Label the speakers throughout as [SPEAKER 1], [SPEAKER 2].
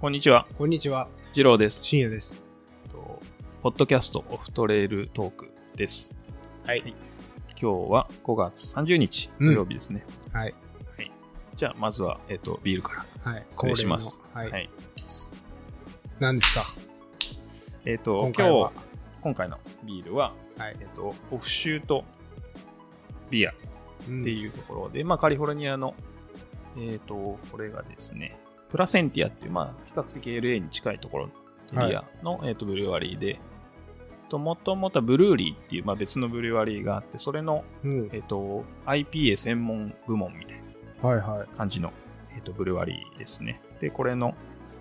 [SPEAKER 1] こんにちは、
[SPEAKER 2] こんにちは、
[SPEAKER 1] 次郎です。
[SPEAKER 2] 深夜です。
[SPEAKER 1] とポッドキャストオフトレイルトークです。
[SPEAKER 2] はい。
[SPEAKER 1] 今日は5月30日、
[SPEAKER 2] うん
[SPEAKER 1] 土曜日ですね。
[SPEAKER 2] はい。
[SPEAKER 1] じゃあ、まずは、えっ、と、ビールから。
[SPEAKER 2] はい。
[SPEAKER 1] 失礼します
[SPEAKER 2] 恒例の。
[SPEAKER 1] は
[SPEAKER 2] はい。
[SPEAKER 1] い。
[SPEAKER 2] 何ですか
[SPEAKER 1] えっ、と、
[SPEAKER 2] 今
[SPEAKER 1] 今
[SPEAKER 2] 回は
[SPEAKER 1] 日、今回のビールは、
[SPEAKER 2] はい
[SPEAKER 1] えっ、と、オフシュートビアっ
[SPEAKER 2] うん
[SPEAKER 1] ていうところで、まあ、カリフォルニアの、えっ、と、これがですね、プラセンティアっていう、まあ、比較的 LA に近いところのエリアの、えっ、と、ブルワリーで、もともとはブルーリーっていう、まあ、別のブルワリーがあって、それの
[SPEAKER 2] うん。
[SPEAKER 1] えっと、IPA 専門部門みたい
[SPEAKER 2] はいはい。
[SPEAKER 1] な感じの、えっと、ブルワリーですね。で、これの、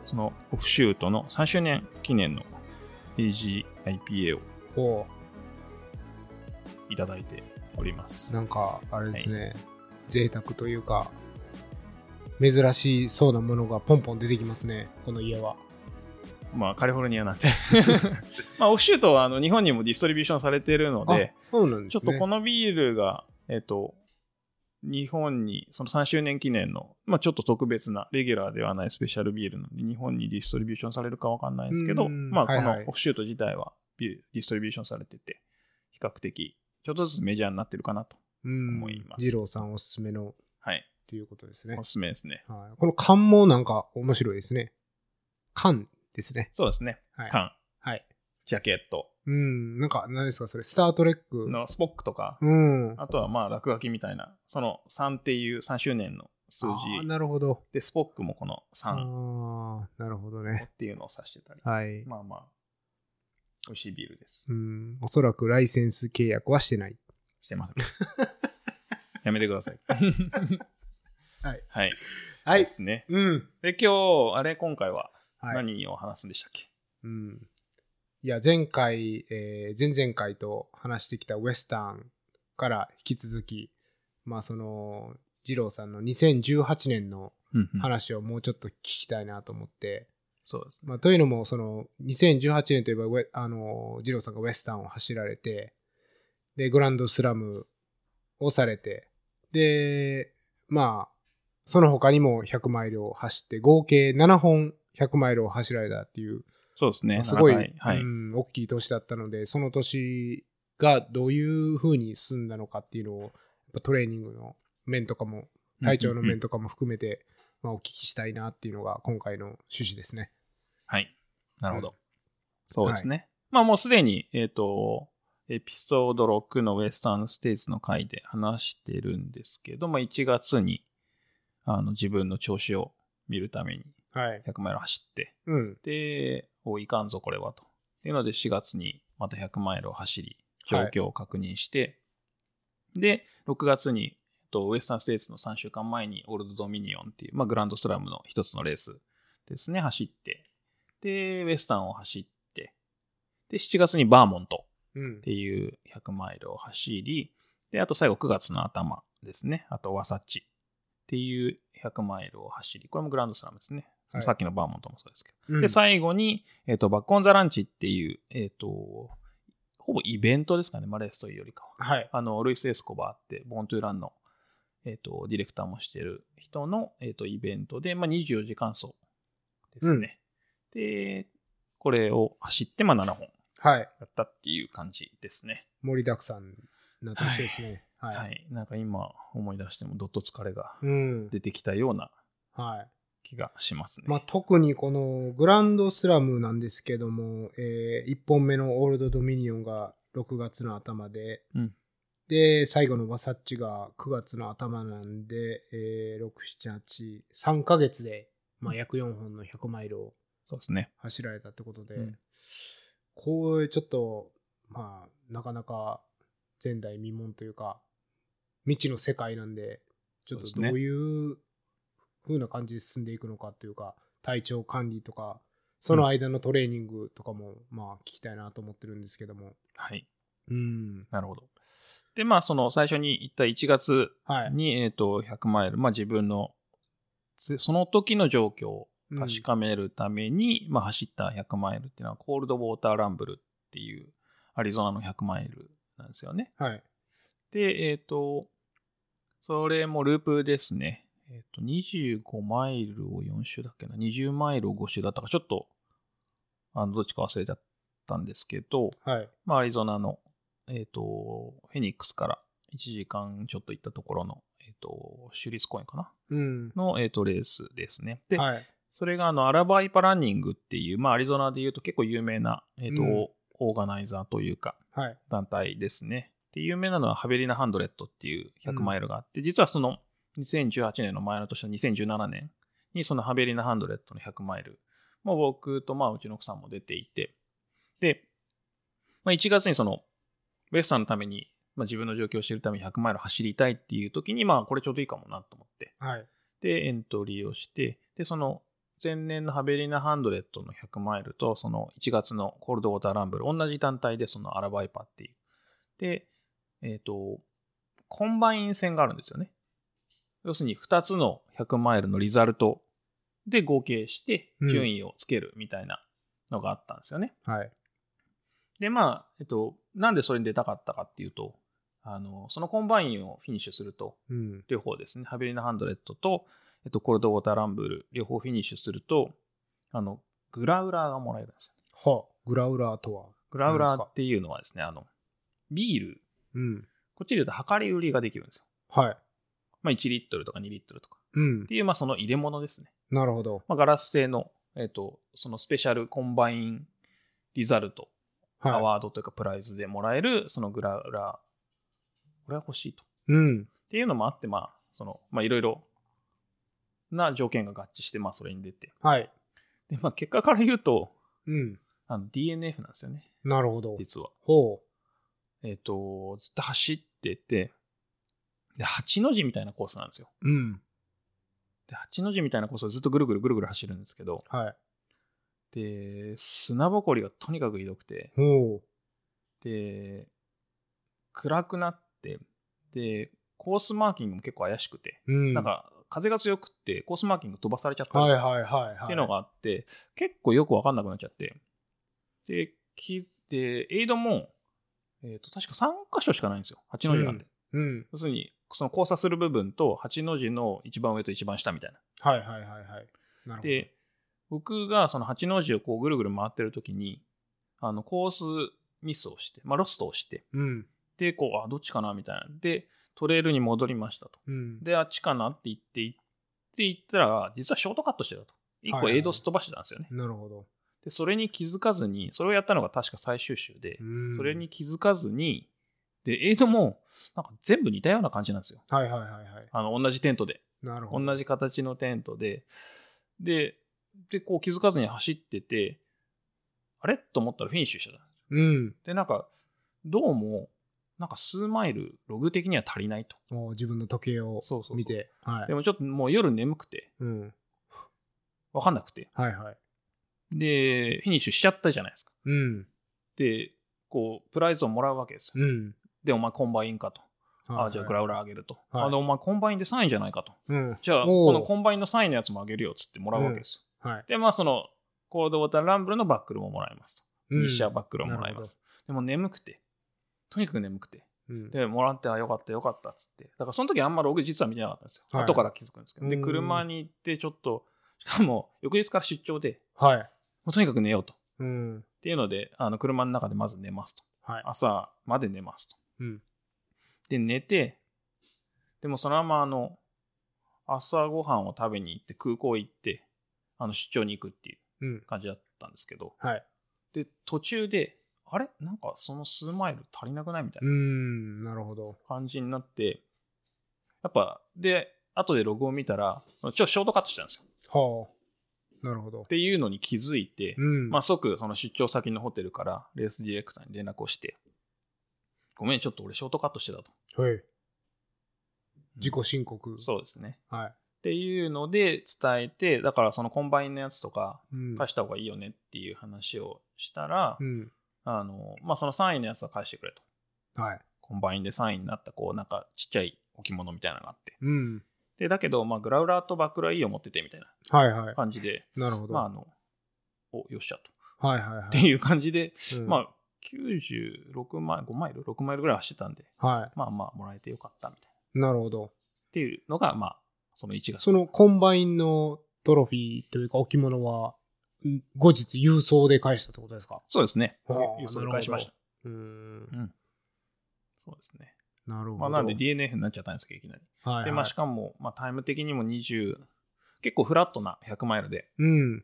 [SPEAKER 1] その、オフシュートの3周年記念の EGIPA を
[SPEAKER 2] ほ
[SPEAKER 1] いただいておりま
[SPEAKER 2] う。
[SPEAKER 1] す。
[SPEAKER 2] なんか、あれですね、贅沢というか、珍しそうなものがポンポン出てきますね、この家は。
[SPEAKER 1] まあ、カリフォルニアなんで。 まあ、オフシュートは、あの、日本にもディストリビューションされているので、
[SPEAKER 2] あ、そうなんで
[SPEAKER 1] ちょっ
[SPEAKER 2] すね。
[SPEAKER 1] とこのビールが、えっと、日本に、その3周年記念の、まあ、ちょっと特別な、レギュラーではないスペシャルビールなので、日本にディストリビューションされるかわかんないんですけ
[SPEAKER 2] う
[SPEAKER 1] ど、
[SPEAKER 2] ーん
[SPEAKER 1] まあ、こ
[SPEAKER 2] はい
[SPEAKER 1] の
[SPEAKER 2] はい
[SPEAKER 1] オフシュート自体はビーディストリビューションされてて、比較的、ちょっとずつメジャーになってるかなと。
[SPEAKER 2] うん
[SPEAKER 1] 思います
[SPEAKER 2] 二郎さんおすすめの
[SPEAKER 1] はい。
[SPEAKER 2] ということですね
[SPEAKER 1] お。すすめですね。
[SPEAKER 2] はい、この缶もなんか面白いですね。缶ですね。
[SPEAKER 1] そうですね。
[SPEAKER 2] はい。
[SPEAKER 1] 缶、
[SPEAKER 2] はい。
[SPEAKER 1] ジャケット
[SPEAKER 2] うん。なんか、何ですか、それ。スタートレック。
[SPEAKER 1] のスポックとか、
[SPEAKER 2] うん。
[SPEAKER 1] あとはまあ、落書きみたいな、その3っていう3周年の数字
[SPEAKER 2] あーなるほど。
[SPEAKER 1] で、スポックもこの
[SPEAKER 2] あ
[SPEAKER 1] 3
[SPEAKER 2] あ、なるほどね。
[SPEAKER 1] っていうのを指してたり、
[SPEAKER 2] はい。
[SPEAKER 1] まあまあ、美味しいビールです
[SPEAKER 2] う。ん、おそらくライセンス契約はしてない。
[SPEAKER 1] して ません。やめてください。
[SPEAKER 2] はい。
[SPEAKER 1] はい。
[SPEAKER 2] は
[SPEAKER 1] で。すね。
[SPEAKER 2] うん。
[SPEAKER 1] で、今日、あれ、今回は
[SPEAKER 2] はい。
[SPEAKER 1] 何を話すんでしたっけ、
[SPEAKER 2] うん。いや、前回、えー前々回と話してきたウエスタンから引き続き、まあ、その、二郎さんの2018年の
[SPEAKER 1] うんうん
[SPEAKER 2] 話をもうちょっと聞きたいなと思って、
[SPEAKER 1] そうですね。
[SPEAKER 2] まあ、というのも、その、2018年といえばウェ、あの、二郎さんがウェスタンを走られて、で、グランドスラムをされて、で、まあ、その他にも100マイルを走って、合計7本100マイルを走られたっていう、
[SPEAKER 1] そうです
[SPEAKER 2] ま
[SPEAKER 1] ね。
[SPEAKER 2] あすごい、。
[SPEAKER 1] 長はいう
[SPEAKER 2] ん、大きい年だったので、その年がどういうふうに進んだのかっていうのを、やっぱトレーニングの面とかも、体調の面
[SPEAKER 1] と。
[SPEAKER 2] とかも含めて、まあ、お聞きしたいなっていうのが今回の趣旨ですね。
[SPEAKER 1] はい。なるほど。そうですね。まあもうすでに、えっ、と、エピソード6のウエスタンステイツの回で話してるんですけど、まあ1月に、あの、自分の調子を見るために
[SPEAKER 2] はい。
[SPEAKER 1] 100マイル走って、
[SPEAKER 2] うん。
[SPEAKER 1] で、おいかんぞこれはと。っていうので4月にまた100マイルを走り、状況を確認して、で、6月に、えっと、ウエスタンステイツの3週間前にオールドドミニオンっていう、まあ、グランドスラムの一つのレースですね、走って。で、ウエスタンを走って、で、7月にバーモント
[SPEAKER 2] うん
[SPEAKER 1] っ。ていう100マイルを走り、で、あと最後9月の頭ですね。あと、ワサッチっていう100マイルを走り、これもグランドスラムですね。その
[SPEAKER 2] はい
[SPEAKER 1] さっきのバーモントもそうですけど。
[SPEAKER 2] うん
[SPEAKER 1] で、最後に、えっ、と、バックオンザランチっていう、えっ、と、ほぼイベントですかね、マレースというよりかは。
[SPEAKER 2] はい。
[SPEAKER 1] あの、ルイス・エスコバーって、ボーントゥーランの、えっ、と、ディレクターもしてる人の、えっ、と、イベントで、まあ、24時間走ですね。で、これを走って、まあ、7本
[SPEAKER 2] はい。
[SPEAKER 1] やったっていう感じですね。
[SPEAKER 2] 盛りだくさんな年ですね。はい。
[SPEAKER 1] はい。なんか今思い出しても、どっと疲れが
[SPEAKER 2] うん。
[SPEAKER 1] 出てきたような
[SPEAKER 2] はい。
[SPEAKER 1] 気がしますね。
[SPEAKER 2] まあ、特にこのグランドスラムなんですけども、え1本目のオールドドミニオンが6月の頭で、
[SPEAKER 1] うん
[SPEAKER 2] で、最後のワサッチが9月の頭なんで、えー6、7、8、3ヶ月で、まあ、約4本の100マイルを
[SPEAKER 1] そうですね。
[SPEAKER 2] 走られたってことで、
[SPEAKER 1] うん
[SPEAKER 2] こういうちょっと、まあ、なかなか前代未聞というか、未知の世界なんで、ちょっと
[SPEAKER 1] そうですね
[SPEAKER 2] どういう風な感じで進んでいくのかというか、体調管理とか、その間のトレーニングとかも、まあ、聞きたいなと思ってるんですけども。
[SPEAKER 1] はい。
[SPEAKER 2] うん。
[SPEAKER 1] なるほど。で、まあ、その最初に言った1月
[SPEAKER 2] はい。
[SPEAKER 1] に、えっ、と、100マイル、まあ自分の、つその時の状況を
[SPEAKER 2] うん
[SPEAKER 1] 確かめるために、まあ走った100マイルっていうのは、コールドウォーターランブルっていう、アリゾナの100マイルなんですよね。
[SPEAKER 2] はい。
[SPEAKER 1] で、えっ、と、それもループですね。えっと、25マイルを4周だっけな、20マイルを5周だったか、ちょっと、あの、どっちか忘れちゃったんですけど、
[SPEAKER 2] はい。
[SPEAKER 1] まあ、アリゾナの、えっ、と、フェニックスから1時間ちょっと行ったところの、えっ、と、州立公園かな
[SPEAKER 2] うん。
[SPEAKER 1] の、えっ、と、レースですね。で、
[SPEAKER 2] はい。
[SPEAKER 1] それが、あの、アラバイパランニングっていう、まあ、アリゾナで言うと結構有名な、えっ、と、
[SPEAKER 2] うん
[SPEAKER 1] オーガナイザーというか、
[SPEAKER 2] はい。
[SPEAKER 1] 団体ですね。で、有名なのはハベリナハンドレットっていう100マイルがあって、実はその2018年の前の年の2017年にそのハベリナハンドレットの100マイルも僕とまあうちの奥さんも出ていて、で、まあ、1月にその、ウェスさんのために、まあ、自分の状況を知るために100マイル走りたいっていう時に、まあこれちょうどいいかもなと思って、
[SPEAKER 2] はい。
[SPEAKER 1] で、エントリーをして、で、その前年のハベリナハンドレットの100マイルと、その1月のコールドウォーターランブル、同じ団体でそのアラバイパっていう。で、えっ、と、コンバイン戦があるんですよね。要するに2つの100マイルのリザルトで合計して
[SPEAKER 2] うん
[SPEAKER 1] 順位をつけるみたいなのがあったんですよね。
[SPEAKER 2] はい。
[SPEAKER 1] で、まあ、えっと、なんでそれに出たかったかっていうと、あの、そのコンバインをフィニッシュすると、
[SPEAKER 2] うん。
[SPEAKER 1] 両方ですね、ハベリナハンドレットと、えっと、コールドウォーターランブル、両方フィニッシュすると、あの、グラウラーがもらえるんですよ。
[SPEAKER 2] はグラウラーとは。
[SPEAKER 1] グラウ
[SPEAKER 2] な
[SPEAKER 1] ラ
[SPEAKER 2] んです
[SPEAKER 1] ー
[SPEAKER 2] か
[SPEAKER 1] っていうのはですね、あの、ビール、
[SPEAKER 2] うん。
[SPEAKER 1] こっちで言うと、量り売りができるんですよ。
[SPEAKER 2] はい。
[SPEAKER 1] まあ、1リットルとか2リットルとか。
[SPEAKER 2] うん
[SPEAKER 1] っ。ていう、まあ、その入れ物ですね。
[SPEAKER 2] なるほど。
[SPEAKER 1] まあ、ガラス製の、えっと、そのスペシャルコンバインリザルト、ア
[SPEAKER 2] は
[SPEAKER 1] ワードというか、プライズでもらえる、そのグラウラー、これは欲しいと。
[SPEAKER 2] い。うん。
[SPEAKER 1] っていうのもあって、まあ、その、まあ、いろいろな条件が合致して、まあ、それに出て。
[SPEAKER 2] はい。
[SPEAKER 1] で、まあ、結果から言うと、
[SPEAKER 2] うん。
[SPEAKER 1] あの DNF なんですよね、
[SPEAKER 2] なるほど。
[SPEAKER 1] 実は。
[SPEAKER 2] ほ
[SPEAKER 1] えっ、と、ずっと走ってて、で、8の字みたいなコースなんですよ。
[SPEAKER 2] う。うん。
[SPEAKER 1] で、8の字みたいなコースをずっとぐるぐるぐるぐる走るんですけど、
[SPEAKER 2] はい。
[SPEAKER 1] で、砂ぼこりがとにかくひどくて、
[SPEAKER 2] ほ
[SPEAKER 1] で、暗くなって、で、コースマーキングも結構怪しくて、
[SPEAKER 2] う。うん。
[SPEAKER 1] なんか、風が強くって、コースマーキング飛ばされちゃったりとか
[SPEAKER 2] はいはいはいはい。
[SPEAKER 1] っていうのがあって、結構よくわかんなくなっちゃって。で、きでエイドも、えっ、と、確か3箇所しかないんですよ。8の字なんで。
[SPEAKER 2] うん。
[SPEAKER 1] 要するに、その交差する部分と8の字の一番上と一番下みたいな。
[SPEAKER 2] はいはいはいはい。なるほど。
[SPEAKER 1] で、僕がその8の字をこうぐるぐる回ってる時に、あの、コースミスをして、まあ、ロストをして、
[SPEAKER 2] うん。
[SPEAKER 1] で、こう、あ、どっちかなみたいな。で、トレールに戻りましたと。
[SPEAKER 2] うん。
[SPEAKER 1] で、あっちかなって言って、行って行ったら、実はショートカットしてたと。1個エイドすっ飛ばしてたんですよね。
[SPEAKER 2] なるほど。
[SPEAKER 1] で、それに気づかずに、それをやったのが確か最終週で
[SPEAKER 2] う、ん
[SPEAKER 1] それに。気づかずに、で、エイドも、なんか全部似たような感じなんですよ。
[SPEAKER 2] はいはいはいはい。
[SPEAKER 1] あの、同じテントで、
[SPEAKER 2] なるほど。
[SPEAKER 1] 同じ形のテントで、で、で、こう気づかずに走ってて、あれと思ったらフィニッシュしてたんですよ。
[SPEAKER 2] うん。
[SPEAKER 1] で、なんか、どうも、なんか数マイル、ログ的には足りないと。
[SPEAKER 2] お自分の時計を
[SPEAKER 1] そうそうそう
[SPEAKER 2] 見て。は
[SPEAKER 1] で
[SPEAKER 2] い。
[SPEAKER 1] もちょっともう夜眠くて、
[SPEAKER 2] うん。
[SPEAKER 1] わかんなくて。
[SPEAKER 2] はいはい。
[SPEAKER 1] で、フィニッシュしちゃったじゃないですか。
[SPEAKER 2] うん。
[SPEAKER 1] で、こう、プライズをもらうわけですよ。
[SPEAKER 2] うん。
[SPEAKER 1] で、お前コンバインかと。
[SPEAKER 2] はい
[SPEAKER 1] あ、じゃあグラウラーあげると。
[SPEAKER 2] はい
[SPEAKER 1] あの、お前コンバインで3位じゃないかと。
[SPEAKER 2] うん。
[SPEAKER 1] じゃあ、
[SPEAKER 2] おー
[SPEAKER 1] このコンバインの3位のやつもあげるよっつってもらうわけです。
[SPEAKER 2] はい。
[SPEAKER 1] で、まあ、その、コールドウォーターランブルのバックルももらいますと。
[SPEAKER 2] うん
[SPEAKER 1] 日射バックルももらいます。でも眠くて。とにかく眠くて。
[SPEAKER 2] うん。
[SPEAKER 1] で、もらって、あ、よかった、よかったっつって。だから、その時あんまログ実は見てなかったんですよ。
[SPEAKER 2] はい
[SPEAKER 1] 後から気づくんですけど。で、
[SPEAKER 2] うん
[SPEAKER 1] 車に行って、ちょっと、しかも、翌日から出張で、
[SPEAKER 2] はい。
[SPEAKER 1] もうとにかく寝ようと。っ
[SPEAKER 2] うん。
[SPEAKER 1] ていうので、あの車の中でまず寝ますと。
[SPEAKER 2] はい。
[SPEAKER 1] 朝まで寝ますと。
[SPEAKER 2] うん。
[SPEAKER 1] で、寝て、でもそのままあの、朝ごはんを食べに行って、空港行って、あの出張に行くっていう
[SPEAKER 2] うん。
[SPEAKER 1] 感じだったんですけど、
[SPEAKER 2] はい。。
[SPEAKER 1] で、途中で、あれなんかその数マイル足りなくないみたいうなん
[SPEAKER 2] なるほど。
[SPEAKER 1] 感じになって、やっぱ、で、後でログを見たら、そのちょっとショートカットしたんですよ。
[SPEAKER 2] はあ。なるほど
[SPEAKER 1] っ。ていうのに気づいて、
[SPEAKER 2] うん。
[SPEAKER 1] まあ、即その出張先のホテルからレースディレクターに連絡をして、ごめん、ちょっと俺ショートカットしてたと。
[SPEAKER 2] はい。自己申告。
[SPEAKER 1] そうですね。
[SPEAKER 2] は
[SPEAKER 1] っていうので伝えて、だからそのコンバインのやつとか
[SPEAKER 2] い。うん。
[SPEAKER 1] 返した方がいいよねっていう話をしたら、
[SPEAKER 2] うん。
[SPEAKER 1] あの、まあ、その3位のやつは返してくれと。
[SPEAKER 2] はい。
[SPEAKER 1] コンバインで3位になった、こう、なんかちっちゃい置物みたいなのがあって。
[SPEAKER 2] うん。
[SPEAKER 1] で、だけど、まあ、グラウラーとバックラいいを持っててみたいな
[SPEAKER 2] はいはい。
[SPEAKER 1] 感じで、
[SPEAKER 2] なるほど。
[SPEAKER 1] まあ、あ
[SPEAKER 2] は
[SPEAKER 1] の、お、よっしゃと。
[SPEAKER 2] いはいは
[SPEAKER 1] って
[SPEAKER 2] い。
[SPEAKER 1] いう感じで、
[SPEAKER 2] うん
[SPEAKER 1] まあ、96マイル、5マイル ?6 マイルぐらい走ってたんで、
[SPEAKER 2] は
[SPEAKER 1] まあまあ、もらえてよかったみたいな。
[SPEAKER 2] い。なるほど。
[SPEAKER 1] っていうのが、まあ、その1月。
[SPEAKER 2] そのコンバインのトロフィーというか置物は、ん後日郵送で返したってことですか
[SPEAKER 1] そうですね。
[SPEAKER 2] あー
[SPEAKER 1] 予想返しました。
[SPEAKER 2] うーん
[SPEAKER 1] うん。そうですね。
[SPEAKER 2] なるほど。
[SPEAKER 1] まあ、なんで DNF になっちゃったんですけど、いきなり。
[SPEAKER 2] はいはい
[SPEAKER 1] で、まあ、しかも、まあ、タイム的にも20、結構フラットな100マイルで、
[SPEAKER 2] うん。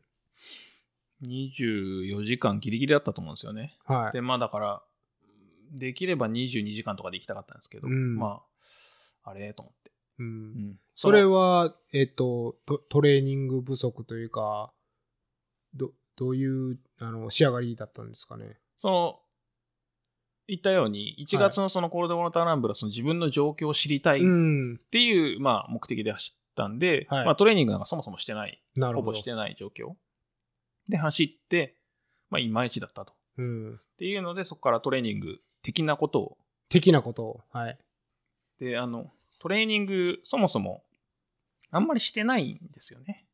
[SPEAKER 1] 24時間ギリギリだったと思うんですよね。
[SPEAKER 2] はい。
[SPEAKER 1] で、まあ、だから、できれば22時間とかで行きたかったんですけど、
[SPEAKER 2] うん
[SPEAKER 1] まあ、あれと思って。
[SPEAKER 2] うん
[SPEAKER 1] う。ん
[SPEAKER 2] それ
[SPEAKER 1] の
[SPEAKER 2] は、えっと、トトレーニング不足というか、どどういうあの仕上がりだったんですかね。
[SPEAKER 1] その、言ったように、1月のそのコールドウォーターランブルはその自分の状況を知りたいっ
[SPEAKER 2] うん、
[SPEAKER 1] ていう、まあ、目的で走ったんで、
[SPEAKER 2] はい
[SPEAKER 1] まあ、トレーニングなんかそもそもしてない、
[SPEAKER 2] なる
[SPEAKER 1] ほ
[SPEAKER 2] ほど。
[SPEAKER 1] ぼしてない状況で走って、まあ、いまいちだったと。
[SPEAKER 2] うん、
[SPEAKER 1] っていうので、そこからトレーニング的なことを、
[SPEAKER 2] 的なことを。はい。
[SPEAKER 1] で、あの、トレーニング、そもそも、あんまりしてないんですよね。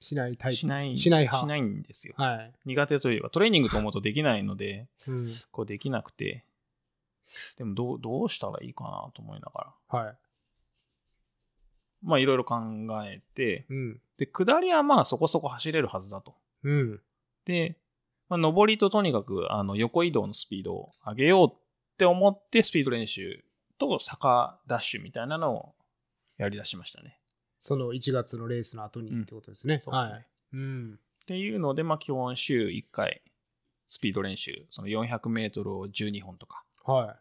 [SPEAKER 2] しないタイプ。
[SPEAKER 1] しない、
[SPEAKER 2] しない派
[SPEAKER 1] しないんですよ。
[SPEAKER 2] はい。
[SPEAKER 1] 苦手といえば、トレーニングと思うとできないので、
[SPEAKER 2] うん、
[SPEAKER 1] こうできなくて、でもどう、どうしたらいいかなと思いながら、
[SPEAKER 2] はい。
[SPEAKER 1] まあいろいろ考えて、
[SPEAKER 2] うん。
[SPEAKER 1] で、下りはまあそこそこ走れるはずだと。
[SPEAKER 2] うん。
[SPEAKER 1] で、まあ、上りととにかくあの横移動のスピードを上げようって思って、スピード練習と坂ダッシュみたいなのをやりだしましたね。
[SPEAKER 2] その1月のレースの後にってことですね。
[SPEAKER 1] そうですね。
[SPEAKER 2] はい。うん。
[SPEAKER 1] っていうので、まあ基本週1回、スピード練習、その400メートルを12本とか、
[SPEAKER 2] は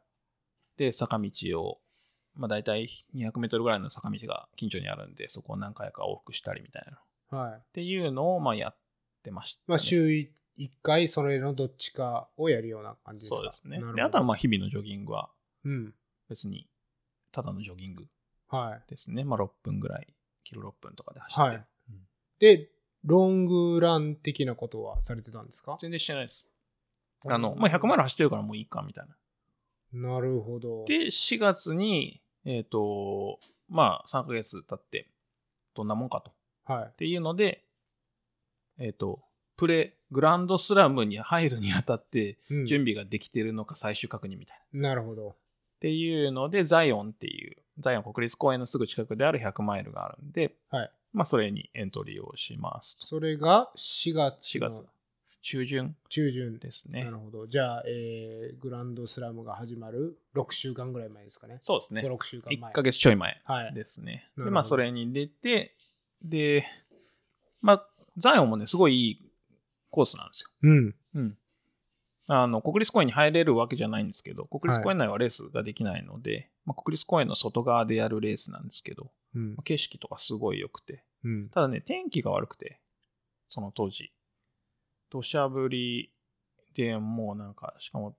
[SPEAKER 1] で、坂道を、まあ、大体200メートルぐらいの坂道が近所にあるんで、そこを何回か往復したりみたいな。っ
[SPEAKER 2] い。はい。
[SPEAKER 1] ていうのを、まあ、やってました、ね。
[SPEAKER 2] まあ、週1回、それのどっちかをやるような感じですか
[SPEAKER 1] そうですね
[SPEAKER 2] なるほ。ど
[SPEAKER 1] で、あとは、まあ、日々のジョギングは、
[SPEAKER 2] うん。
[SPEAKER 1] 別に、ただのジョギング
[SPEAKER 2] はい。
[SPEAKER 1] ですね。まあ、6分ぐらい、キロ6分とかで走って。
[SPEAKER 2] はい。で、ロングラン的なことはされてたんですか
[SPEAKER 1] 全然してないです。あの、まあ、100マイル走ってるからもういいか、みたいな。
[SPEAKER 2] なるほど。
[SPEAKER 1] で、4月に、えっ、と、まあ、3ヶ月経って、どんなもんかと。
[SPEAKER 2] はい
[SPEAKER 1] っ。ていうので、えっ、と、プレ、グランドスラムに入るにあたって、
[SPEAKER 2] うん
[SPEAKER 1] 準備ができてるのか最終確認みたいな。っ
[SPEAKER 2] なるほど。
[SPEAKER 1] ていうので、ザイオンっていう、ザイオン国立公園のすぐ近くである100マイルがあるんで、
[SPEAKER 2] はい
[SPEAKER 1] まあ、それにエントリーをしますと。
[SPEAKER 2] それが4月
[SPEAKER 1] 4
[SPEAKER 2] の
[SPEAKER 1] 月中旬
[SPEAKER 2] 中旬
[SPEAKER 1] です
[SPEAKER 2] な
[SPEAKER 1] ね
[SPEAKER 2] る。ほど。じゃあ、えーグランドスラムが始まる6週間ぐらい前ですかね。
[SPEAKER 1] そうですね
[SPEAKER 2] 5、。6週間前。
[SPEAKER 1] 1ヶ月ちょい前
[SPEAKER 2] はい。
[SPEAKER 1] ですね。
[SPEAKER 2] なるほど
[SPEAKER 1] で、まあ、それに出て、で、まあ、ザイオンもね、すごいいいコースなんですよ。
[SPEAKER 2] うん。
[SPEAKER 1] うん。あの、国立公園に入れるわけじゃないんですけど、国立公園内はレースができないので、まあ、国立公園の外側でやるレースなんですけど、
[SPEAKER 2] うん
[SPEAKER 1] まあ。景色とかすごい良くて、
[SPEAKER 2] うん。
[SPEAKER 1] ただね、天気が悪くて、その当時。土砂降りでもうなんか、しかも、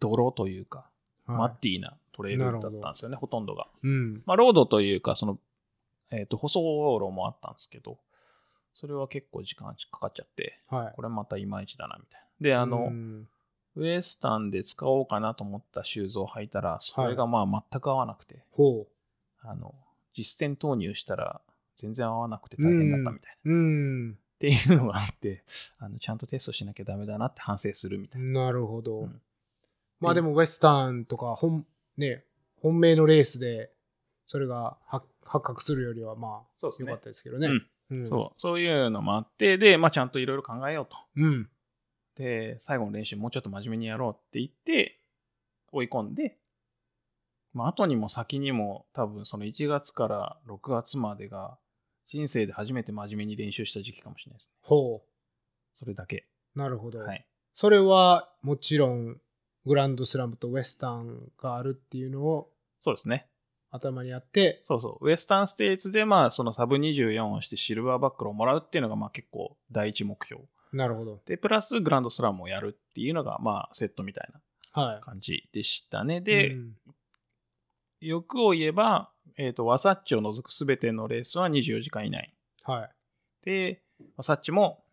[SPEAKER 1] 泥というか、マッ
[SPEAKER 2] はい
[SPEAKER 1] ティーなトレイルだったんですよね、ほとんどが。
[SPEAKER 2] うん。
[SPEAKER 1] まあ、ロードというか、その、えっ、と、舗装路もあったんですけど、それは結構時間かかっちゃって、
[SPEAKER 2] はい。
[SPEAKER 1] これまたいまいちだな、みたいな。で、あの、
[SPEAKER 2] うん
[SPEAKER 1] ウエスタンで使おうかなと思ったシューズを履いたら、それがまあ全く合わなくて、
[SPEAKER 2] ほ
[SPEAKER 1] あの、実践投入したら全然合わなくて大変だったみたいな。
[SPEAKER 2] う。うん。
[SPEAKER 1] っていうのがあって、あの、ちゃんとテストしなきゃダメだなって反省するみたいな。
[SPEAKER 2] なるほど。
[SPEAKER 1] うん
[SPEAKER 2] まあでも、ウェスタンとか、本、ね、本命のレースで、それが発発覚するよりは、ま
[SPEAKER 1] そう
[SPEAKER 2] あ、良かったですけどね。
[SPEAKER 1] うん
[SPEAKER 2] うん
[SPEAKER 1] そう、そういうのもあって、で、まあちゃんといろいろ考えようと。
[SPEAKER 2] う。うん。
[SPEAKER 1] で、最後の練習もうちょっと真面目にやろうって言って、追い込んで、まあ後にも先にも多分その1月から6月までが人生で初めて真面目に練習した時期かもしれないですね。
[SPEAKER 2] ほ
[SPEAKER 1] それだけ。
[SPEAKER 2] う。なるほど。
[SPEAKER 1] はい。
[SPEAKER 2] それはもちろんグランドスラムとウエスタンがあるっていうのを
[SPEAKER 1] そうですね。
[SPEAKER 2] 頭にあって、
[SPEAKER 1] そうそう。ウエスタンステイツで、まあ、そのサブ24をしてシルバーバックルをもらうっていうのが、まあ結構第一目標。
[SPEAKER 2] なるほど。
[SPEAKER 1] で、プラスグランドスラムをやるっていうのが、まあセットみたい
[SPEAKER 2] は
[SPEAKER 1] な感じでしたね。
[SPEAKER 2] い。
[SPEAKER 1] で、
[SPEAKER 2] うん
[SPEAKER 1] 欲を言えば、えっ、と、ワサッチを除くすべてのレースは24時間以内。
[SPEAKER 2] はい。
[SPEAKER 1] で、ワサッチも、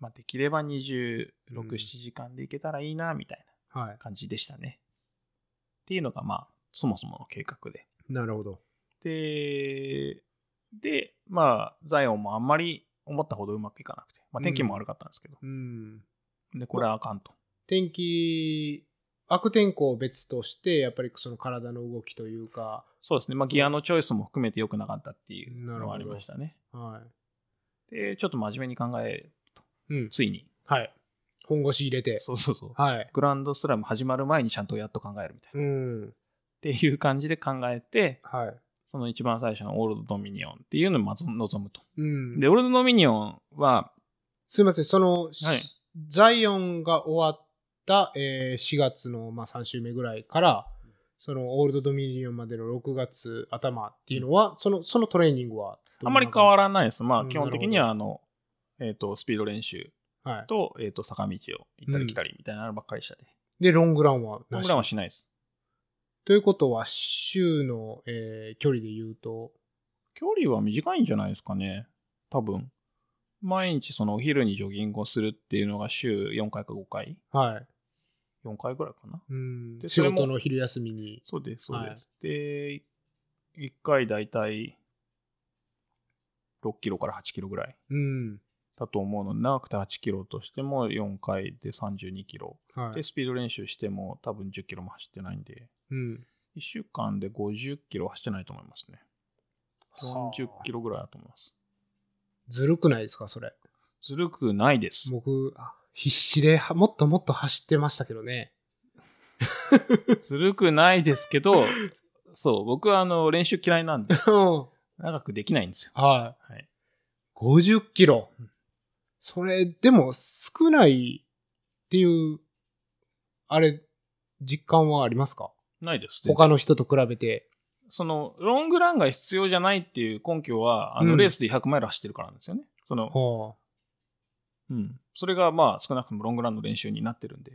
[SPEAKER 1] まあできれば26、
[SPEAKER 2] うん
[SPEAKER 1] 7時間でいけたらいいな、みたい
[SPEAKER 2] は
[SPEAKER 1] な感じでしたね。っていうのが、まあ、そもそもの計画で。
[SPEAKER 2] い。なるほど。
[SPEAKER 1] で、で、まあ、ザイオンもあんまり思ったほどうまくいかなくて、まあ、天気も悪かったんですけど、
[SPEAKER 2] うん。
[SPEAKER 1] で、これはあかんと。
[SPEAKER 2] 天気悪天候を別として、やっぱりその体の動きというか、
[SPEAKER 1] そうですね。まあ、ギアのチョイスも含めて良くなかったっていうのがありましたね。
[SPEAKER 2] は
[SPEAKER 1] で、ちょっと真面目に考えると、
[SPEAKER 2] い。うん。
[SPEAKER 1] ついに。
[SPEAKER 2] はい。本腰入れて。
[SPEAKER 1] そうそうそう。
[SPEAKER 2] はい。
[SPEAKER 1] グランドスラム始まる前にちゃんとやっと考えるみたいな。
[SPEAKER 2] うん。
[SPEAKER 1] っていう感じで考えて、
[SPEAKER 2] はい。
[SPEAKER 1] その一番最初のオールドドミニオンっていうのをまず望むと。
[SPEAKER 2] うん。
[SPEAKER 1] で、オールドドミニオンは、
[SPEAKER 2] すいません、その、
[SPEAKER 1] はい
[SPEAKER 2] ザイオンが終わった、えー4月の、まあ、3週目ぐらいから、そのオールドドミニオンまでの6月頭っていうのは、そのそのトレーニングは
[SPEAKER 1] あんまり変わ
[SPEAKER 2] ら
[SPEAKER 1] らないです。ま
[SPEAKER 2] う
[SPEAKER 1] あ、
[SPEAKER 2] ん
[SPEAKER 1] 基本的には、あの、えっ、と、スピード練習
[SPEAKER 2] ない、は
[SPEAKER 1] と、えっ、と、坂道を行ったり来たりみたいなのばっかりしたで。
[SPEAKER 2] い。で、ロングランは
[SPEAKER 1] ホー
[SPEAKER 2] な
[SPEAKER 1] ム
[SPEAKER 2] し。
[SPEAKER 1] ランはしないです。
[SPEAKER 2] ということは、週の、えー距離で言うと、
[SPEAKER 1] 距離は短いんじゃないですかね。多分。毎日そのお昼にジョギングをするっていうのが週4回か5回
[SPEAKER 2] はい。
[SPEAKER 1] ?4 回ぐらいかな。
[SPEAKER 2] うん、
[SPEAKER 1] で
[SPEAKER 2] 仕
[SPEAKER 1] それも
[SPEAKER 2] 事の昼休みに。
[SPEAKER 1] そうです、そうです。で、1回だいたい6キロから8キロぐらい
[SPEAKER 2] うん。
[SPEAKER 1] だと思うので、長くて8キロとしても4回で32キロ。
[SPEAKER 2] はい
[SPEAKER 1] で、。スピード練習しても多分10キロも走ってないんで、
[SPEAKER 2] うん。
[SPEAKER 1] 1週間で50キロ走ってないと思いますね。40キロぐらいだと思います。
[SPEAKER 2] ずるくないですか、それ。
[SPEAKER 1] ずるくないです。
[SPEAKER 2] 僕、あ必死で、はもっともっと走ってましたけ どね。
[SPEAKER 1] ずるくないですけど、そう、僕はあの練習嫌いなんで、
[SPEAKER 2] うん
[SPEAKER 1] 長くできないんですよ。
[SPEAKER 2] はい。
[SPEAKER 1] はい
[SPEAKER 2] 50キロ
[SPEAKER 1] うん。
[SPEAKER 2] それ、でも少ないっていう、あれ、実感はありますか
[SPEAKER 1] ないです。全然
[SPEAKER 2] 他の人と比べて。
[SPEAKER 1] その、ロングランが必要じゃないっていう根拠は、あ
[SPEAKER 2] う
[SPEAKER 1] の、
[SPEAKER 2] ん
[SPEAKER 1] レースで100マイル走ってるからなんですよね。その、
[SPEAKER 2] は
[SPEAKER 1] うん。それがまあ、少なくともロングランの練習になってるんで。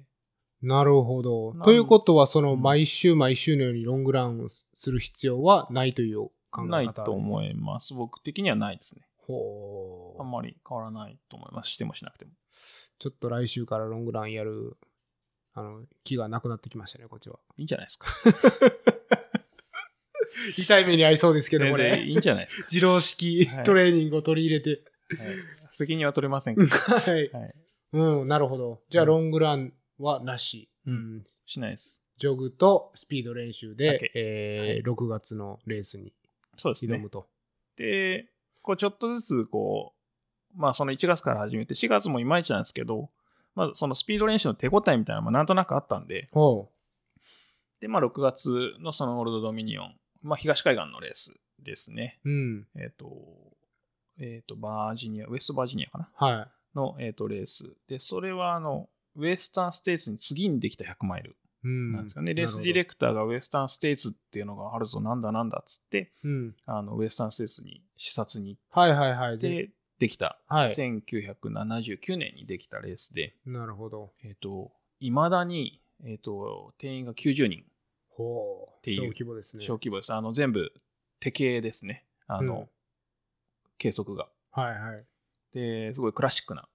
[SPEAKER 2] あ、なるほど
[SPEAKER 1] なん。
[SPEAKER 2] ということは、その、
[SPEAKER 1] うん
[SPEAKER 2] 毎週毎週のようにロングランをする必要はないという考え方
[SPEAKER 1] ないと
[SPEAKER 2] う。
[SPEAKER 1] 思います。僕的にはないですね。
[SPEAKER 2] ほ
[SPEAKER 1] あん
[SPEAKER 2] う
[SPEAKER 1] まり変わらないと思います。してもしなくても。
[SPEAKER 2] ちょっと来週からロングランやる、あの、気がなくなってきましたね、こっちは。
[SPEAKER 1] いいんじゃないですか。
[SPEAKER 2] 痛い目に遭いそう ですけど、
[SPEAKER 1] 全
[SPEAKER 2] こ
[SPEAKER 1] 然
[SPEAKER 2] れ。
[SPEAKER 1] いいんじゃない ですか。
[SPEAKER 2] 自動式
[SPEAKER 1] はい
[SPEAKER 2] トレーニングを取り入れ て。
[SPEAKER 1] はい責任は取れませんけど。
[SPEAKER 2] はい。
[SPEAKER 1] はい。
[SPEAKER 2] うん、なるほど。じゃあ、
[SPEAKER 1] うん
[SPEAKER 2] ロングランはなし。
[SPEAKER 1] うんしないです。
[SPEAKER 2] ジョグとスピード練習
[SPEAKER 1] だ
[SPEAKER 2] で
[SPEAKER 1] け、
[SPEAKER 2] えー6月のレースに
[SPEAKER 1] そうです
[SPEAKER 2] 挑
[SPEAKER 1] ね
[SPEAKER 2] む。と。
[SPEAKER 1] で、こうちょっとずつこう、まあその1月から始めて、4月もいまいちなんですけど、まあそのスピード練習の手応えみたいなのもなんとなくあったんで、
[SPEAKER 2] ほ
[SPEAKER 1] で、まあ6月のそのオールドドミニオン、まあ東海岸のレースですね。
[SPEAKER 2] う。うん。
[SPEAKER 1] えっ、と、えっ、と、バージニア、ウェストバージニアかな
[SPEAKER 2] は
[SPEAKER 1] の、えっとレース。で、それはあの、ウェスタンステイツに次にできた100マイル
[SPEAKER 2] い。うん。
[SPEAKER 1] なんですよね。レースディレ
[SPEAKER 2] ク
[SPEAKER 1] クターがウェスタンステイツっていうのがあるぞ、なんだなんだっつって、
[SPEAKER 2] ト。うん。
[SPEAKER 1] あのウェスタンステイツに視察に行って
[SPEAKER 2] はいはいはい。で、
[SPEAKER 1] で、できた、
[SPEAKER 2] はい
[SPEAKER 1] 1979年にできたレースで、
[SPEAKER 2] なるほど。
[SPEAKER 1] えっ、と、いまだに、えっ、と、定員が90人、
[SPEAKER 2] ほう。
[SPEAKER 1] ていう
[SPEAKER 2] 小規模ですね。
[SPEAKER 1] 小規模です。あの、全部、手形ですね。あの、
[SPEAKER 2] うん
[SPEAKER 1] 計測が。
[SPEAKER 2] はいはい。
[SPEAKER 1] で、すごいクラシックな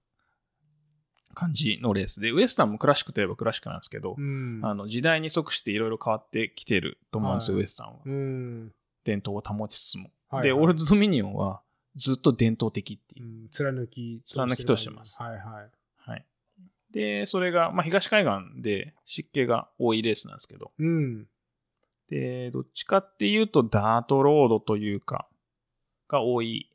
[SPEAKER 1] 感じのレースで、ウエスタンもクラシックといえばクラシックなんですけど、
[SPEAKER 2] うん。
[SPEAKER 1] あの時代に即していろいろ変わってきてると思うんですよ、
[SPEAKER 2] は
[SPEAKER 1] ウ
[SPEAKER 2] い
[SPEAKER 1] エスタンは。
[SPEAKER 2] うん。
[SPEAKER 1] 伝統を保ちつつも。
[SPEAKER 2] はい
[SPEAKER 1] で、
[SPEAKER 2] はい
[SPEAKER 1] オールドドミニオンはずっと伝統的っていう
[SPEAKER 2] う。ん貫き。
[SPEAKER 1] 貫き通してます
[SPEAKER 2] はいはい。
[SPEAKER 1] はい。で、それが、まあ、東海岸で湿気が多いレースなんですけど、
[SPEAKER 2] うん。
[SPEAKER 1] で、どっちかっていうと、ダートロードというか、が多い。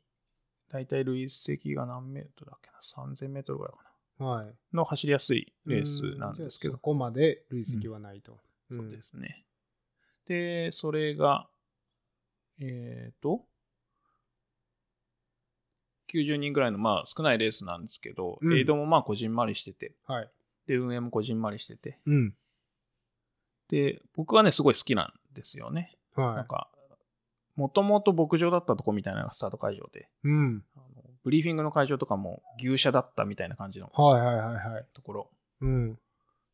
[SPEAKER 1] だいたい累積が何メートルだっけな ?3000 メートルぐらいか
[SPEAKER 2] はい。
[SPEAKER 1] な。の走りやすいレースなんですけ
[SPEAKER 2] うじゃ
[SPEAKER 1] ど、
[SPEAKER 2] あそこまで累積はないと。う
[SPEAKER 1] そうんですね。で、それが、えっ、と、90人ぐらいの、まあ、少ないレースなんですけど、
[SPEAKER 2] うん
[SPEAKER 1] エイドもまあ、こじんまりしてて、
[SPEAKER 2] はい。
[SPEAKER 1] で、運営もこじんまりしてて、
[SPEAKER 2] うん。
[SPEAKER 1] で、僕はね、すごい好きなんですよね。な
[SPEAKER 2] は
[SPEAKER 1] んか、もともと牧場だったとこみたいなのがスタート会場で、
[SPEAKER 2] い。うん。
[SPEAKER 1] あのブリーフィングの会場とかも牛舎だったみたいな感じの
[SPEAKER 2] はいはいはいはい。
[SPEAKER 1] ところ
[SPEAKER 2] うん。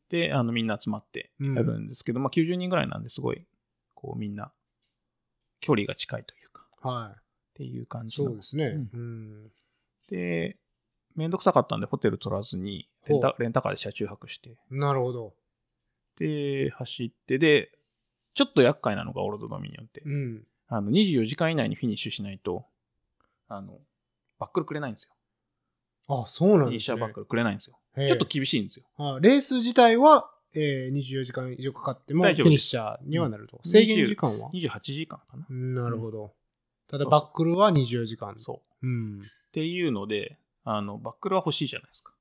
[SPEAKER 1] で、あのみんな集まって
[SPEAKER 2] うん
[SPEAKER 1] やるんですけど、まあ90人ぐらいなんですごい、こうみんな距離が近いというか、っ
[SPEAKER 2] はい。
[SPEAKER 1] ていう感じ
[SPEAKER 2] そ
[SPEAKER 1] の
[SPEAKER 2] うですね。
[SPEAKER 1] うん
[SPEAKER 2] うん。
[SPEAKER 1] で、めんどくさかったんでホテル取らずにレンタ
[SPEAKER 2] ほ
[SPEAKER 1] レンタカーで車中泊して、
[SPEAKER 2] なるほど。
[SPEAKER 1] で、走って、で、ちょっと厄介なのがオールドドミニオンって
[SPEAKER 2] う、ん。
[SPEAKER 1] あの、24時間以内にフィニッシュしないと、あの、バックルくれないんですよ。
[SPEAKER 2] あ、そうなん
[SPEAKER 1] イ
[SPEAKER 2] で
[SPEAKER 1] ー
[SPEAKER 2] す
[SPEAKER 1] シャ
[SPEAKER 2] ね。
[SPEAKER 1] ーバックルくれないんですよ。
[SPEAKER 2] へえ
[SPEAKER 1] ちょっと厳しいんですよ。
[SPEAKER 2] あレース自体はえー、24時間以上かかっても、フ
[SPEAKER 1] 大丈夫です
[SPEAKER 2] ィニッシャーにはなると。
[SPEAKER 1] うん
[SPEAKER 2] 制限時間は
[SPEAKER 1] 28時間かな。
[SPEAKER 2] なるほど。ただ、
[SPEAKER 1] そうそう
[SPEAKER 2] バックルは24時間。。
[SPEAKER 1] そう
[SPEAKER 2] うん。
[SPEAKER 1] う。っていうので、あの、バックルは欲しいじゃないです か。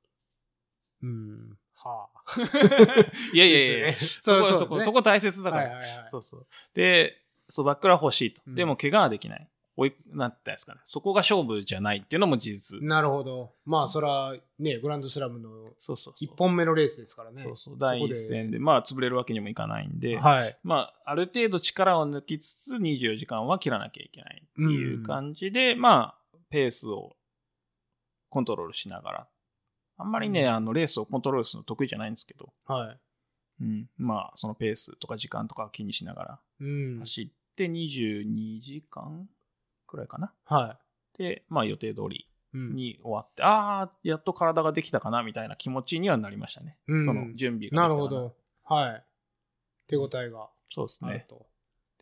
[SPEAKER 2] うん。はあ。
[SPEAKER 1] いやいやいや、
[SPEAKER 2] そ
[SPEAKER 1] そうこ
[SPEAKER 2] そう
[SPEAKER 1] そこ、そ
[SPEAKER 2] こ
[SPEAKER 1] こ大切だ
[SPEAKER 2] だ
[SPEAKER 1] から。
[SPEAKER 2] はいはいはい。
[SPEAKER 1] そうそう。で、そう、バックルは欲しいと。
[SPEAKER 2] うん
[SPEAKER 1] でも、怪我はできない。追い、なんて言ったんですかね。そこが勝負じゃないっていうのも事実。
[SPEAKER 2] なるほど。まあ、そら、ね、グランドスラムの
[SPEAKER 1] そうそうそう。
[SPEAKER 2] 1本目のレースですからね。
[SPEAKER 1] そうそう。第一戦で、まあ、潰れるわけにもいかないんで、
[SPEAKER 2] はい。
[SPEAKER 1] まあ、ある程度力を抜きつつ、24時間は切らなきゃいけないっていう感じで、まあ、ペースをコントロールしながら。あんまりね、
[SPEAKER 2] うん
[SPEAKER 1] あの、レースをコントロールするの得意じゃないんですけど、
[SPEAKER 2] はい。
[SPEAKER 1] うん。まあ、そのペースとか時間とかを気にしながら
[SPEAKER 2] うん。
[SPEAKER 1] 走って、22時間くらいかな。
[SPEAKER 2] は
[SPEAKER 1] で、まあ、予定通り
[SPEAKER 2] い。うん
[SPEAKER 1] に終わって、ああ、やっと体ができたかな、みたいな気持ちにはなりましたね。
[SPEAKER 2] うん
[SPEAKER 1] その準備がで
[SPEAKER 2] なる
[SPEAKER 1] きたか
[SPEAKER 2] ほど。はい。手応えが
[SPEAKER 1] そうです
[SPEAKER 2] ある
[SPEAKER 1] ね。
[SPEAKER 2] と。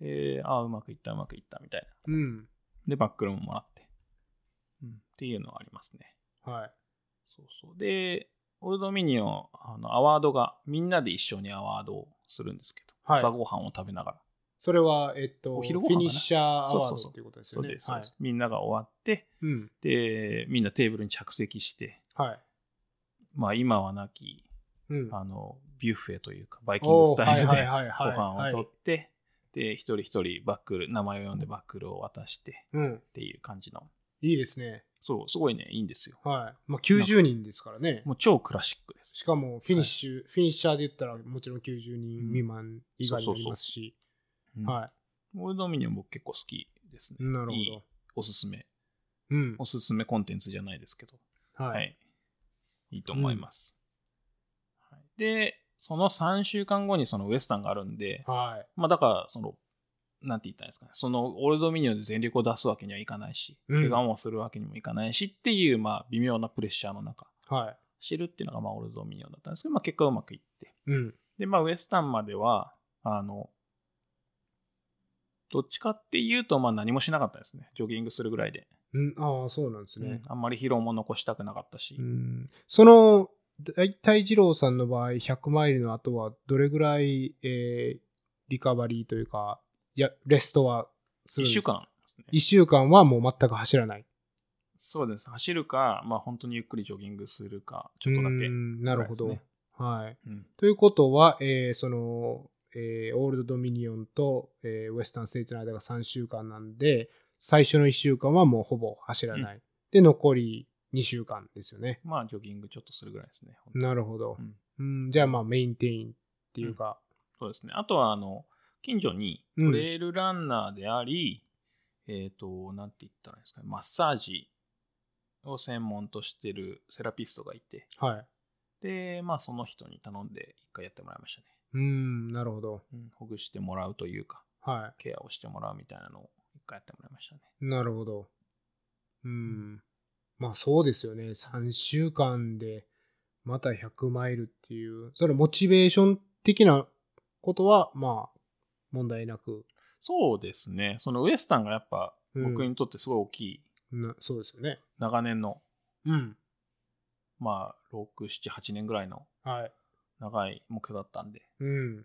[SPEAKER 1] で、ああ、うまくいった、うまくいった、みたいな。
[SPEAKER 2] うん。
[SPEAKER 1] で、バックルももらって。うん、っていうのはありますね。
[SPEAKER 2] はい。
[SPEAKER 1] そうそう。で、オールドミニオン、あの、アワードが、みんなで一緒にアワードをするんですけど、
[SPEAKER 2] はい
[SPEAKER 1] 朝ごはんを食べながら。
[SPEAKER 2] それは、えっと、
[SPEAKER 1] お
[SPEAKER 2] フ
[SPEAKER 1] 昼ご飯か
[SPEAKER 2] ィ
[SPEAKER 1] な
[SPEAKER 2] ニッシャーア
[SPEAKER 1] そう
[SPEAKER 2] ワ
[SPEAKER 1] そう
[SPEAKER 2] ード
[SPEAKER 1] そう
[SPEAKER 2] っていうことです
[SPEAKER 1] そ
[SPEAKER 2] よ
[SPEAKER 1] う
[SPEAKER 2] ね。
[SPEAKER 1] です、そう
[SPEAKER 2] はい
[SPEAKER 1] です。みんなが終わって、
[SPEAKER 2] うん。
[SPEAKER 1] で、みんなテーブルに着席して、
[SPEAKER 2] はい。
[SPEAKER 1] まあ、今はなき、
[SPEAKER 2] うん。
[SPEAKER 1] あの、ビュッフェというか、バイキング
[SPEAKER 2] おー
[SPEAKER 1] スタイル
[SPEAKER 2] はい
[SPEAKER 1] で、
[SPEAKER 2] は
[SPEAKER 1] ご
[SPEAKER 2] いはいはい
[SPEAKER 1] 飯を
[SPEAKER 2] は
[SPEAKER 1] 取
[SPEAKER 2] い
[SPEAKER 1] って、で、一人一人バックル、名前を呼んでバックルを渡して
[SPEAKER 2] うん。
[SPEAKER 1] っていう感じの、
[SPEAKER 2] いいですね。
[SPEAKER 1] そう、すごいね、いいんですよ。
[SPEAKER 2] はい。まあ、90人ですからね。
[SPEAKER 1] もう超クラシックです
[SPEAKER 2] し。かも、フィニッシュ、フィニッシャーで言ったら、もちろん90人未満以外
[SPEAKER 1] そう
[SPEAKER 2] にな
[SPEAKER 1] そうそう
[SPEAKER 2] りますし。
[SPEAKER 1] うん
[SPEAKER 2] は
[SPEAKER 1] オールドミニオン僕結構好きです
[SPEAKER 2] い。
[SPEAKER 1] ね。
[SPEAKER 2] なるほど。
[SPEAKER 1] いいおすすめ。
[SPEAKER 2] うん
[SPEAKER 1] お。すすめコンテンツじゃないですけど。は
[SPEAKER 2] はい。
[SPEAKER 1] い。いいと思います。はいで、その3週間後にそのウエスタンがあるんで、
[SPEAKER 2] はい。
[SPEAKER 1] まあだから、その、なんて言ったらいいんですかね。そのオールドミニオンで全力を出すわけにはいかないし、
[SPEAKER 2] うん
[SPEAKER 1] 怪我もするわけにもいかないしっていう、まあ微妙なプレッシャーの中、
[SPEAKER 2] は
[SPEAKER 1] 知るっていうのがまあオールドミニオンだったんですけど、まあ結果うまくいって。
[SPEAKER 2] い。うん。
[SPEAKER 1] で、まあ、ウエスタンまでは、あの、どっちかっていうと、まあ何もしなかったですね。ジョギングするぐらいで。
[SPEAKER 2] うん、ああ、そうなんです
[SPEAKER 1] うん
[SPEAKER 2] ね。
[SPEAKER 1] あんまり疲労も残したくなかったし。
[SPEAKER 2] うん。その、大体二郎さんの場合、100マイルの後は、どれぐらい、えーリカバリーというか、いや、レストはす
[SPEAKER 1] 1
[SPEAKER 2] るんです
[SPEAKER 1] 週
[SPEAKER 2] か
[SPEAKER 1] 間ですね、
[SPEAKER 2] 一週間はもう全く走らない。
[SPEAKER 1] そうです。走るか、まあ本当にゆっくりジョギングするか、ちょっとだけ
[SPEAKER 2] う。んなるほど。
[SPEAKER 1] ぐらいで
[SPEAKER 2] はい。
[SPEAKER 1] うん
[SPEAKER 2] ということは、えーその、えーオールドドミニオンと、えーウェスタンステーツの間が3週間なんで、最初の1週間はもうほぼ走らない。で、残り2週間ですよね。
[SPEAKER 1] まあジョギングちょっとするぐらいですね。
[SPEAKER 2] なるほど
[SPEAKER 1] う。ん
[SPEAKER 2] うん、じゃあまあメインテインっていうか、
[SPEAKER 1] そうですね。あとは、あの、近所にトレイルランナーであり、えっ、と、なんて言ったらいいんですかね、マッサージを専門としてるセラピストがいて、
[SPEAKER 2] はい。
[SPEAKER 1] で、まあその人に頼んで一回やってもらいましたね。
[SPEAKER 2] うん、なるほど。
[SPEAKER 1] うん、ほぐしてもらうというか、
[SPEAKER 2] は
[SPEAKER 1] ケアをしてもらうみたいなのを一回やってもらいましたね。
[SPEAKER 2] い。なるほど。うん。まあそうですよね。3週間でまた100マイルっていう、それモチベーション的なことは、まあ問題なく。
[SPEAKER 1] そうですね。そのウエスタンがやっぱ
[SPEAKER 2] うん
[SPEAKER 1] 僕にとってすごい大きい、
[SPEAKER 2] なそうですよね。
[SPEAKER 1] 長年の、
[SPEAKER 2] うん。
[SPEAKER 1] まあ6、7、8年ぐらいの
[SPEAKER 2] はい。
[SPEAKER 1] 長い目標だったんで、
[SPEAKER 2] うん。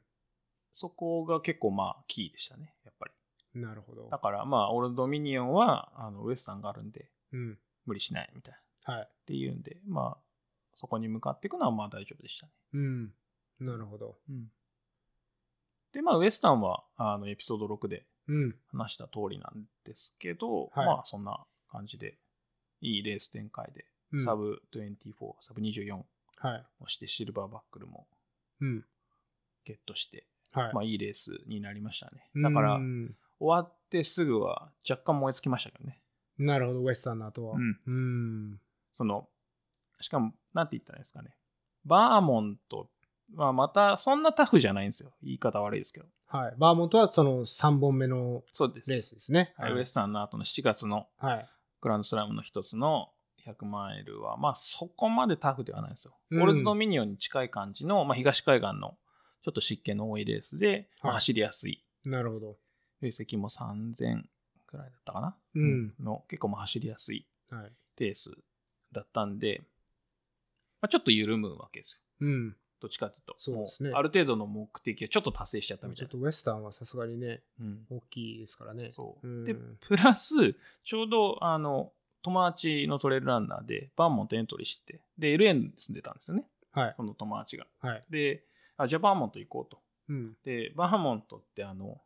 [SPEAKER 1] そこが結構まあキーでしたね、やっぱり。
[SPEAKER 2] なるほど
[SPEAKER 1] だ。からまあ、オールドミニオンはあのウエスタンがあるんで、
[SPEAKER 2] うん。
[SPEAKER 1] 無理しないみたいな。っ
[SPEAKER 2] はい。
[SPEAKER 1] ていうんで、まあ、そこに向かっていくのはまあ大丈夫でしたね。
[SPEAKER 2] うん。なるほど。
[SPEAKER 1] で、まあ、ウエスタンはあのエピソード6で
[SPEAKER 2] うん。
[SPEAKER 1] 話した通りなんですけど、
[SPEAKER 2] はい
[SPEAKER 1] まあ、そんな感じで、いいレース展開で、
[SPEAKER 2] うん
[SPEAKER 1] サブ24、サブ24
[SPEAKER 2] はい。
[SPEAKER 1] をして、シルバーバックルも
[SPEAKER 2] うん。
[SPEAKER 1] ゲットして、
[SPEAKER 2] はい。
[SPEAKER 1] まあ、いいレースになりましたね。だから
[SPEAKER 2] う、ん
[SPEAKER 1] 終わってすぐは若干燃え尽きましたけどね。
[SPEAKER 2] なるほど、ウエスタンの後は。
[SPEAKER 1] うん
[SPEAKER 2] うん。
[SPEAKER 1] その、しかも、なんて言ったらいいですかね。バーモントはまた、そんなタフじゃないんですよ。言い方悪いですけど。
[SPEAKER 2] はい。バーモントはその3本目の
[SPEAKER 1] そうで
[SPEAKER 2] レー
[SPEAKER 1] す。
[SPEAKER 2] スですね。
[SPEAKER 1] はい、ウエスタンの後の7月の
[SPEAKER 2] はい。
[SPEAKER 1] グランドスラムの一つの100マイルは、まあそこまでタフではないですよ。
[SPEAKER 2] うん
[SPEAKER 1] オールドドミニオンに近い感じの、まあ、東海岸のちょっと湿気の多いレースで、まあ
[SPEAKER 2] はい
[SPEAKER 1] 走りやすい。
[SPEAKER 2] なるほど。
[SPEAKER 1] 累積も3000くらいだったかな、
[SPEAKER 2] うん
[SPEAKER 1] の結構まあ走りやすい
[SPEAKER 2] はい。
[SPEAKER 1] レースだったんで、まあ、ちょっと緩むわけですよ。
[SPEAKER 2] うん。
[SPEAKER 1] どっちかっていうと。
[SPEAKER 2] そうですね
[SPEAKER 1] もある程度の目的はちょっと達成しちゃったみ
[SPEAKER 2] ち
[SPEAKER 1] た
[SPEAKER 2] ょ
[SPEAKER 1] い
[SPEAKER 2] っ
[SPEAKER 1] な。
[SPEAKER 2] とウエスタンはさすがにね、
[SPEAKER 1] うん
[SPEAKER 2] 大きいですからね。
[SPEAKER 1] そう
[SPEAKER 2] うん
[SPEAKER 1] で、プラス、ちょうど、あの、友達のトレイルランナーで、バンモンとエントリーしてて、で、LA に住んでたんですよね。
[SPEAKER 2] はい。
[SPEAKER 1] その友達が。
[SPEAKER 2] はい。
[SPEAKER 1] で、あ、じゃあバーモント行こうと。
[SPEAKER 2] うん。
[SPEAKER 1] で、バーモントって、あの、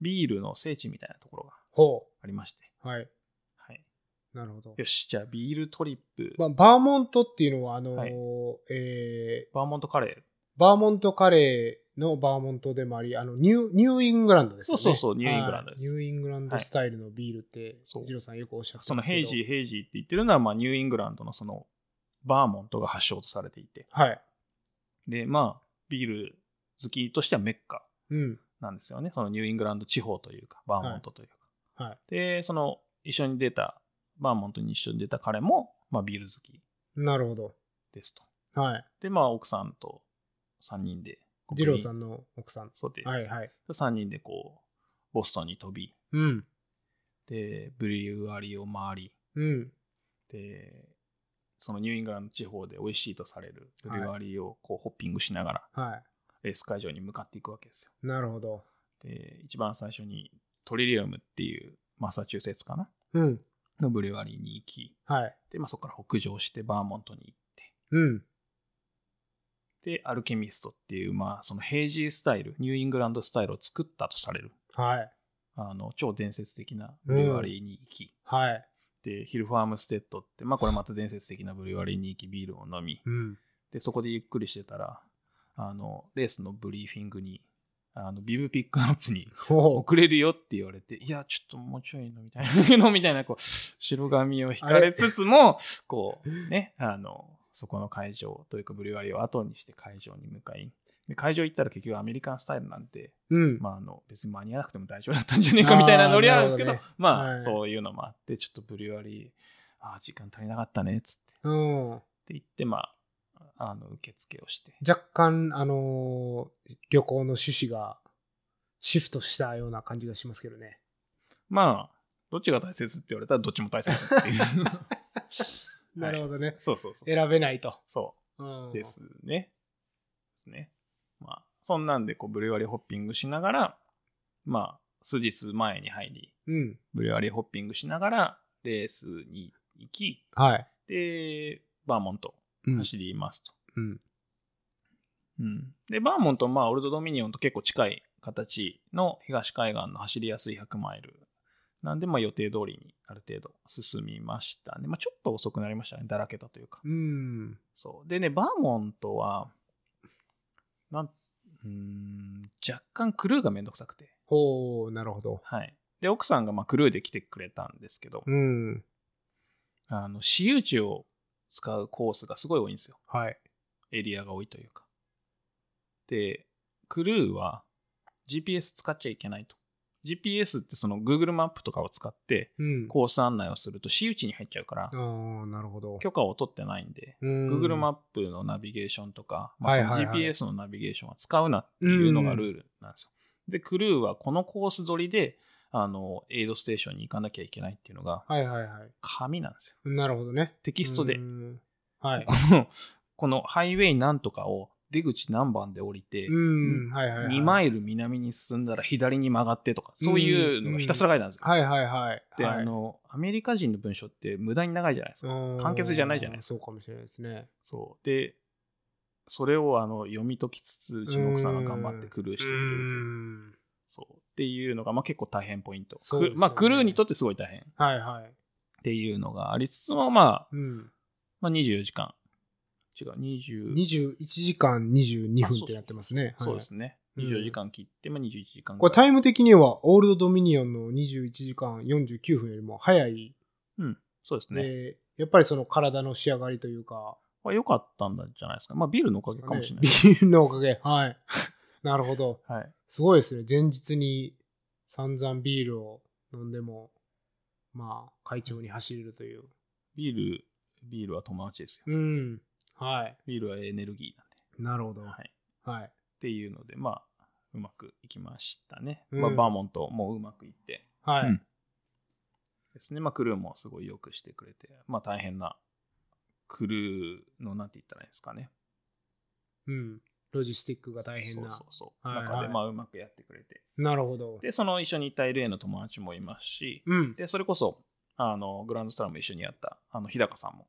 [SPEAKER 1] ビールの聖地みたいなところが
[SPEAKER 2] ほ
[SPEAKER 1] ありまして。
[SPEAKER 2] う。はい。
[SPEAKER 1] はい。
[SPEAKER 2] なるほど。
[SPEAKER 1] よし、じゃあビールトリップ、
[SPEAKER 2] まあ、バーモントっていうのは、あのー
[SPEAKER 1] はい
[SPEAKER 2] え
[SPEAKER 1] バーモントカレ
[SPEAKER 2] ーバーモントカレーのバーモントでもあり、あのニューニューイングランドですよね。
[SPEAKER 1] そうそうそうニューイングランドです
[SPEAKER 2] はいニューイングランドスタイルのビールって、
[SPEAKER 1] そう
[SPEAKER 2] ジローさんよくおっしゃっ
[SPEAKER 1] ー。
[SPEAKER 2] て
[SPEAKER 1] その
[SPEAKER 2] ますけ
[SPEAKER 1] ヘ
[SPEAKER 2] ど
[SPEAKER 1] イジー、ヘイジーって言ってるのは、まあ、ニューイングランドのその、バーモントが発祥とされていて。
[SPEAKER 2] はい。
[SPEAKER 1] で、まあ、ビール好きとしてはメッカ
[SPEAKER 2] うん。
[SPEAKER 1] なんですよね。そのニューイングランド地方というか、バーモントというか。
[SPEAKER 2] はい。
[SPEAKER 1] で、その、一緒に出た、バーモントに一緒に出た彼も、まあ、ビール好き
[SPEAKER 2] なるほど。
[SPEAKER 1] ですと。
[SPEAKER 2] はい。
[SPEAKER 1] で、まあ、奥さんと3人で、
[SPEAKER 2] ジローさ
[SPEAKER 1] ん。
[SPEAKER 2] んの奥さん。
[SPEAKER 1] そうです。
[SPEAKER 2] はいはい。
[SPEAKER 1] 3人でこう、ボストンに飛び、
[SPEAKER 2] うん。
[SPEAKER 1] で、ブリュワリーを回り、
[SPEAKER 2] うん。
[SPEAKER 1] で、そのニューイングランド地方で美味しいとされるブリュワリーをこうホッピングしながら
[SPEAKER 2] は
[SPEAKER 1] レース会場に向かっていくわけです
[SPEAKER 2] い。なるほど。
[SPEAKER 1] よ。で、一番最初にトリリウムっていうマサチューセッツかな
[SPEAKER 2] うん。
[SPEAKER 1] のブリュワリーに行き、
[SPEAKER 2] はい。
[SPEAKER 1] で、まあ、そこから北上してバーモントに行って、
[SPEAKER 2] うん。
[SPEAKER 1] で、アルケミストっていう、まあ、そのヘイジースタイル、ニューイングランドスタイルを作ったとされる、
[SPEAKER 2] はい。
[SPEAKER 1] あの、超伝説的なブリュワリーに行き、
[SPEAKER 2] はい。
[SPEAKER 1] で、ヒルファームステッドって、まあ、これまた伝説的なブリュワリーに行き、ビールを飲み、
[SPEAKER 2] うん。
[SPEAKER 1] で、そこでゆっくりしてたら、あの、レースのブリーフィングに、あの、ビブピックアップに
[SPEAKER 2] ほ
[SPEAKER 1] 遅れるよって言われて、いや、ちょっともうちょいの、みたいな、の、 みたいな、こう、白髪を引かれつつも、こう、ね、あの、そこの会場というか、ブリュワリーを後にして会場に向かい、で会場行ったら結局アメリカンスタイルなんて、
[SPEAKER 2] う。うん。
[SPEAKER 1] まあ、あの別に間に合わなくても大丈夫だったんじゃねえかみたいなノリあるんですけど
[SPEAKER 2] あーなる
[SPEAKER 1] まあ、
[SPEAKER 2] はい
[SPEAKER 1] そういうのもあってちょっとブリュワリーあー時間足りなかったねっつって
[SPEAKER 2] うん。
[SPEAKER 1] って言って、まあ、あの受付をして、
[SPEAKER 2] 若干、あのー旅行の趣旨がシフトしたような感じがしますけどね。
[SPEAKER 1] まあ、どっちが大切って言われたらどっちも大切って いう。
[SPEAKER 2] なるほ
[SPEAKER 1] ど。
[SPEAKER 2] どね。
[SPEAKER 1] そうそうそう。
[SPEAKER 2] 選べないと。
[SPEAKER 1] そ
[SPEAKER 2] うん
[SPEAKER 1] うですね。ですね。まあ、そんなんで、こう、ブリュワリーホッピングしながら、まあ、数日前に入り、
[SPEAKER 2] うん。
[SPEAKER 1] ブリュワリーホッピングしながら、レースに行き、
[SPEAKER 2] はい。
[SPEAKER 1] で、バーモント
[SPEAKER 2] うん。
[SPEAKER 1] 走りますと。
[SPEAKER 2] うん。
[SPEAKER 1] うん、で、バーモント、まあ、オールドドミニオンと結構近い形の東海岸の走りやすい100マイル。なんで、まあ、予定通りにある程度進みましたね。まあ、ちょっと遅くなりましたね。だらけたというか。
[SPEAKER 2] うん。
[SPEAKER 1] そう。でね、バーモントは、なん、うーん、若干クルーがめんどくさくて。
[SPEAKER 2] ほう、なるほど。
[SPEAKER 1] はい。で、奥さんが、まあ、クルーで来てくれたんですけど、
[SPEAKER 2] うん。
[SPEAKER 1] あの、私有地を使うコースがすごい多いんですよ。
[SPEAKER 2] はい。
[SPEAKER 1] エリアが多いというか。で、クルーは GPS 使っちゃいけないと。GPS ってその Google マップとかを使って
[SPEAKER 2] うん。
[SPEAKER 1] コース案内をすると私有地に入っちゃうから
[SPEAKER 2] あ、あ、なるほど。
[SPEAKER 1] 許可を取ってないんで、Google
[SPEAKER 2] Google
[SPEAKER 1] マ
[SPEAKER 2] ッ
[SPEAKER 1] ップのナビゲーションとか、ま
[SPEAKER 2] は
[SPEAKER 1] あ、
[SPEAKER 2] い
[SPEAKER 1] そ
[SPEAKER 2] はい
[SPEAKER 1] の
[SPEAKER 2] はい
[SPEAKER 1] GPS のナビゲーションは使うなっていうのがルールなんですよ。で、クルーはこのコース取りで、あの、エイドステーションに行かなきゃいけないっていうのが
[SPEAKER 2] プ。はいはいはい。
[SPEAKER 1] 紙なんですよ。
[SPEAKER 2] なるほどね。
[SPEAKER 1] テキストで
[SPEAKER 2] う。ん。は い。
[SPEAKER 1] この、このハイウェイなんとかを出口何番で降りて、
[SPEAKER 2] うん。はいはいはい。
[SPEAKER 1] 2マイル南に進んだら左に曲がってとか、そういうのがひたすら書いてあるんですよ。
[SPEAKER 2] はいはいはい。
[SPEAKER 1] で、
[SPEAKER 2] はい
[SPEAKER 1] あ、の、アメリカ人の文章って無駄に長いじゃないですか。簡潔じゃないじゃないです
[SPEAKER 2] か。そうかもしれないですね。
[SPEAKER 1] そう。で、それをあの読み解きつつ、うちの奥さんが頑張ってクルーしてくれ
[SPEAKER 2] う
[SPEAKER 1] る。
[SPEAKER 2] ん
[SPEAKER 1] そう。っていうのが、まあ結構大変ポイント。
[SPEAKER 2] そうですよ
[SPEAKER 1] く
[SPEAKER 2] ね
[SPEAKER 1] まあクルーにとってすごい大変っ
[SPEAKER 2] はいはい。
[SPEAKER 1] ていうのがありつつも、まあ、
[SPEAKER 2] うん。
[SPEAKER 1] まあ24時間。違う、20、
[SPEAKER 2] 21時間22分ってなってますね。
[SPEAKER 1] そうで
[SPEAKER 2] はい
[SPEAKER 1] すね。
[SPEAKER 2] うん
[SPEAKER 1] 24時間切って、まあ21時間ぐ
[SPEAKER 2] こ
[SPEAKER 1] らい。
[SPEAKER 2] れタイム的には、オールドドミニオンの21時間49分よりも早い。
[SPEAKER 1] うん。そうですね。
[SPEAKER 2] で、やっぱりその体の仕上がりというか、
[SPEAKER 1] まあ良かったんじゃないですか。まあビールのおかげかもしれない。
[SPEAKER 2] ビールのおかげ。はい。 なるほど。
[SPEAKER 1] はい。
[SPEAKER 2] すごいですね。前日に散々ビールを飲んでも、まあ、快調に走れるという。
[SPEAKER 1] ビール、ビールは友達ですよ。
[SPEAKER 2] うん。はい。
[SPEAKER 1] ビールはエネルギーなん
[SPEAKER 2] なるほど。
[SPEAKER 1] で。
[SPEAKER 2] は
[SPEAKER 1] はい。
[SPEAKER 2] い。
[SPEAKER 1] っていうので、まあ、うまくいきましたね。
[SPEAKER 2] うん
[SPEAKER 1] まあ、バーモントもうまくいって
[SPEAKER 2] はい。
[SPEAKER 1] うんですね。まあ、クルーもすごいよくしてくれて、まあ、大変なクルーの、なんて言ったらいいんですかね。
[SPEAKER 2] うん。ロジスティックが大変な。
[SPEAKER 1] そうそうそう。
[SPEAKER 2] はいはい
[SPEAKER 1] 中で、まあ、うまくやってくれて。
[SPEAKER 2] なるほど。
[SPEAKER 1] で、その一緒に行った LA の友達もいますし、
[SPEAKER 2] うん。
[SPEAKER 1] で、それこそ、あの、グランドスターも一緒にやった、あの、日高さんも。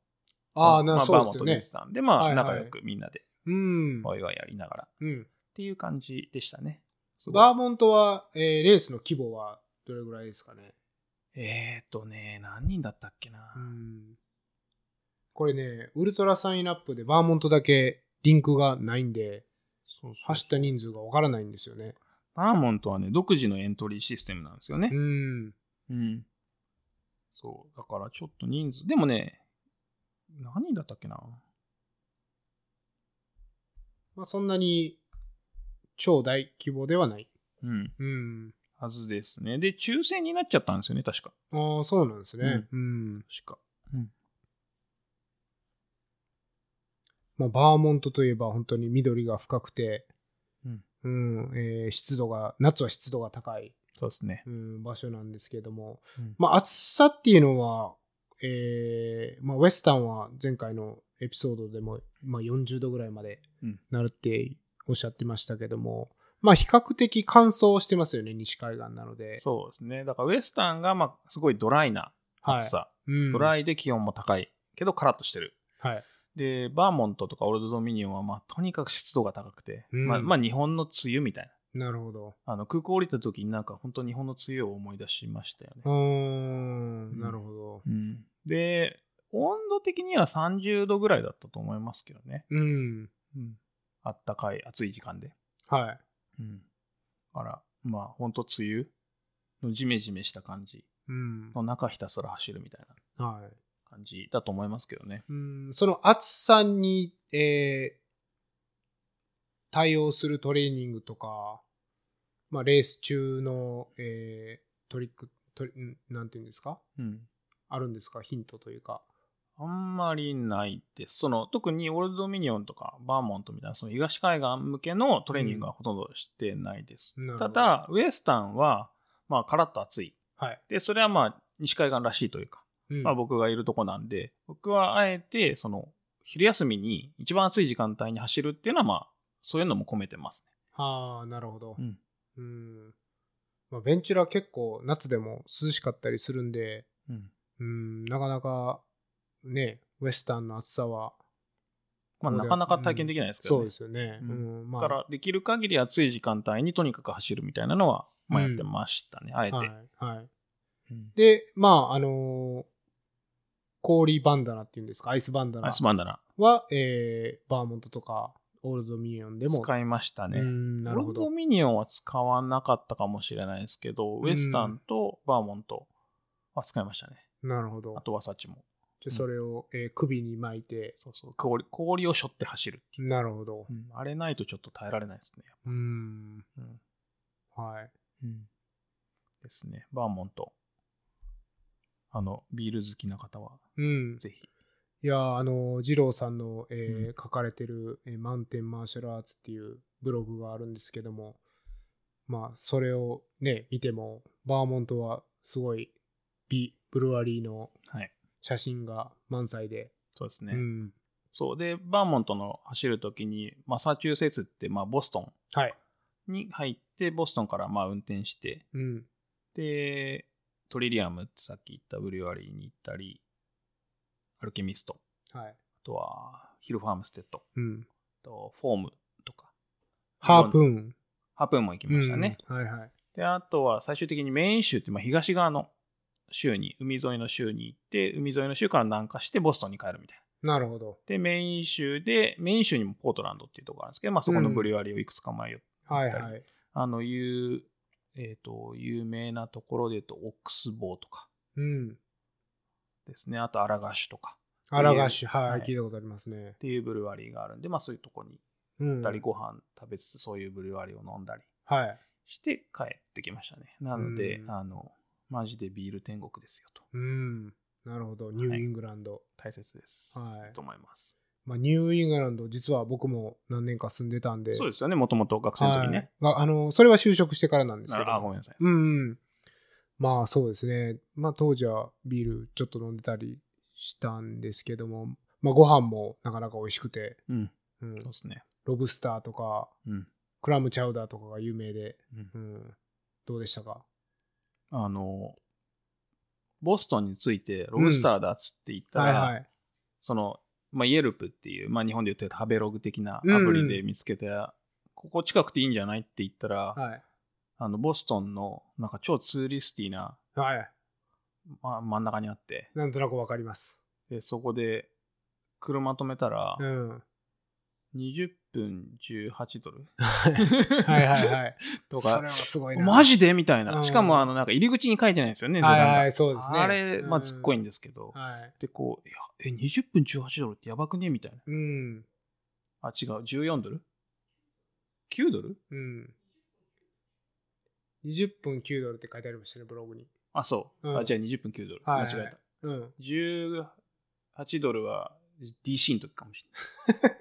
[SPEAKER 2] ああ、
[SPEAKER 1] ま
[SPEAKER 2] な
[SPEAKER 1] あ、
[SPEAKER 2] そう
[SPEAKER 1] バー
[SPEAKER 2] で
[SPEAKER 1] モン
[SPEAKER 2] すよ
[SPEAKER 1] と
[SPEAKER 2] ね
[SPEAKER 1] 出て。たんで、まあ、
[SPEAKER 2] はいはい
[SPEAKER 1] 仲良くみんなで、
[SPEAKER 2] うん。
[SPEAKER 1] ワイワイやりながら。っ
[SPEAKER 2] うん。
[SPEAKER 1] ていう感じでしたね。すごい
[SPEAKER 2] バーモントは、えーレースの規模はどれぐらいですかね。
[SPEAKER 1] えーっとね、何人だったっけな
[SPEAKER 2] う。ん。これね、ウルトラサインアップでバーモントだけリンクがないんで、
[SPEAKER 1] そうそう
[SPEAKER 2] 走った人数がわからないんですよね。
[SPEAKER 1] バーモントはね、独自のエントリーシステムなんですよね
[SPEAKER 2] う。ん。
[SPEAKER 1] うん。そう。だからちょっと人数、でもね、何人だったっけな
[SPEAKER 2] まあ、そんなに超大規模ではない。
[SPEAKER 1] うん。
[SPEAKER 2] うん。
[SPEAKER 1] はずですね。で、抽選になっちゃったんですよね、確か。
[SPEAKER 2] ああ、そうなんですね。うん
[SPEAKER 1] 確か。
[SPEAKER 2] まあ、バーモントといえば本当に緑が深くて、
[SPEAKER 1] うん
[SPEAKER 2] うんえー湿度が、夏は湿度が高い、
[SPEAKER 1] そうですね。
[SPEAKER 2] うん、場所なんですけども、
[SPEAKER 1] うん
[SPEAKER 2] まあ、暑さっていうのは、えーまあ、ウェスタンは前回のエピソードでも、まあ、40度ぐらいまで
[SPEAKER 1] うん
[SPEAKER 2] なるっておっしゃってましたけども、まあ、比較的乾燥してますよね、西海岸なので。
[SPEAKER 1] そうですね。だからウエスタンが、まあ、すごいドライな暑さ。
[SPEAKER 2] はいうん
[SPEAKER 1] ドライで気温も高い。けど、カラッとしてる。
[SPEAKER 2] はい
[SPEAKER 1] で、バーモントとかオールドドミニオンは、まあ、とにかく湿度が高くて、
[SPEAKER 2] うん
[SPEAKER 1] まあ、まあ、日本の梅雨みたいな。
[SPEAKER 2] なるほど。
[SPEAKER 1] あの空港降りた時になんか本当日本の梅雨を思い出しましたよね
[SPEAKER 2] うー。ん、なるほど。
[SPEAKER 1] うん、で、温度的には30度ぐらいだったと思いますけどね。
[SPEAKER 2] うん、
[SPEAKER 1] うん、あったかい、暑い時間で。
[SPEAKER 2] はい。
[SPEAKER 1] うん。だから、まあ、ほんと梅雨のジメジメした感じ
[SPEAKER 2] うん、
[SPEAKER 1] の中ひたすら走るみたいな
[SPEAKER 2] はい。
[SPEAKER 1] 感じだと思いますけどね。
[SPEAKER 2] うんその暑さに、えー対応するトレーニングとか、まあ、レース中の、えートリックトリんなんていうんですか
[SPEAKER 1] うん。
[SPEAKER 2] あるんですかヒントというか。
[SPEAKER 1] あんまりないです。その、特にオールドドミニオンとかバーモントみたいな、その東海岸向けのトレーニングはほとんどしてないです。
[SPEAKER 2] うんなるほ
[SPEAKER 1] た
[SPEAKER 2] ど
[SPEAKER 1] だ、ウエスタンは、まあ、カラッと暑い。
[SPEAKER 2] はい。
[SPEAKER 1] で、それはまあ、西海岸らしいというか、
[SPEAKER 2] うん
[SPEAKER 1] まあ僕がいるとこなんで、僕はあえて、その、昼休みに一番暑い時間帯に走るっていうのは、まあ、そういうのも込めてます
[SPEAKER 2] ああ、なるほど。
[SPEAKER 1] ね。
[SPEAKER 2] うんまあ、ベンチュラ結構夏でも涼しかったりするんで、
[SPEAKER 1] うん。うん。
[SPEAKER 2] うん、なかなかね、ウエスタンの暑さ
[SPEAKER 1] まあ、
[SPEAKER 2] は、ここ
[SPEAKER 1] な
[SPEAKER 2] で
[SPEAKER 1] かなか体験できないですけど、ね
[SPEAKER 2] そうですよね。
[SPEAKER 1] うん
[SPEAKER 2] うんま
[SPEAKER 1] だ
[SPEAKER 2] あ
[SPEAKER 1] から、できる限り暑い時間帯にとにかく走るみたいなのは、まあやってましたね、あえて。
[SPEAKER 2] はい、はい。
[SPEAKER 1] うん
[SPEAKER 2] で、まあ、あのー氷バンダナっていうんですか、アイスバンダ
[SPEAKER 1] ア
[SPEAKER 2] ナ
[SPEAKER 1] イスバンダナ、
[SPEAKER 2] は、えーバーモントとか、オールドミニオンでも。
[SPEAKER 1] 使いました
[SPEAKER 2] うー
[SPEAKER 1] ね。
[SPEAKER 2] ん
[SPEAKER 1] オ
[SPEAKER 2] なる
[SPEAKER 1] ー
[SPEAKER 2] ほ
[SPEAKER 1] ルド
[SPEAKER 2] ど。
[SPEAKER 1] ミニオンは使わなかったかもしれないですけど、ウエスタンとバーモントは使いましたね。
[SPEAKER 2] なるほど
[SPEAKER 1] あ。とワサチも。
[SPEAKER 2] でそれを、えー首に巻いて。
[SPEAKER 1] そうそう。氷氷を背負って走るっていう。
[SPEAKER 2] なるほど。
[SPEAKER 1] うんあれないとちょっと耐えられないですね。
[SPEAKER 2] うーん。
[SPEAKER 1] うん
[SPEAKER 2] はい。
[SPEAKER 1] ですね。バーモント。あの、ビール好きな方は、
[SPEAKER 2] うん。
[SPEAKER 1] ぜひ。
[SPEAKER 2] いやー、あのー、二郎さんの、えー
[SPEAKER 1] うん
[SPEAKER 2] 書かれてる、えーマウンテンマーシャルアーツっていうブログがあるんですけども、まあ、それをね、見ても、バーモントはすごい、ビ、ブルワリーの
[SPEAKER 1] はい。
[SPEAKER 2] 写真が満載で。
[SPEAKER 1] そうですね。
[SPEAKER 2] うん。
[SPEAKER 1] そう。で、バーモントの走るときに、マサチューセッツって、まあ、ボスト
[SPEAKER 2] はい。
[SPEAKER 1] ンに入って、ボストンから、まあ、運転して、
[SPEAKER 2] うん。
[SPEAKER 1] で、トリリアムってさっき言ったブリュワリーに行ったり、アルケミスト、
[SPEAKER 2] はい。
[SPEAKER 1] あとは、ヒルファームステッド、
[SPEAKER 2] うん。
[SPEAKER 1] あとフォームとか、
[SPEAKER 2] ハープーン。
[SPEAKER 1] ハープーンも行きましたね。
[SPEAKER 2] うん。はいはい。
[SPEAKER 1] で、あとは最終的にメイン州って、まあ、東側の州に、海沿いの州に行って、海沿いの州から南下してボストンに帰るみたいな。
[SPEAKER 2] なるほど。
[SPEAKER 1] で、メイン州で、メイン州にもポートランドっていうところあるんですけど、まあ、そこのブリュワリーをいくつか前よ、
[SPEAKER 2] はいはい。
[SPEAKER 1] あの、いう、えっ、と、有名なところで言うと、オックスボーとか
[SPEAKER 2] うん。
[SPEAKER 1] ですね。あと、アラガッシュとか
[SPEAKER 2] アラガッシュ、はい、
[SPEAKER 1] はい
[SPEAKER 2] 聞いたことありますね
[SPEAKER 1] っ。ていうブリュワリーがあるんで、まあ、そういうところに
[SPEAKER 2] うん。
[SPEAKER 1] 行ったり、ご飯食べつつ、そういうブリュワリーを飲んだり
[SPEAKER 2] はい。
[SPEAKER 1] して帰ってきましたね。なので、
[SPEAKER 2] うん
[SPEAKER 1] あの、マジでビール天国ですよと。
[SPEAKER 2] うん。なるほど。ニューイングランド。
[SPEAKER 1] 大切です。
[SPEAKER 2] はい
[SPEAKER 1] と思います。
[SPEAKER 2] まあ、ニューイングランド、実は僕も何年か住んでたんで。
[SPEAKER 1] そう
[SPEAKER 2] で
[SPEAKER 1] ですよね、もともと学
[SPEAKER 2] す
[SPEAKER 1] 生の時ね。
[SPEAKER 2] まあ、あの、それは就職してからなんですけど。
[SPEAKER 1] あ、ごめんなさい。
[SPEAKER 2] うんうん。まあそうですね。まあ当時はビールちょっと飲んでたりしたんですけども、まあご飯もなかなか美味しくて、
[SPEAKER 1] うん、
[SPEAKER 2] うん
[SPEAKER 1] そうですね。
[SPEAKER 2] ロブスターとか、
[SPEAKER 1] うん
[SPEAKER 2] クラムチャウダーとかが有名で、
[SPEAKER 1] うん
[SPEAKER 2] うん、どうでしたか
[SPEAKER 1] あの、ボストンについてロブスターだっつって言った
[SPEAKER 2] はい
[SPEAKER 1] ら、
[SPEAKER 2] はい。
[SPEAKER 1] その、まあ、イエルプっていう、まあ、日本で言ってた食べログ的なア
[SPEAKER 2] うんうん
[SPEAKER 1] プリで見つけて、ここ近くていいんじゃないって言ったら、
[SPEAKER 2] はい。
[SPEAKER 1] あの、ボストンの、なんか超ツーリスティな、
[SPEAKER 2] はい。
[SPEAKER 1] ま、真ん中にあって、
[SPEAKER 2] なんとなくわかります。
[SPEAKER 1] で、そこで、車止めたら
[SPEAKER 2] う、ん。
[SPEAKER 1] 20分18ドル
[SPEAKER 2] はいはいはい。
[SPEAKER 1] と
[SPEAKER 2] それ
[SPEAKER 1] か、
[SPEAKER 2] はすごいな。
[SPEAKER 1] マジでみたい
[SPEAKER 2] うん
[SPEAKER 1] な。しかも、あの、なんか入り口に書いてないんですよね、
[SPEAKER 2] はい
[SPEAKER 1] 値段が
[SPEAKER 2] はい、そうですね。
[SPEAKER 1] あれ、まあ、
[SPEAKER 2] ず
[SPEAKER 1] ずっこい
[SPEAKER 2] ん。
[SPEAKER 1] んですけど。
[SPEAKER 2] はい。
[SPEAKER 1] で、こう、いや、え、20分18ドルってやばくねみたいな。
[SPEAKER 2] うん。
[SPEAKER 1] あ、違う、14ドル ?9 ドル
[SPEAKER 2] うん。20分9ドルって書いてありましたね、ブログに。
[SPEAKER 1] あ、そう。
[SPEAKER 2] うん
[SPEAKER 1] あ、じゃあ20分9ドル。
[SPEAKER 2] はい
[SPEAKER 1] 間違えた。
[SPEAKER 2] うん。
[SPEAKER 1] 18ドルは DC の時かもしれない。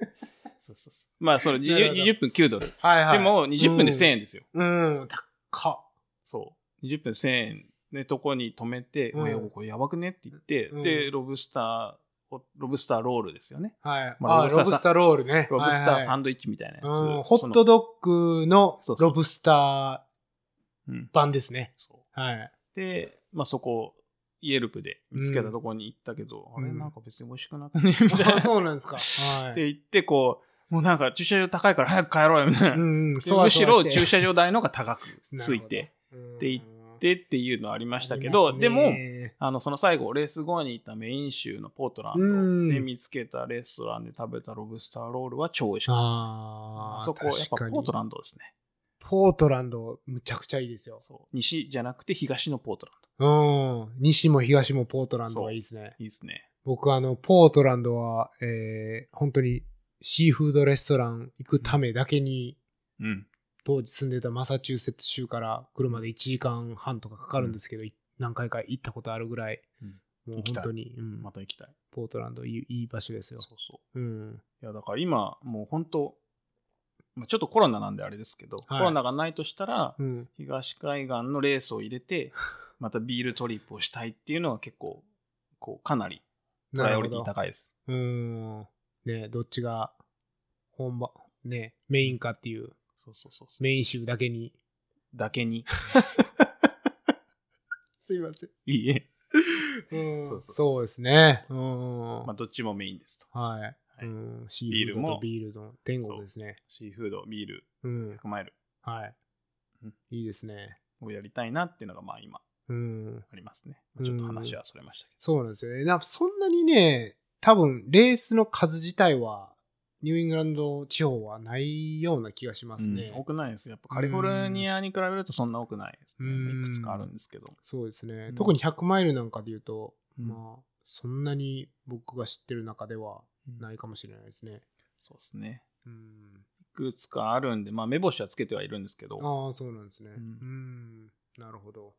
[SPEAKER 1] そうそうそう。 まあ、その
[SPEAKER 2] なるほど
[SPEAKER 1] 20分9ドル。で
[SPEAKER 2] はいはい。、
[SPEAKER 1] も、20分で1000円ですよ。
[SPEAKER 2] うん、高
[SPEAKER 1] そう。20分1000円のとこに止めて、
[SPEAKER 2] うん
[SPEAKER 1] いやこれやばくねって言って、
[SPEAKER 2] うん
[SPEAKER 1] で、ロブスターを、ロブスターロールですよね。
[SPEAKER 2] っ。はい。
[SPEAKER 1] まあ
[SPEAKER 2] あ、
[SPEAKER 1] ロブスター
[SPEAKER 2] ロブスターロールね。
[SPEAKER 1] ロブスター
[SPEAKER 2] はいは
[SPEAKER 1] サ
[SPEAKER 2] い
[SPEAKER 1] ンドイッチみたいなやつ。
[SPEAKER 2] うん、ホ
[SPEAKER 1] そ
[SPEAKER 2] ッ
[SPEAKER 1] の
[SPEAKER 2] トドッグの
[SPEAKER 1] そうそうそう
[SPEAKER 2] ロブスタ
[SPEAKER 1] うん
[SPEAKER 2] ー版ですね。
[SPEAKER 1] そう
[SPEAKER 2] はい。
[SPEAKER 1] で、まあ、そこ、イエルプで見つけたところに行ったけど、
[SPEAKER 2] うん
[SPEAKER 1] あれ
[SPEAKER 2] うん
[SPEAKER 1] なんか別に美味しくなくねみ たいな。
[SPEAKER 2] あ
[SPEAKER 1] っ
[SPEAKER 2] そうなんですか。は
[SPEAKER 1] て
[SPEAKER 2] い。
[SPEAKER 1] 言って、こう、もうなんか駐車場高いから早く帰ろうよみたいな。
[SPEAKER 2] うんうん、
[SPEAKER 1] でむしろ
[SPEAKER 2] して
[SPEAKER 1] 駐車場代の方が高くついて、。
[SPEAKER 2] なるほど
[SPEAKER 1] てい
[SPEAKER 2] うん
[SPEAKER 1] でっていうのはありましたけ
[SPEAKER 2] あ
[SPEAKER 1] ど、
[SPEAKER 2] り
[SPEAKER 1] で
[SPEAKER 2] ます
[SPEAKER 1] も、
[SPEAKER 2] ね
[SPEAKER 1] あのその最後、レース後に行ったメイン州のポートランドで
[SPEAKER 2] うん
[SPEAKER 1] 見つけたレストランで食べたロブスターロールは超美味しかった。
[SPEAKER 2] あ
[SPEAKER 1] あ
[SPEAKER 2] あ、
[SPEAKER 1] そこ、やっぱポートラ
[SPEAKER 2] ン
[SPEAKER 1] ンドですね。
[SPEAKER 2] ド。ポートランド、むちゃくちゃいいですよ。
[SPEAKER 1] そう西じゃなくて東のポートラン
[SPEAKER 2] うん。西も東もポートランドがいいですね。
[SPEAKER 1] ド。いいですね。
[SPEAKER 2] 僕、あの、ポートランドは、えー、本当にシーフードレストラン行くためだけに、
[SPEAKER 1] うん。
[SPEAKER 2] 当時住んでたマサチューセッツ州から車で1時間半とかかかるんですけど、い何回か行ったことあるぐらい、
[SPEAKER 1] うん
[SPEAKER 2] もう
[SPEAKER 1] 行きた
[SPEAKER 2] 本
[SPEAKER 1] い
[SPEAKER 2] 当に、うん
[SPEAKER 1] また行きたい。
[SPEAKER 2] ポートランドいいいい場所です
[SPEAKER 1] そう
[SPEAKER 2] よ。
[SPEAKER 1] そう。
[SPEAKER 2] うん。
[SPEAKER 1] いやだから今もう本当まあちょっとコロナなんであれですけど、コロナがないとしたら
[SPEAKER 2] うん。
[SPEAKER 1] 東海岸のレースを入れて またビールトリップをしたいっていうのは結構こうかなりプ
[SPEAKER 2] な
[SPEAKER 1] ライオ
[SPEAKER 2] るほ
[SPEAKER 1] リティ
[SPEAKER 2] ど。
[SPEAKER 1] 高いです
[SPEAKER 2] うん。ねどっちが本場、ねメインかっていう、
[SPEAKER 1] そうそうそうそう
[SPEAKER 2] メイン州だけに。
[SPEAKER 1] だけに
[SPEAKER 2] すいません。
[SPEAKER 1] いいえ、
[SPEAKER 2] うん
[SPEAKER 1] そうそう
[SPEAKER 2] そうですね。うん。
[SPEAKER 1] まあ、どっちもメインですと
[SPEAKER 2] はい。
[SPEAKER 1] い
[SPEAKER 2] うん、シ
[SPEAKER 1] ビー
[SPEAKER 2] ー
[SPEAKER 1] ル
[SPEAKER 2] フード
[SPEAKER 1] も
[SPEAKER 2] とビールの天国ですね。
[SPEAKER 1] シーフードビール
[SPEAKER 2] うん。
[SPEAKER 1] 100マイル
[SPEAKER 2] はい
[SPEAKER 1] うん。
[SPEAKER 2] いいですね。
[SPEAKER 1] をやりたいなっていうのがまあ今
[SPEAKER 2] うん。
[SPEAKER 1] ありますねまあちょっと話はそれましたけ
[SPEAKER 2] そうなんですよね。なんかそんなにね、多分レースの数自体は、ニューイングランド地方はないような気がします
[SPEAKER 1] ど、
[SPEAKER 2] ね。
[SPEAKER 1] うん多くないですやっぱカリフォルニアに比べるとそんな多くないですね、
[SPEAKER 2] うん
[SPEAKER 1] いくつかあるんですけど
[SPEAKER 2] そうですね、
[SPEAKER 1] うん
[SPEAKER 2] 特に100マイルなんかで言うと、
[SPEAKER 1] うん
[SPEAKER 2] まあ、そんなに僕が知ってる中ではないかもしれないですね。
[SPEAKER 1] そうですね
[SPEAKER 2] うん。
[SPEAKER 1] いくつかあるんで、まあ、目星はつけてはいるんですけど、
[SPEAKER 2] ああ、そうなんですね。う
[SPEAKER 1] うんん。
[SPEAKER 2] なるほど。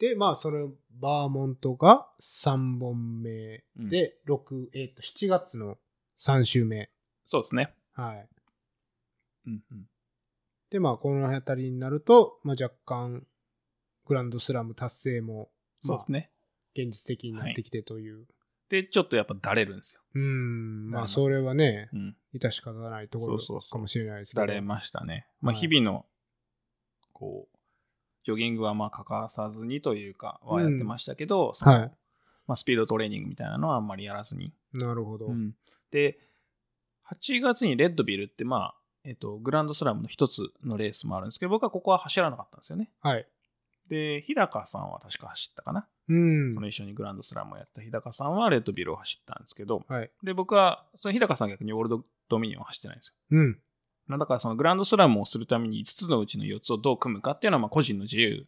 [SPEAKER 2] で、まあ、そのバーモントが3本目
[SPEAKER 1] うん
[SPEAKER 2] で、6、えっ、と、7月の3週目。
[SPEAKER 1] そうですね。
[SPEAKER 2] はい。
[SPEAKER 1] うんうん、
[SPEAKER 2] で、まあ、この辺りになると、まあ、若干、グランドスラム達成も、
[SPEAKER 1] そうです
[SPEAKER 2] ね。
[SPEAKER 1] ね。
[SPEAKER 2] 現実的になってきてという。
[SPEAKER 1] で、ちょっとやっぱだれるんですよ。
[SPEAKER 2] うん、
[SPEAKER 1] なり
[SPEAKER 2] まあ、
[SPEAKER 1] ますね
[SPEAKER 2] それはね、
[SPEAKER 1] うん、
[SPEAKER 2] 致し方ないところ
[SPEAKER 1] そうそうそう
[SPEAKER 2] かもしれないですけど。
[SPEAKER 1] だれましたね。まあ、
[SPEAKER 2] はい
[SPEAKER 1] 日々の、こう、ジョギングはまあ欠かさずにというか、はやってましたけど、その
[SPEAKER 2] はい。
[SPEAKER 1] まあ、スピードトレーニングみたいなのはあんまりやらずに。
[SPEAKER 2] なるほど。
[SPEAKER 1] うんで、8月にレッドビルって、まあ、えっと、グランドスラムの一つのレースもあるんですけど、僕はここは走らなかったんですよね。
[SPEAKER 2] はい。
[SPEAKER 1] で、日高さんは確か走ったかな。
[SPEAKER 2] うん
[SPEAKER 1] そ。の一緒にグランドスラムをやってた日高さんはレッドビルを走ったんですけど、
[SPEAKER 2] はい。
[SPEAKER 1] で、僕は、その日高さんは逆にオールドドミニオンを走ってないんです
[SPEAKER 2] うん。
[SPEAKER 1] よ。だからそのグランドスラムをするために5つのうちの4つをどう組むかっていうのはまあ個人の自由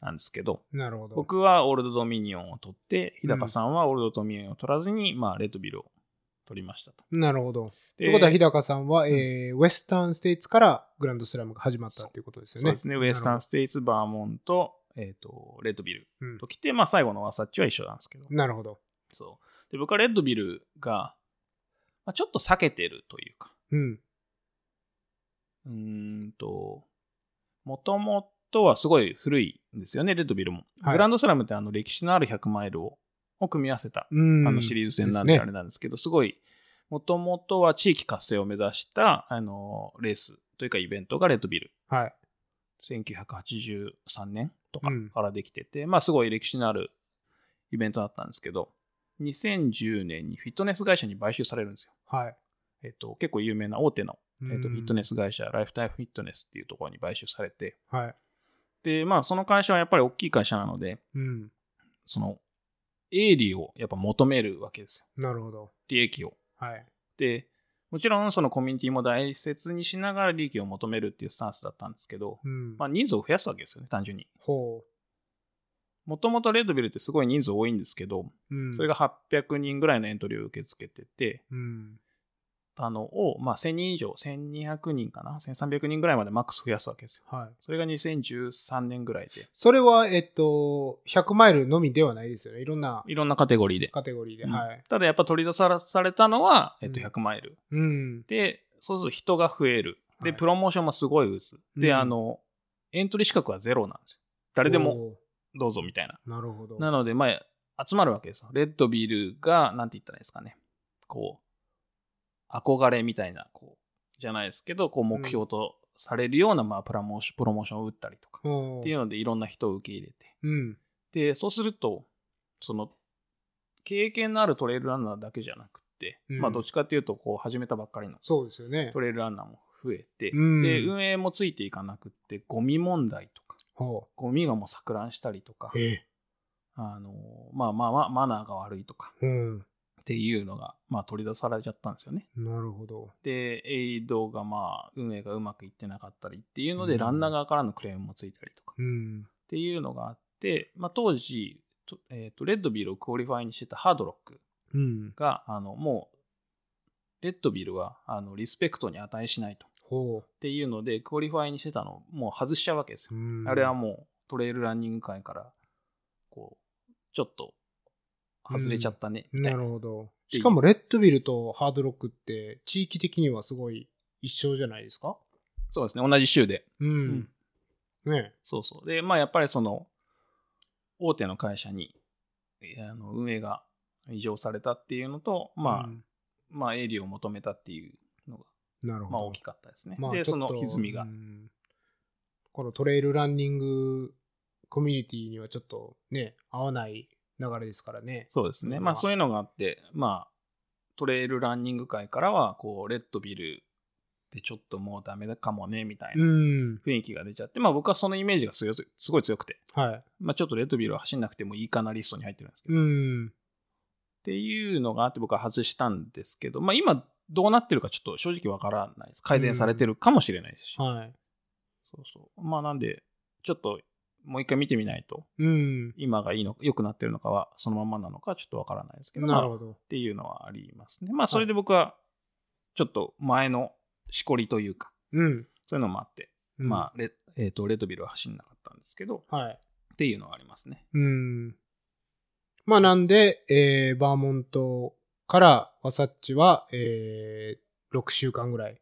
[SPEAKER 1] なんですけど、
[SPEAKER 2] なるほど。
[SPEAKER 1] 僕はオールドドミニオンを取って、日
[SPEAKER 2] うん
[SPEAKER 1] 高さんはオールドドミニオンを取らずに、まあ、レッドビルを取りましたと。
[SPEAKER 2] なるほど。
[SPEAKER 1] で
[SPEAKER 2] ということは、日高さんは、えーウェスタンステイツからグランドスラムが始まったっていうことですよね。
[SPEAKER 1] そうですね、ウェスタン
[SPEAKER 2] ス
[SPEAKER 1] ステイツ、バーモント、えっ、と、レッドビル
[SPEAKER 2] テイ
[SPEAKER 1] と来て、まあ、最後のワサッチは一緒なんですけど、
[SPEAKER 2] なるほど。
[SPEAKER 1] そう。で、僕はレッドビルが、まあ、ちょっと避けてるというか、
[SPEAKER 2] うん。
[SPEAKER 1] うーんと、もともとはすごい古いんですよね、レッドビルも。
[SPEAKER 2] はい
[SPEAKER 1] グランドスラムってあの歴史のある100マイルをを組み合わせた、
[SPEAKER 2] うん。
[SPEAKER 1] あのシリーズ戦なん
[SPEAKER 2] で
[SPEAKER 1] です
[SPEAKER 2] ね
[SPEAKER 1] あれなんですけど、すごいもともとは地域活性を目指した、あの、レースというかイベントがレッドビル。
[SPEAKER 2] はい。
[SPEAKER 1] 1983年とか
[SPEAKER 2] うん
[SPEAKER 1] からできてて、まあすごい歴史のあるイベントだったんですけど、2010年にフィットネス会社に買収されるんですよ。
[SPEAKER 2] はい。
[SPEAKER 1] えっと、結構有名な大手の、
[SPEAKER 2] え
[SPEAKER 1] えっと、フィットネ
[SPEAKER 2] ス。
[SPEAKER 1] ス会社、ライフタイムフィットネスっていうところに買収されて、
[SPEAKER 2] はい。
[SPEAKER 1] で、まあその会社はやっぱり大きい会社なので、
[SPEAKER 2] うん。
[SPEAKER 1] その、営利をやっぱ求めるわけですよ。
[SPEAKER 2] なるほど。
[SPEAKER 1] 利益を。
[SPEAKER 2] はい。
[SPEAKER 1] で、もちろんそのコミュニティも大切にしながら利益を求めるっていうスタンスだったんですけど、
[SPEAKER 2] うん。
[SPEAKER 1] まあ人数を増やすわけですよね、単純に。
[SPEAKER 2] ほ
[SPEAKER 1] もともとレッドビルってすごい人数多いんですけど、
[SPEAKER 2] う。うん。
[SPEAKER 1] それ
[SPEAKER 2] が。
[SPEAKER 1] が800人ぐらいのエントリーを受け付けてて、
[SPEAKER 2] うん。
[SPEAKER 1] あのを、まあ、1000人以上、1200人かな、1300人ぐらいまでマックス増やすわけですよ。
[SPEAKER 2] はい。
[SPEAKER 1] それが2013年ぐらいで、
[SPEAKER 2] それは、えっと、100マイルのみではないですよね。いろんない
[SPEAKER 1] ろんなカテゴリーで。
[SPEAKER 2] カテゴリーで。
[SPEAKER 1] うん
[SPEAKER 2] はい。
[SPEAKER 1] ただやっぱ取り沙汰されたのは、えっと、
[SPEAKER 2] うん
[SPEAKER 1] 100マイル。
[SPEAKER 2] うん。
[SPEAKER 1] で、そうすると人が増える。で、
[SPEAKER 2] はい
[SPEAKER 1] プロモーションもすごい打つ。で、
[SPEAKER 2] うん
[SPEAKER 1] あの、エントリー資格はゼロなんですよ。誰でも
[SPEAKER 2] お
[SPEAKER 1] どうぞみたいな。
[SPEAKER 2] ー。なるほど。
[SPEAKER 1] なので、まあ、集まるわけですよ。レッドビルが、なんて言ったらいいですかね。こう、憧れみたいな、こう、じゃないですけど、こう、目標とされるような、まあ、プラモーション、プロモーションを打ったりとか、
[SPEAKER 2] ほう
[SPEAKER 1] っていうので、いろんな人を受け入れて。
[SPEAKER 2] うん。
[SPEAKER 1] で、そうすると、その、経験のあるトレイルランナーだけじゃなくて、
[SPEAKER 2] うん
[SPEAKER 1] まあ、どっちかっていうと、こう、始めたばっかりの
[SPEAKER 2] そうですよね
[SPEAKER 1] ト。レイルランナーも増えて、
[SPEAKER 2] うん
[SPEAKER 1] で、運営もついていかなくって、ゴミ問題とか、
[SPEAKER 2] ほ
[SPEAKER 1] ゴミがもう錯乱したりとか
[SPEAKER 2] う。、え
[SPEAKER 1] あのまあまあまあマナーが悪いとか
[SPEAKER 2] え。うん。
[SPEAKER 1] っていうのが、まあ、取り出されちゃったんですよね。
[SPEAKER 2] なるほど。
[SPEAKER 1] で、エイドがまあ運営がうまくいってなかったりっていうので、
[SPEAKER 2] うん
[SPEAKER 1] ランナー側からのクレームもついたりとかっ
[SPEAKER 2] うん。
[SPEAKER 1] ていうのがあって、まあ、当時、とえーとレッドビルをクオリファイにしてたハードロック
[SPEAKER 2] うん。
[SPEAKER 1] があのもうレッドビルはあのリスペクトに値しないとっ
[SPEAKER 2] ほ
[SPEAKER 1] ていうのでクオリファイにしてたのをもう外しちゃうわけですよ
[SPEAKER 2] う。うん
[SPEAKER 1] あれはもうトレイルランニング界からこうちょっと外れちゃったねみた
[SPEAKER 2] ない
[SPEAKER 1] な
[SPEAKER 2] るほど。しかも、レッドビルとハードロックって、地域的にはすごい一緒じゃないですか
[SPEAKER 1] そうですね同じ州で
[SPEAKER 2] うん。ね
[SPEAKER 1] そうそうでまあやっぱりその大手の会社にえあの運営が異常されたっていうのと、まあ
[SPEAKER 2] うん
[SPEAKER 1] まあ営利を求めたっていうのが、
[SPEAKER 2] なるほ
[SPEAKER 1] ま
[SPEAKER 2] ど。
[SPEAKER 1] あ、大きかったですね、
[SPEAKER 2] まあ
[SPEAKER 1] で
[SPEAKER 2] ちょ
[SPEAKER 1] そ
[SPEAKER 2] っ
[SPEAKER 1] の
[SPEAKER 2] と
[SPEAKER 1] 歪みが、
[SPEAKER 2] うんこのトレイルランニングコミュニティにはちょっとね、合わない流れですからね。
[SPEAKER 1] そうですね
[SPEAKER 2] ま
[SPEAKER 1] ま
[SPEAKER 2] あ
[SPEAKER 1] あそういうのがあってまあトレイルランニング界からはこうレッドビルでちょっともうダメだかもねみたいな、
[SPEAKER 2] うん。
[SPEAKER 1] 雰囲気が出ちゃって、まあ僕はそのイメージがすごいすごい強くて、
[SPEAKER 2] はい。
[SPEAKER 1] まあちょっとレッドビルは走んなくてもいいかなリストに入ってるんですけど、っ
[SPEAKER 2] うん。
[SPEAKER 1] ていうのがあって僕は外したんですけど、まあ今どうなってるかちょっと正直わからないです。改善されてるかもしれないし。
[SPEAKER 2] はい。
[SPEAKER 1] そうそう。まあなんで、ちょっともう一回見てみないと、
[SPEAKER 2] うん。
[SPEAKER 1] 今がいいのか、良くなってるのかはそのままなのかちょっとわからないですけど、
[SPEAKER 2] なる
[SPEAKER 1] まあっ
[SPEAKER 2] ほど。
[SPEAKER 1] ていうのはありますね。まあそれで僕はちょっと前のしこりというか、
[SPEAKER 2] うん。
[SPEAKER 1] そういうのもあって、
[SPEAKER 2] うん
[SPEAKER 1] まあレ,、えー、とレッドビルは走んなかったんですけど、
[SPEAKER 2] はい。
[SPEAKER 1] っていうのはありますね。
[SPEAKER 2] うん。まあなんで、えーバーモントからワサッチは、えー6週間ぐらい、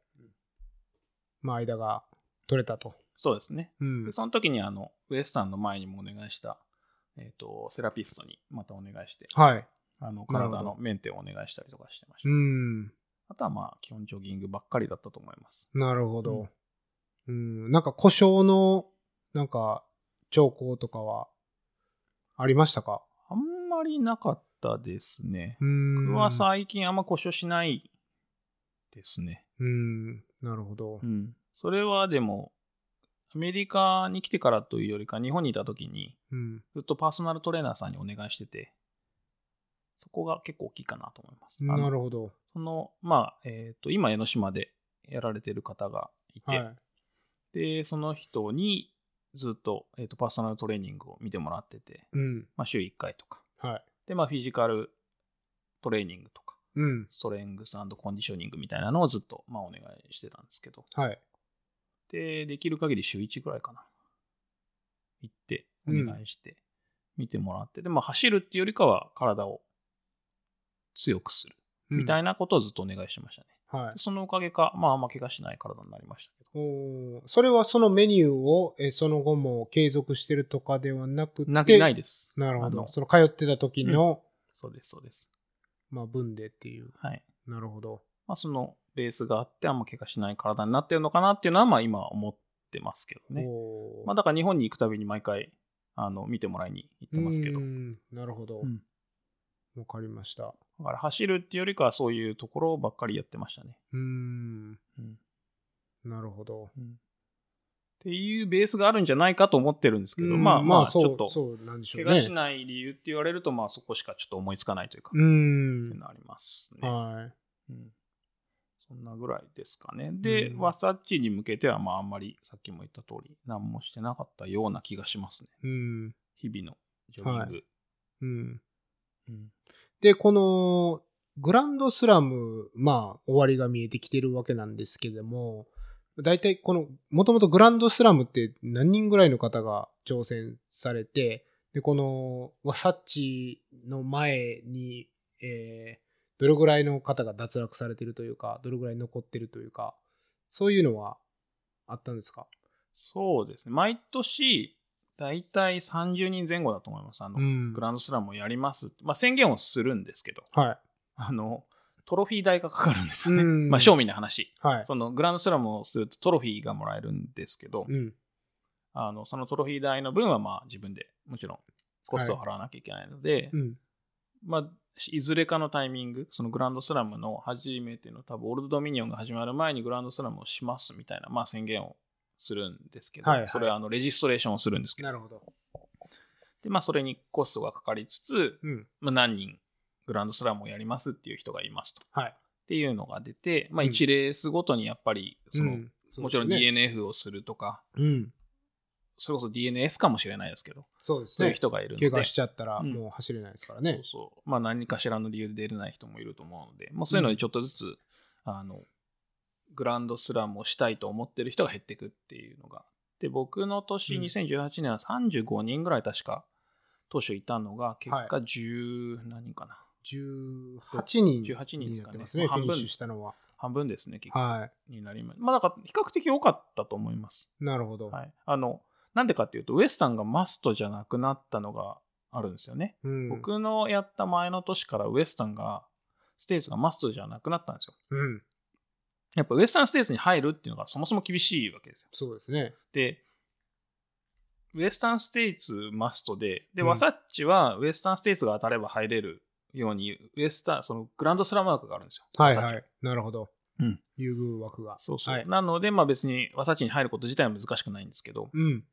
[SPEAKER 2] まあ間が取れたと。
[SPEAKER 1] そうですね。
[SPEAKER 2] うん
[SPEAKER 1] で。その時にあの、ウエスタンの前にもお願いした、えっ、と、セラピストにまたお願いして、
[SPEAKER 2] はい。
[SPEAKER 1] あの、
[SPEAKER 2] なるほど
[SPEAKER 1] 体のメンテをお願いしたりとかしてました。
[SPEAKER 2] うん。
[SPEAKER 1] あとはまあ、基本ジョギングばっかりだったと思います。
[SPEAKER 2] なるほど。うん。なんか故障の、なんか、兆候とかは、ありましたか
[SPEAKER 1] あんまりなかったですね。
[SPEAKER 2] うん。
[SPEAKER 1] 僕は最近あんま故障しないですね。
[SPEAKER 2] うん。なるほど
[SPEAKER 1] う。ん。それはでも、アメリカに来てからというよりか、日本にいた時に、
[SPEAKER 2] うん。
[SPEAKER 1] ずっとパーソナルトレーナーさんにお願いしてて、そこが結構大きいかなと思います。あの
[SPEAKER 2] なるほど。
[SPEAKER 1] その、まあ、えっ、と、今、江ノ島でやられてる方がいて、
[SPEAKER 2] はい。
[SPEAKER 1] で、その人にずっと、えっ、と、パーソナルトレーニングを見てもらってて、
[SPEAKER 2] うん。
[SPEAKER 1] まあ、週1回とか。
[SPEAKER 2] はい。
[SPEAKER 1] で、まあ、フィジカルトレーニングとか、
[SPEAKER 2] うん。
[SPEAKER 1] ストレングスコンディショニングみたいなのをずっと、まあ、お願いしてたんですけど、
[SPEAKER 2] はい。
[SPEAKER 1] で、できる限り週1ぐらいかな。行って、お願いして、見てもらって、で、まあ、走るっていうよりかは、体を強くするみたい
[SPEAKER 2] な。
[SPEAKER 1] なことをずっとお願いしてましたね。
[SPEAKER 2] はい。
[SPEAKER 1] そのおかげか、まあ、あんま怪我しない体になりましたけど。
[SPEAKER 2] おーそれはそのメニューをえーその後も継続してるとかではなくて、
[SPEAKER 1] なないです。
[SPEAKER 2] なるほ
[SPEAKER 1] あ
[SPEAKER 2] ど。
[SPEAKER 1] の
[SPEAKER 2] その通ってた時の、
[SPEAKER 1] そうです、そうです。
[SPEAKER 2] まあ、分でっていう。
[SPEAKER 1] はい。
[SPEAKER 2] なるほど。
[SPEAKER 1] まあ、そのベースがあって、あんま怪我しない体になってるのかなっていうのは、まあ、今思ってますけどね。
[SPEAKER 2] おー
[SPEAKER 1] まあ、だから日本に行くたびに毎回、あの、見てもらいに行ってますけど
[SPEAKER 2] うー。んなるほど
[SPEAKER 1] う。ん
[SPEAKER 2] わかりました。う
[SPEAKER 1] だから走るっていうよりかはそういうところばっかりやってましたね。
[SPEAKER 2] ーん。
[SPEAKER 1] うん
[SPEAKER 2] なるほど。
[SPEAKER 1] っていうベースがあるんじゃないかと思ってるんですけど、
[SPEAKER 2] うん
[SPEAKER 1] まあまあち
[SPEAKER 2] そう
[SPEAKER 1] ょっと
[SPEAKER 2] そうなんでしょ
[SPEAKER 1] 怪
[SPEAKER 2] う
[SPEAKER 1] 我
[SPEAKER 2] ね。
[SPEAKER 1] しない理由って言われると、まあそこしかちょっと思いつかないというか、
[SPEAKER 2] う
[SPEAKER 1] っ
[SPEAKER 2] ー。
[SPEAKER 1] ていうんのありますね。
[SPEAKER 2] は
[SPEAKER 1] う
[SPEAKER 2] い。
[SPEAKER 1] んそんなぐらいですかね。で、
[SPEAKER 2] うん
[SPEAKER 1] ワサッチに向けては、まああんまりさっきも言った通り、何もしてなかったような気がしますね。
[SPEAKER 2] うん。
[SPEAKER 1] 日々のジョギング。
[SPEAKER 2] はうん。
[SPEAKER 1] うん
[SPEAKER 2] で、この、グランドスラム、まあ、終わりが見えてきてるわけなんですけども、大体この、もともとグランドスラムって何人ぐらいの方が挑戦されて、で、この、ワサッチの前に、えーどれぐらいの方が脱落されてるというか、どれぐらい残ってるというか、そういうのはあったんですか
[SPEAKER 1] そうですね。毎年、だいたい30人前後だと思います。あの、
[SPEAKER 2] ん
[SPEAKER 1] グランドスラムをやります。まあ宣言をするんですけど、
[SPEAKER 2] は
[SPEAKER 1] あの、トロフィー代がかかるんですよね。
[SPEAKER 2] うん
[SPEAKER 1] まあ、正味な話。
[SPEAKER 2] い。はい。
[SPEAKER 1] そのグランドスラムをするとトロフィーがもらえるんですけど、
[SPEAKER 2] うん。
[SPEAKER 1] あのそのトロフィー代の分はまあ自分でもちろんコストを払わなきゃいけないので、
[SPEAKER 2] うん。
[SPEAKER 1] まあ、いずれかのタイミング、そのグランドスラムの初めての多分オールドドミニオンが始まる前にグランドスラムをしますみたいな、まあ、宣言をするんですけど、
[SPEAKER 2] はいはい
[SPEAKER 1] それはあのレジストレーションをするんですけど、
[SPEAKER 2] なるほど。
[SPEAKER 1] でまあ、それにコストがかかりつつ、
[SPEAKER 2] うん。
[SPEAKER 1] まあ、何人グランドスラムをやりますっていう人がいますと。
[SPEAKER 2] はい。
[SPEAKER 1] っていうのが出て、まあ、
[SPEAKER 2] うん
[SPEAKER 1] 1レースごとにやっぱりその、
[SPEAKER 2] うん
[SPEAKER 1] もちろん
[SPEAKER 2] そうですね
[SPEAKER 1] DNF をするとか、
[SPEAKER 2] うん。
[SPEAKER 1] それこそ DNS かもしれないですけど、
[SPEAKER 2] そうです
[SPEAKER 1] そういう
[SPEAKER 2] ね。
[SPEAKER 1] 人がいるので、
[SPEAKER 2] 怪我しちゃったら
[SPEAKER 1] うん
[SPEAKER 2] もう走れないですから
[SPEAKER 1] そ
[SPEAKER 2] ね
[SPEAKER 1] う。そうまあ、何かしらの理由で出れない人もいると思うので、もうそういうのでちょっとずつ、あのグランドスラムをしたいと思ってる人が減っていくっていうのが。で、僕の年、
[SPEAKER 2] うん
[SPEAKER 1] 2018年は35人ぐらい確か、当初いたのが、結果10何人かな、
[SPEAKER 2] 18人
[SPEAKER 1] 18人
[SPEAKER 2] に
[SPEAKER 1] ですか
[SPEAKER 2] な
[SPEAKER 1] ね
[SPEAKER 2] ってますね、フ
[SPEAKER 1] 半
[SPEAKER 2] ィ
[SPEAKER 1] 分
[SPEAKER 2] ニッシュしたのは。
[SPEAKER 1] 半分ですね、結局
[SPEAKER 2] は
[SPEAKER 1] になりました。まあ、だから比較的多かったと思います。
[SPEAKER 2] い。なるほど。
[SPEAKER 1] はい、あのなんでかっていうとウエスタンがマストじゃなくなったのがあるんですよね、
[SPEAKER 2] うん、
[SPEAKER 1] 僕のやった前の年からウエスタンがステージがマストじゃなくなったんですよ
[SPEAKER 2] うん。
[SPEAKER 1] やっぱウエスタンステージに入るっていうのがそもそも厳しいわけですよ
[SPEAKER 2] そうですね。
[SPEAKER 1] でウエスタンステージマストでで、
[SPEAKER 2] うん
[SPEAKER 1] ワサッチはウエスタンステージが当たれば入れるようにウエスタンそのグランドスラム枠があるんですよ
[SPEAKER 2] はい
[SPEAKER 1] ワサッ
[SPEAKER 2] は
[SPEAKER 1] チ
[SPEAKER 2] い。なるほど。
[SPEAKER 1] うん
[SPEAKER 2] 優遇枠が。
[SPEAKER 1] そうそう、
[SPEAKER 2] はい
[SPEAKER 1] なので、まあ、別にワサッチに入ること自体は難しくないんですけど、
[SPEAKER 2] うん。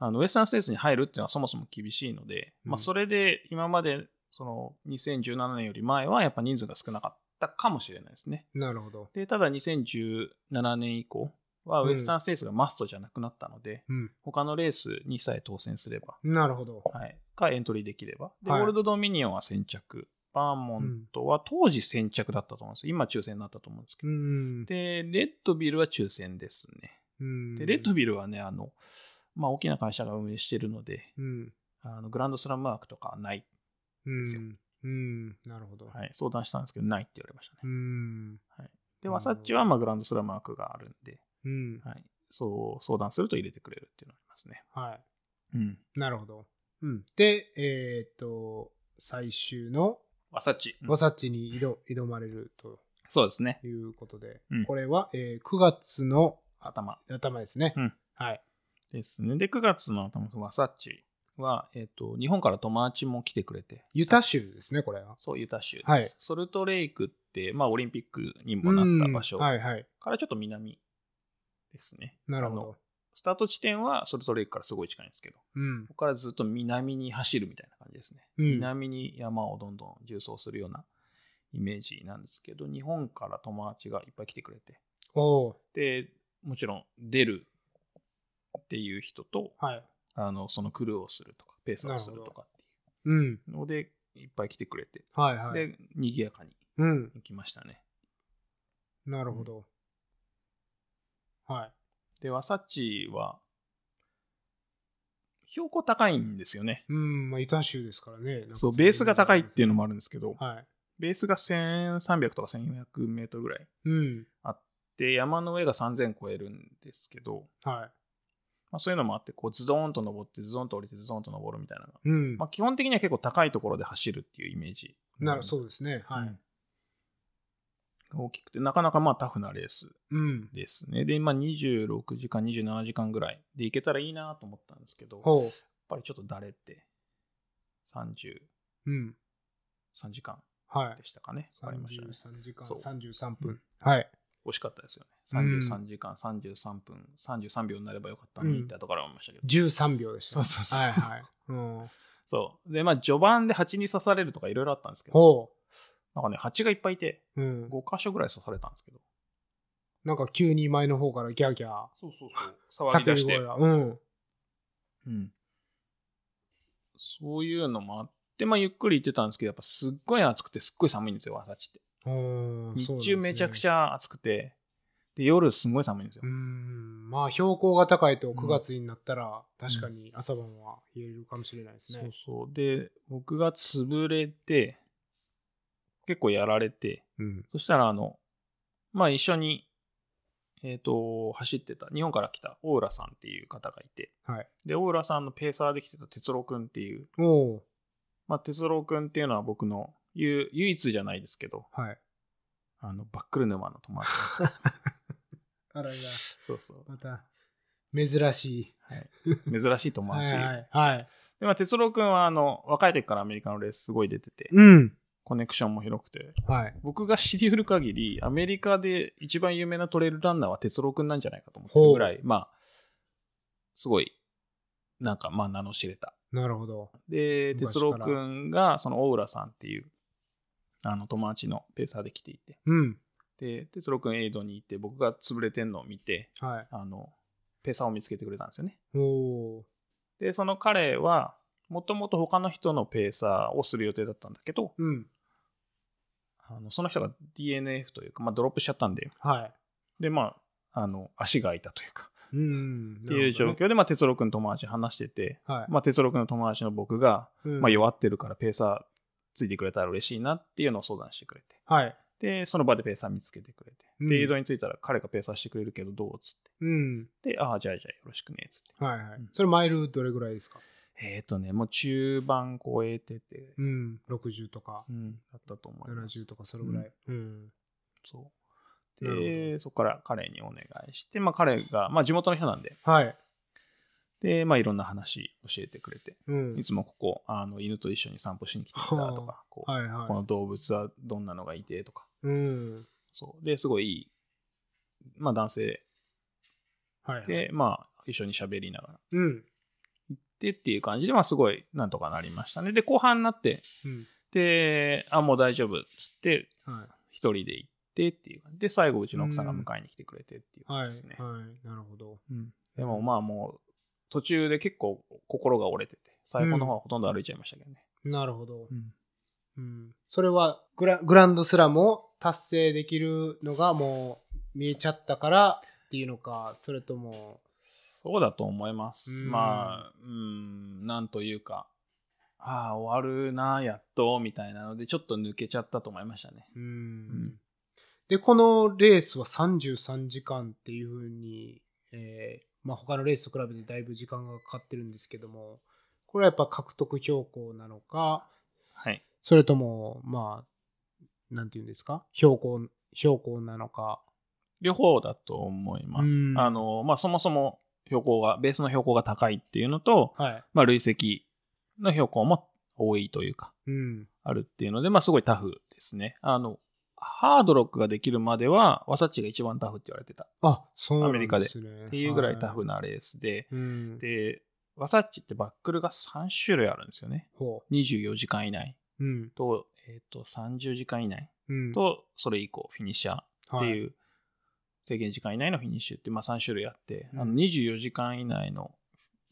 [SPEAKER 1] あのウエスタンステーツに入るっていうのはそもそも厳しいので、
[SPEAKER 2] うん
[SPEAKER 1] まあ、それで今までその2017年より前はやっぱ人数が少なかったかもしれないですね。
[SPEAKER 2] なるほど。
[SPEAKER 1] で、ただ2017年以降は
[SPEAKER 2] うん
[SPEAKER 1] ウエスタンステーツがマストじゃなくなったので、
[SPEAKER 2] うん。
[SPEAKER 1] 他のレースにさえ当選すれば、
[SPEAKER 2] なるほど。
[SPEAKER 1] はい、かエントリーできれば。で、
[SPEAKER 2] はい
[SPEAKER 1] オールドドミニオンは先着、バーモントは当時先着だったと思うんですよ。今抽選になったと思うんですけ
[SPEAKER 2] う
[SPEAKER 1] ど。
[SPEAKER 2] ん。
[SPEAKER 1] で、レッドビルは抽選ですね。
[SPEAKER 2] うん
[SPEAKER 1] で、レッドビルはね、あの、まあ、大きな会社が運営しているので、
[SPEAKER 2] うん。
[SPEAKER 1] あのグランドスラムワークとかはない、
[SPEAKER 2] うん
[SPEAKER 1] ですよ
[SPEAKER 2] うん。なるほど。
[SPEAKER 1] はい、相談したんですけど、ないって言われました
[SPEAKER 2] う
[SPEAKER 1] ね。
[SPEAKER 2] ん。
[SPEAKER 1] で、
[SPEAKER 2] うん
[SPEAKER 1] ワサッチはまあグランドスラムワークがあるんで、
[SPEAKER 2] うん。
[SPEAKER 1] はい、そう相談すると入れてくれるっていうのがありますね。
[SPEAKER 2] はい。
[SPEAKER 1] うん、
[SPEAKER 2] なるほど。うん。で、えーっと、最終の
[SPEAKER 1] ワサッチ、うん
[SPEAKER 2] ワサッチに挑挑まれると
[SPEAKER 1] そうですね、
[SPEAKER 2] いうことで、
[SPEAKER 1] うん
[SPEAKER 2] これは、えー9月の
[SPEAKER 1] 頭
[SPEAKER 2] 頭ですね。
[SPEAKER 1] うん
[SPEAKER 2] はい。
[SPEAKER 1] ですね。で、9月の頭、ワサッチは、えっと日本から友達も来てくれて、
[SPEAKER 2] ユタ州ですね、これは。
[SPEAKER 1] そう、ユタ州です。
[SPEAKER 2] はい
[SPEAKER 1] ソルトレイクって、まあ、オリンピックにもなった場所
[SPEAKER 2] うんはいはい。
[SPEAKER 1] からちょっと南ですね。
[SPEAKER 2] なるほ
[SPEAKER 1] あの
[SPEAKER 2] ど。
[SPEAKER 1] スタート地点はソルトレイクからすごい近いんですけど。
[SPEAKER 2] うん
[SPEAKER 1] こ。こからずっと南に走るみたいな感じですね。
[SPEAKER 2] うん
[SPEAKER 1] 南に山をどんどん縦走するようなイメージなんですけど、日本から友達がいっぱい来てくれて、
[SPEAKER 2] おー
[SPEAKER 1] で、もちろん出るっていう人と、
[SPEAKER 2] はい。
[SPEAKER 1] あのそのクルーをするとか、ペースをするとかって
[SPEAKER 2] うん。
[SPEAKER 1] いうので、いっぱい来てくれて、
[SPEAKER 2] はいはい。
[SPEAKER 1] で、賑やかに
[SPEAKER 2] うん。
[SPEAKER 1] 行きましたね。
[SPEAKER 2] なるほど。はい。
[SPEAKER 1] で、ワサッチは、標高高いんですよね。
[SPEAKER 2] うん、まあ、ユタ州ですからね。なんか
[SPEAKER 1] そう、ベースが高いっていうのもあ
[SPEAKER 2] る。
[SPEAKER 1] るんですけど、
[SPEAKER 2] はい。
[SPEAKER 1] ベースが1300とか1400メートルぐらい。
[SPEAKER 2] うん。
[SPEAKER 1] で山の上が3000超えるんですけど、
[SPEAKER 2] は
[SPEAKER 1] まあ、そういうのもあってこうズドーンと登ってズドーンと降りてズドーンと登るみたいなのが、
[SPEAKER 2] い。うん。
[SPEAKER 1] まあ、基本的には結構高いところで走るっていうイメージ
[SPEAKER 2] なる
[SPEAKER 1] う
[SPEAKER 2] そうですね。はい。
[SPEAKER 1] 大きくて、なかなかまあタフなレース
[SPEAKER 2] うん。
[SPEAKER 1] ですね。で、今26時間、27時間ぐらいで行けたらいいなと思ったんですけど、やっ
[SPEAKER 2] ほ
[SPEAKER 1] ぱりちょっとだれて、33
[SPEAKER 2] う。うん。
[SPEAKER 1] 時間
[SPEAKER 2] はい
[SPEAKER 1] で。したかね。わかりましたね。
[SPEAKER 2] 33時間
[SPEAKER 1] そう
[SPEAKER 2] 33分。はい。
[SPEAKER 1] 惜しかったですよね。
[SPEAKER 2] うん
[SPEAKER 1] 33時間、33分、33秒になればよかったのに
[SPEAKER 2] うん
[SPEAKER 1] って後から思いましたけど。
[SPEAKER 2] 13秒でした。
[SPEAKER 1] そうそうそう
[SPEAKER 2] はいはい。うん。
[SPEAKER 1] そう。で、まあ、序盤で蜂に刺されるとかいろいろあったんですけど、
[SPEAKER 2] ほ
[SPEAKER 1] なんかね、蜂がいっぱいいて、
[SPEAKER 2] う。うん。
[SPEAKER 1] 5箇所ぐらい刺されたんですけど、
[SPEAKER 2] なんか急に前の方からギャーギャー。
[SPEAKER 1] そうそう そう。騒ぎ出し
[SPEAKER 2] 叫
[SPEAKER 1] て
[SPEAKER 2] び声。がうん。
[SPEAKER 1] うん。そういうのもあって、まあ、ゆっくり行ってたんですけど、やっぱすっごい暑くて、すっごい寒いんですよ、朝地って。
[SPEAKER 2] ほう
[SPEAKER 1] 日中めちゃくち
[SPEAKER 2] ゃ。
[SPEAKER 1] ゃ暑くて、で、夜すごい寒いんですよ
[SPEAKER 2] う。ん。まあ標高が高いと9月になったら、確かに朝晩は冷えるかもしれないです
[SPEAKER 1] そう
[SPEAKER 2] ね。
[SPEAKER 1] そう。で、僕が潰れて、結構やられて、
[SPEAKER 2] うん。
[SPEAKER 1] そしたら、あの、まあ、一緒に、えっ、と、走ってた、日本から来た大浦さんっていう方がいて、
[SPEAKER 2] はい
[SPEAKER 1] で、大浦さんのペーサーで来てた哲郎くんっていう、
[SPEAKER 2] おう。
[SPEAKER 1] まあ、哲郎くんっていうのは僕の唯唯一じゃないですけど、
[SPEAKER 2] はい。
[SPEAKER 1] あの、バックル沼の友達なんです
[SPEAKER 2] あらいら、
[SPEAKER 1] けどそうそう。
[SPEAKER 2] また、珍しい。
[SPEAKER 1] はい、珍しい友
[SPEAKER 2] はい
[SPEAKER 1] 達。
[SPEAKER 2] はい。はい。
[SPEAKER 1] で、まあ、哲郎くんは、あの、若い時からアメリカのレースすごい出てて、
[SPEAKER 2] うん。
[SPEAKER 1] コネクションも広くて、
[SPEAKER 2] はい。
[SPEAKER 1] 僕が知り得る限り、アメリカで一番有名なトレイルランナーは哲郎くんなんじゃないかと思ってるぐらい、まあ、すごい、なんか、まあ、名の知れた。
[SPEAKER 2] なるほど。
[SPEAKER 1] で、
[SPEAKER 2] 昔
[SPEAKER 1] 哲
[SPEAKER 2] から
[SPEAKER 1] 郎くんが、その、大浦さんっていう、あの、友達のペーサーで来ていて、
[SPEAKER 2] うん。
[SPEAKER 1] で、哲郎くんエイドに行って、僕が潰れてんのを見て、
[SPEAKER 2] はい。
[SPEAKER 1] あの、ペーサーを見つけてくれたんですよね。
[SPEAKER 2] おう。
[SPEAKER 1] で、その彼は、もともと他の人のペーサーをする予定だったんだけど、
[SPEAKER 2] うん。
[SPEAKER 1] あのその人が DNF というか、まあ、ドロップしちゃったんで、
[SPEAKER 2] はい。
[SPEAKER 1] で、まあ、あの、足が空いたというか、
[SPEAKER 2] うん。
[SPEAKER 1] っていう状
[SPEAKER 2] なる
[SPEAKER 1] 況で、まあ、哲郎君の友達に話してて、
[SPEAKER 2] ほどね。はい。
[SPEAKER 1] まあ、哲郎君の友達の僕が、
[SPEAKER 2] うん
[SPEAKER 1] まあ、弱ってるからペーサーついてくれたら嬉しいなっていうのを相談してくれて、
[SPEAKER 2] はい。で
[SPEAKER 1] で、、その場でペーサー見つけてくれて、
[SPEAKER 2] うん
[SPEAKER 1] で、エイドに着いたら彼がペーサーしてくれるけどどうっつ
[SPEAKER 2] うん。
[SPEAKER 1] って、で、ああ、じゃあじゃあよろしくね、つって。。
[SPEAKER 2] はいはいう
[SPEAKER 1] ん
[SPEAKER 2] それマイルどれぐらいですか
[SPEAKER 1] えっ、ー、とね、もう中盤超えてて、
[SPEAKER 2] うん。60とか
[SPEAKER 1] うん、だったと思います。
[SPEAKER 2] 70とかそれぐらい。うん。
[SPEAKER 1] そう。
[SPEAKER 2] なる
[SPEAKER 1] で、そこから彼にお願いして、まあ、彼が、まあ、地元の人なんで、
[SPEAKER 2] はい。
[SPEAKER 1] で、まあ、いろんな話教えてくれて、
[SPEAKER 2] うん
[SPEAKER 1] い。つもここ、あの犬と一緒に散歩しに来てたとか、こう
[SPEAKER 2] はい
[SPEAKER 1] こ
[SPEAKER 2] は
[SPEAKER 1] の動物はどんなのがいてとか、
[SPEAKER 2] い。うん。
[SPEAKER 1] そう。で、すごいいい、まあ、男性
[SPEAKER 2] はいはい。
[SPEAKER 1] で、まあ、一緒に喋りながら
[SPEAKER 2] うん。
[SPEAKER 1] 行ってっていう感じで、まあ、すごいなんとかなりましたね。で、後半になって、
[SPEAKER 2] うん。
[SPEAKER 1] で、あ、もう大丈夫っつって、
[SPEAKER 2] はい。
[SPEAKER 1] 一人で行ってっていう感じで、最後、うちの奥さんが迎えに来てくれてっていう
[SPEAKER 2] は
[SPEAKER 1] 感
[SPEAKER 2] い。は
[SPEAKER 1] じですね。
[SPEAKER 2] い。なるほど。
[SPEAKER 1] うんでもまあもう途中で結構心が折れてて最後の方はほとんど歩いちゃいましたけどね、
[SPEAKER 2] なるほど。
[SPEAKER 1] うん
[SPEAKER 2] うん。それはグラ、グランドスラムを達成できるのがもう見えちゃったからっていうのか、それとも、
[SPEAKER 1] そうだと思います、
[SPEAKER 2] うん
[SPEAKER 1] まあうんなんというかああ終わるなやっとみたいなのでちょっと抜けちゃったと思いましたね
[SPEAKER 2] うん。
[SPEAKER 1] ん
[SPEAKER 2] で、このレースは33時間っていうふうに、えーまあ他のレースと比べてだいぶ時間がかかってるんですけども、これはやっぱ獲得標高なのか、
[SPEAKER 1] はい
[SPEAKER 2] それとも、まあ、なんていうんですか標高、標高なのか。
[SPEAKER 1] 両方だと思います、
[SPEAKER 2] うん
[SPEAKER 1] あのまあそもそも標高がベースの標高が高いっていうのと、
[SPEAKER 2] はい。
[SPEAKER 1] まあ、累積の標高も多いというか
[SPEAKER 2] うん。
[SPEAKER 1] あるっていうので、まあ、すごいタフですね。あの、ハードロックができるまでは、ワサッチが一番タフって言われてた
[SPEAKER 2] あ、そうなん
[SPEAKER 1] アメリカです
[SPEAKER 2] ね。っ
[SPEAKER 1] っていうぐらいタフなレースで、
[SPEAKER 2] うん。
[SPEAKER 1] で、ワサッチってバックルが3種類あるんですよね。
[SPEAKER 2] ほ
[SPEAKER 1] 24時間以内
[SPEAKER 2] う。うん。
[SPEAKER 1] と、えっ、と、30時間以内
[SPEAKER 2] うん、
[SPEAKER 1] と、それ以降、フィニッシャーっ
[SPEAKER 2] は
[SPEAKER 1] て
[SPEAKER 2] い
[SPEAKER 1] いう、制限時間以内のフィニッシュって、まあ3種類あって、
[SPEAKER 2] うん
[SPEAKER 1] あの24時間以内の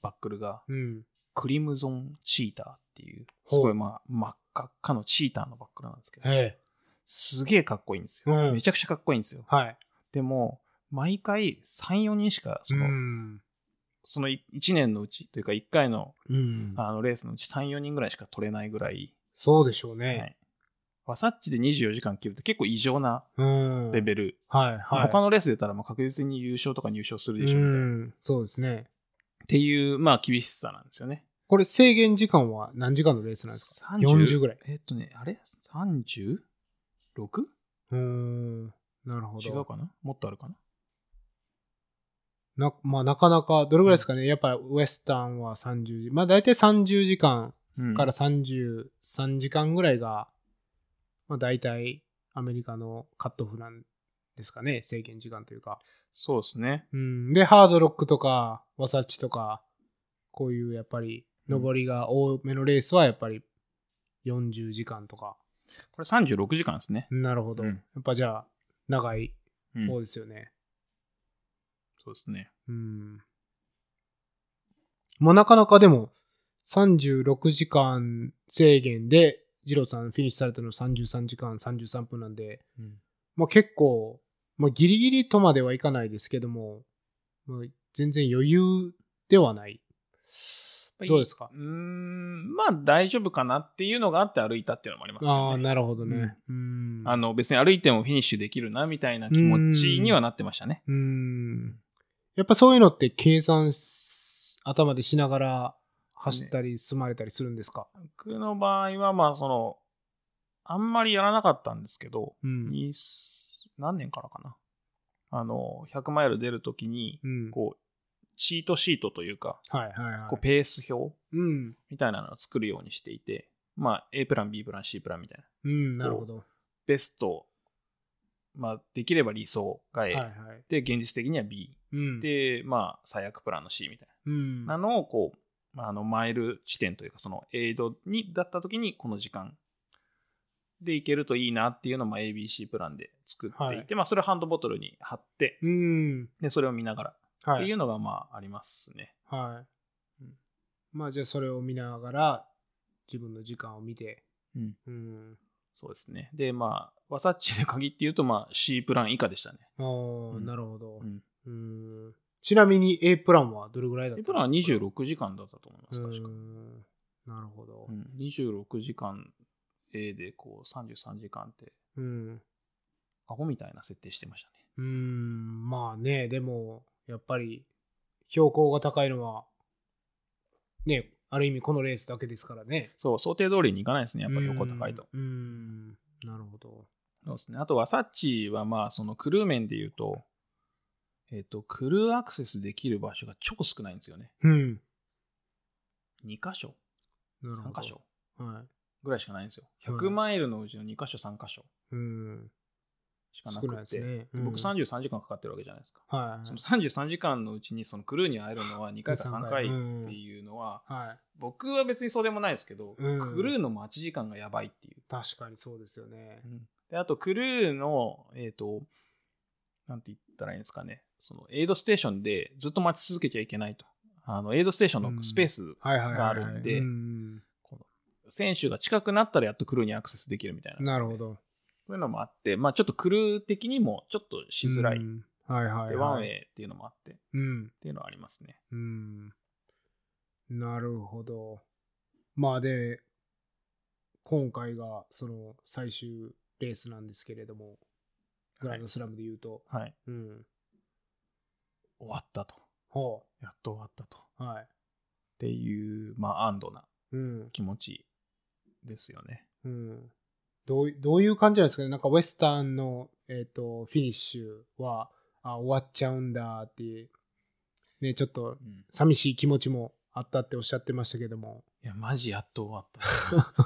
[SPEAKER 1] バックルが、
[SPEAKER 2] うん。
[SPEAKER 1] クリムゾンチーターっていう、す
[SPEAKER 2] ほう
[SPEAKER 1] ごいまあ真っ赤っかのチーターのバックルなんですけど、
[SPEAKER 2] ええ。
[SPEAKER 1] すげえかっこいいんですよ。
[SPEAKER 2] うん
[SPEAKER 1] めちゃくちゃかっこいいんですよ。
[SPEAKER 2] はい。
[SPEAKER 1] でも、毎回3、4人しか、その、
[SPEAKER 2] うん。
[SPEAKER 1] その1年のうちというか1回の
[SPEAKER 2] うん
[SPEAKER 1] あのレースのうち3、4人ぐらいしか取れないぐらい、
[SPEAKER 2] そうでしょう
[SPEAKER 1] は
[SPEAKER 2] ね。
[SPEAKER 1] いワサッチで24時間切るって結構異常な
[SPEAKER 2] うん。
[SPEAKER 1] レベル。
[SPEAKER 2] はい、はい。
[SPEAKER 1] 他のレース出たらまあ確実に優勝とか入賞するでしょうみたいな
[SPEAKER 2] うん。そうですね。
[SPEAKER 1] っていう、まあ厳しさなんですよね。
[SPEAKER 2] これ制限時間は何時間のレースなんですか ?40 ぐらい。
[SPEAKER 1] えっとね、あれ ?36?
[SPEAKER 2] うーん。なるほど。
[SPEAKER 1] 違うかなもっとあるかな
[SPEAKER 2] な、まあ、なかなか、どれぐらいですかね。やっぱ、ウエスタンは30時、まあ、大体30時間
[SPEAKER 1] うん。
[SPEAKER 2] から33時間ぐらいが、まあ、大体、アメリカのカットオフなんですかね。制限時間というか。
[SPEAKER 1] そうですね。
[SPEAKER 2] うん。で、ハードロックとか、ワサッチとか、こういう、やっぱり、
[SPEAKER 1] うん
[SPEAKER 2] 上りが多めのレースは、やっぱり、40時間とか。
[SPEAKER 1] これ36時間ですね。
[SPEAKER 2] なるほど。
[SPEAKER 1] うん
[SPEAKER 2] やっぱ、じゃあ、長い
[SPEAKER 1] うん。
[SPEAKER 2] 方ですよね。
[SPEAKER 1] そうですね。
[SPEAKER 2] うん。まあ、なかなかでも、36時間制限で、ジローさんフィニッシュされたの33時間33分なんで、
[SPEAKER 1] うん
[SPEAKER 2] まあ結構、まあギリギリとまではいかないですけども、まあ全然余裕ではない。どうですか
[SPEAKER 1] うーん、まあ大丈夫かなっていうのがあって歩いたっていうのもありますけ
[SPEAKER 2] あ
[SPEAKER 1] ど
[SPEAKER 2] あ、
[SPEAKER 1] ね。
[SPEAKER 2] なるほどね。うん。
[SPEAKER 1] あの別に歩いてもフィニッシュできるなみたいな気持ちにはなってましたね。
[SPEAKER 2] うん。やっぱそういうのって計算し頭でしながら走ったり、進まれたりするんですか、
[SPEAKER 1] 僕の場合はまあその、あんまりやらなかったんですけど、
[SPEAKER 2] うん。
[SPEAKER 1] に何年からかな。あの、100マイル出るときに、
[SPEAKER 2] うん。
[SPEAKER 1] こう、チートシートというか、
[SPEAKER 2] はいはいはい。
[SPEAKER 1] こうペース表
[SPEAKER 2] うん。
[SPEAKER 1] みたいなのを作るようにしていて、まあ A プラン、B プラン、C プランみたいな。
[SPEAKER 2] うん、なるほど。
[SPEAKER 1] ベスト、まあできれば理想が A、
[SPEAKER 2] はいはい。
[SPEAKER 1] で、現実的には B。
[SPEAKER 2] うん、
[SPEAKER 1] で、まあ、最悪プランの C みたい
[SPEAKER 2] うん、
[SPEAKER 1] な。なのを、こう、まああの、マイル地点というか、その、エイドに、だった時に、この時間でいけるといいなっていうのを、まあ、ABC プランで作っていて、
[SPEAKER 2] は
[SPEAKER 1] まあ、それをハンドボトルに貼って、
[SPEAKER 2] うん、
[SPEAKER 1] で、それを見ながらっ
[SPEAKER 2] は
[SPEAKER 1] てい
[SPEAKER 2] い。
[SPEAKER 1] うのが、まあ、ありますね。
[SPEAKER 2] はい
[SPEAKER 1] うん。
[SPEAKER 2] まあ、じゃあ、それを見ながら、自分の時間を見て、
[SPEAKER 1] うん。
[SPEAKER 2] うん。
[SPEAKER 1] そうですね。で、まあ、ワサッチで限って言うと、まあ、C プラン以下でしたね。
[SPEAKER 2] ああ、
[SPEAKER 1] うん
[SPEAKER 2] なるほど
[SPEAKER 1] う。ん。
[SPEAKER 2] うん。ちなみに A プランはどれぐらいだった
[SPEAKER 1] A
[SPEAKER 2] んです
[SPEAKER 1] プ
[SPEAKER 2] か
[SPEAKER 1] ランは26時間だったと思います、確
[SPEAKER 2] う
[SPEAKER 1] か。
[SPEAKER 2] ん。なるほど
[SPEAKER 1] う。ん、26時間 A で、こう、33時間って、
[SPEAKER 2] うん。
[SPEAKER 1] アホみたいな設定してましたね。
[SPEAKER 2] うん、まあね、でも、やっぱり、標高が高いのは、ね、ある意味このレースだけですからね。
[SPEAKER 1] そう、想定通りにいかないですね、やっぱり横高いと。
[SPEAKER 2] うん。うん、なるほど。
[SPEAKER 1] そうですね。あと、ワサッチは、まあ、そのクルー面で言うと、えっ、と、クルーアクセスできる場所が超少ないんですよね。
[SPEAKER 2] うん。
[SPEAKER 1] 2箇所
[SPEAKER 2] なる
[SPEAKER 1] ?3
[SPEAKER 2] ほど。
[SPEAKER 1] 箇所
[SPEAKER 2] はい。
[SPEAKER 1] ぐらいしかないんですよ。
[SPEAKER 2] はい
[SPEAKER 1] 100マイルのうちの2箇所、3箇所
[SPEAKER 2] うん。
[SPEAKER 1] しかなく
[SPEAKER 2] 少ないで
[SPEAKER 1] て、
[SPEAKER 2] すねうん
[SPEAKER 1] 僕33時間かかってるわけじゃないですか。
[SPEAKER 2] はい
[SPEAKER 1] その33時間のうちにそのクルーに会えるのは2回か3回
[SPEAKER 2] うん
[SPEAKER 1] っていうのは、
[SPEAKER 2] はい。
[SPEAKER 1] 僕は別にそうでもないですけど、
[SPEAKER 2] うん
[SPEAKER 1] クルーの待ち時間がやばいっていう。
[SPEAKER 2] 確かにそうですよね。
[SPEAKER 1] であと、クルーの、えっ、と、なんて言ったらいいんですかね、そのエイドステーションでずっと待ち続けちゃいけないと。あのエイドステーションのスペース、
[SPEAKER 2] はいはいはいはい。
[SPEAKER 1] があるんで
[SPEAKER 2] うん
[SPEAKER 1] この選手が近くなったらやっとクルーにアクセスできるみたいな。
[SPEAKER 2] なるほど。
[SPEAKER 1] そういうのもあって、まあ、ちょっとクルー的にもちょっとしづらい。
[SPEAKER 2] うん。はいはいはい。
[SPEAKER 1] で、ワンウェイっていうのもあって、っ
[SPEAKER 2] うん。
[SPEAKER 1] ていうのはありますね。
[SPEAKER 2] うん。なるほど。まあで、今回がその最終レースなんですけれども、グランドスラムで言うと、
[SPEAKER 1] はい。
[SPEAKER 2] うん。
[SPEAKER 1] 終わったと。
[SPEAKER 2] ほ
[SPEAKER 1] やっと終わったと。っ
[SPEAKER 2] う。はい。
[SPEAKER 1] ていう、まあ、安堵な
[SPEAKER 2] うん。
[SPEAKER 1] 気持ちですよね。
[SPEAKER 2] うん。どういどういう感じなんですかねなんかウェスタンの、えー、とフィニッシュはあ終わっちゃうんだっていう、ね、ちょっ
[SPEAKER 1] う
[SPEAKER 2] と
[SPEAKER 1] ん、い
[SPEAKER 2] 寂しい気持ちもあったっておっしゃってましたけども、
[SPEAKER 1] や、マジやっと終わ った。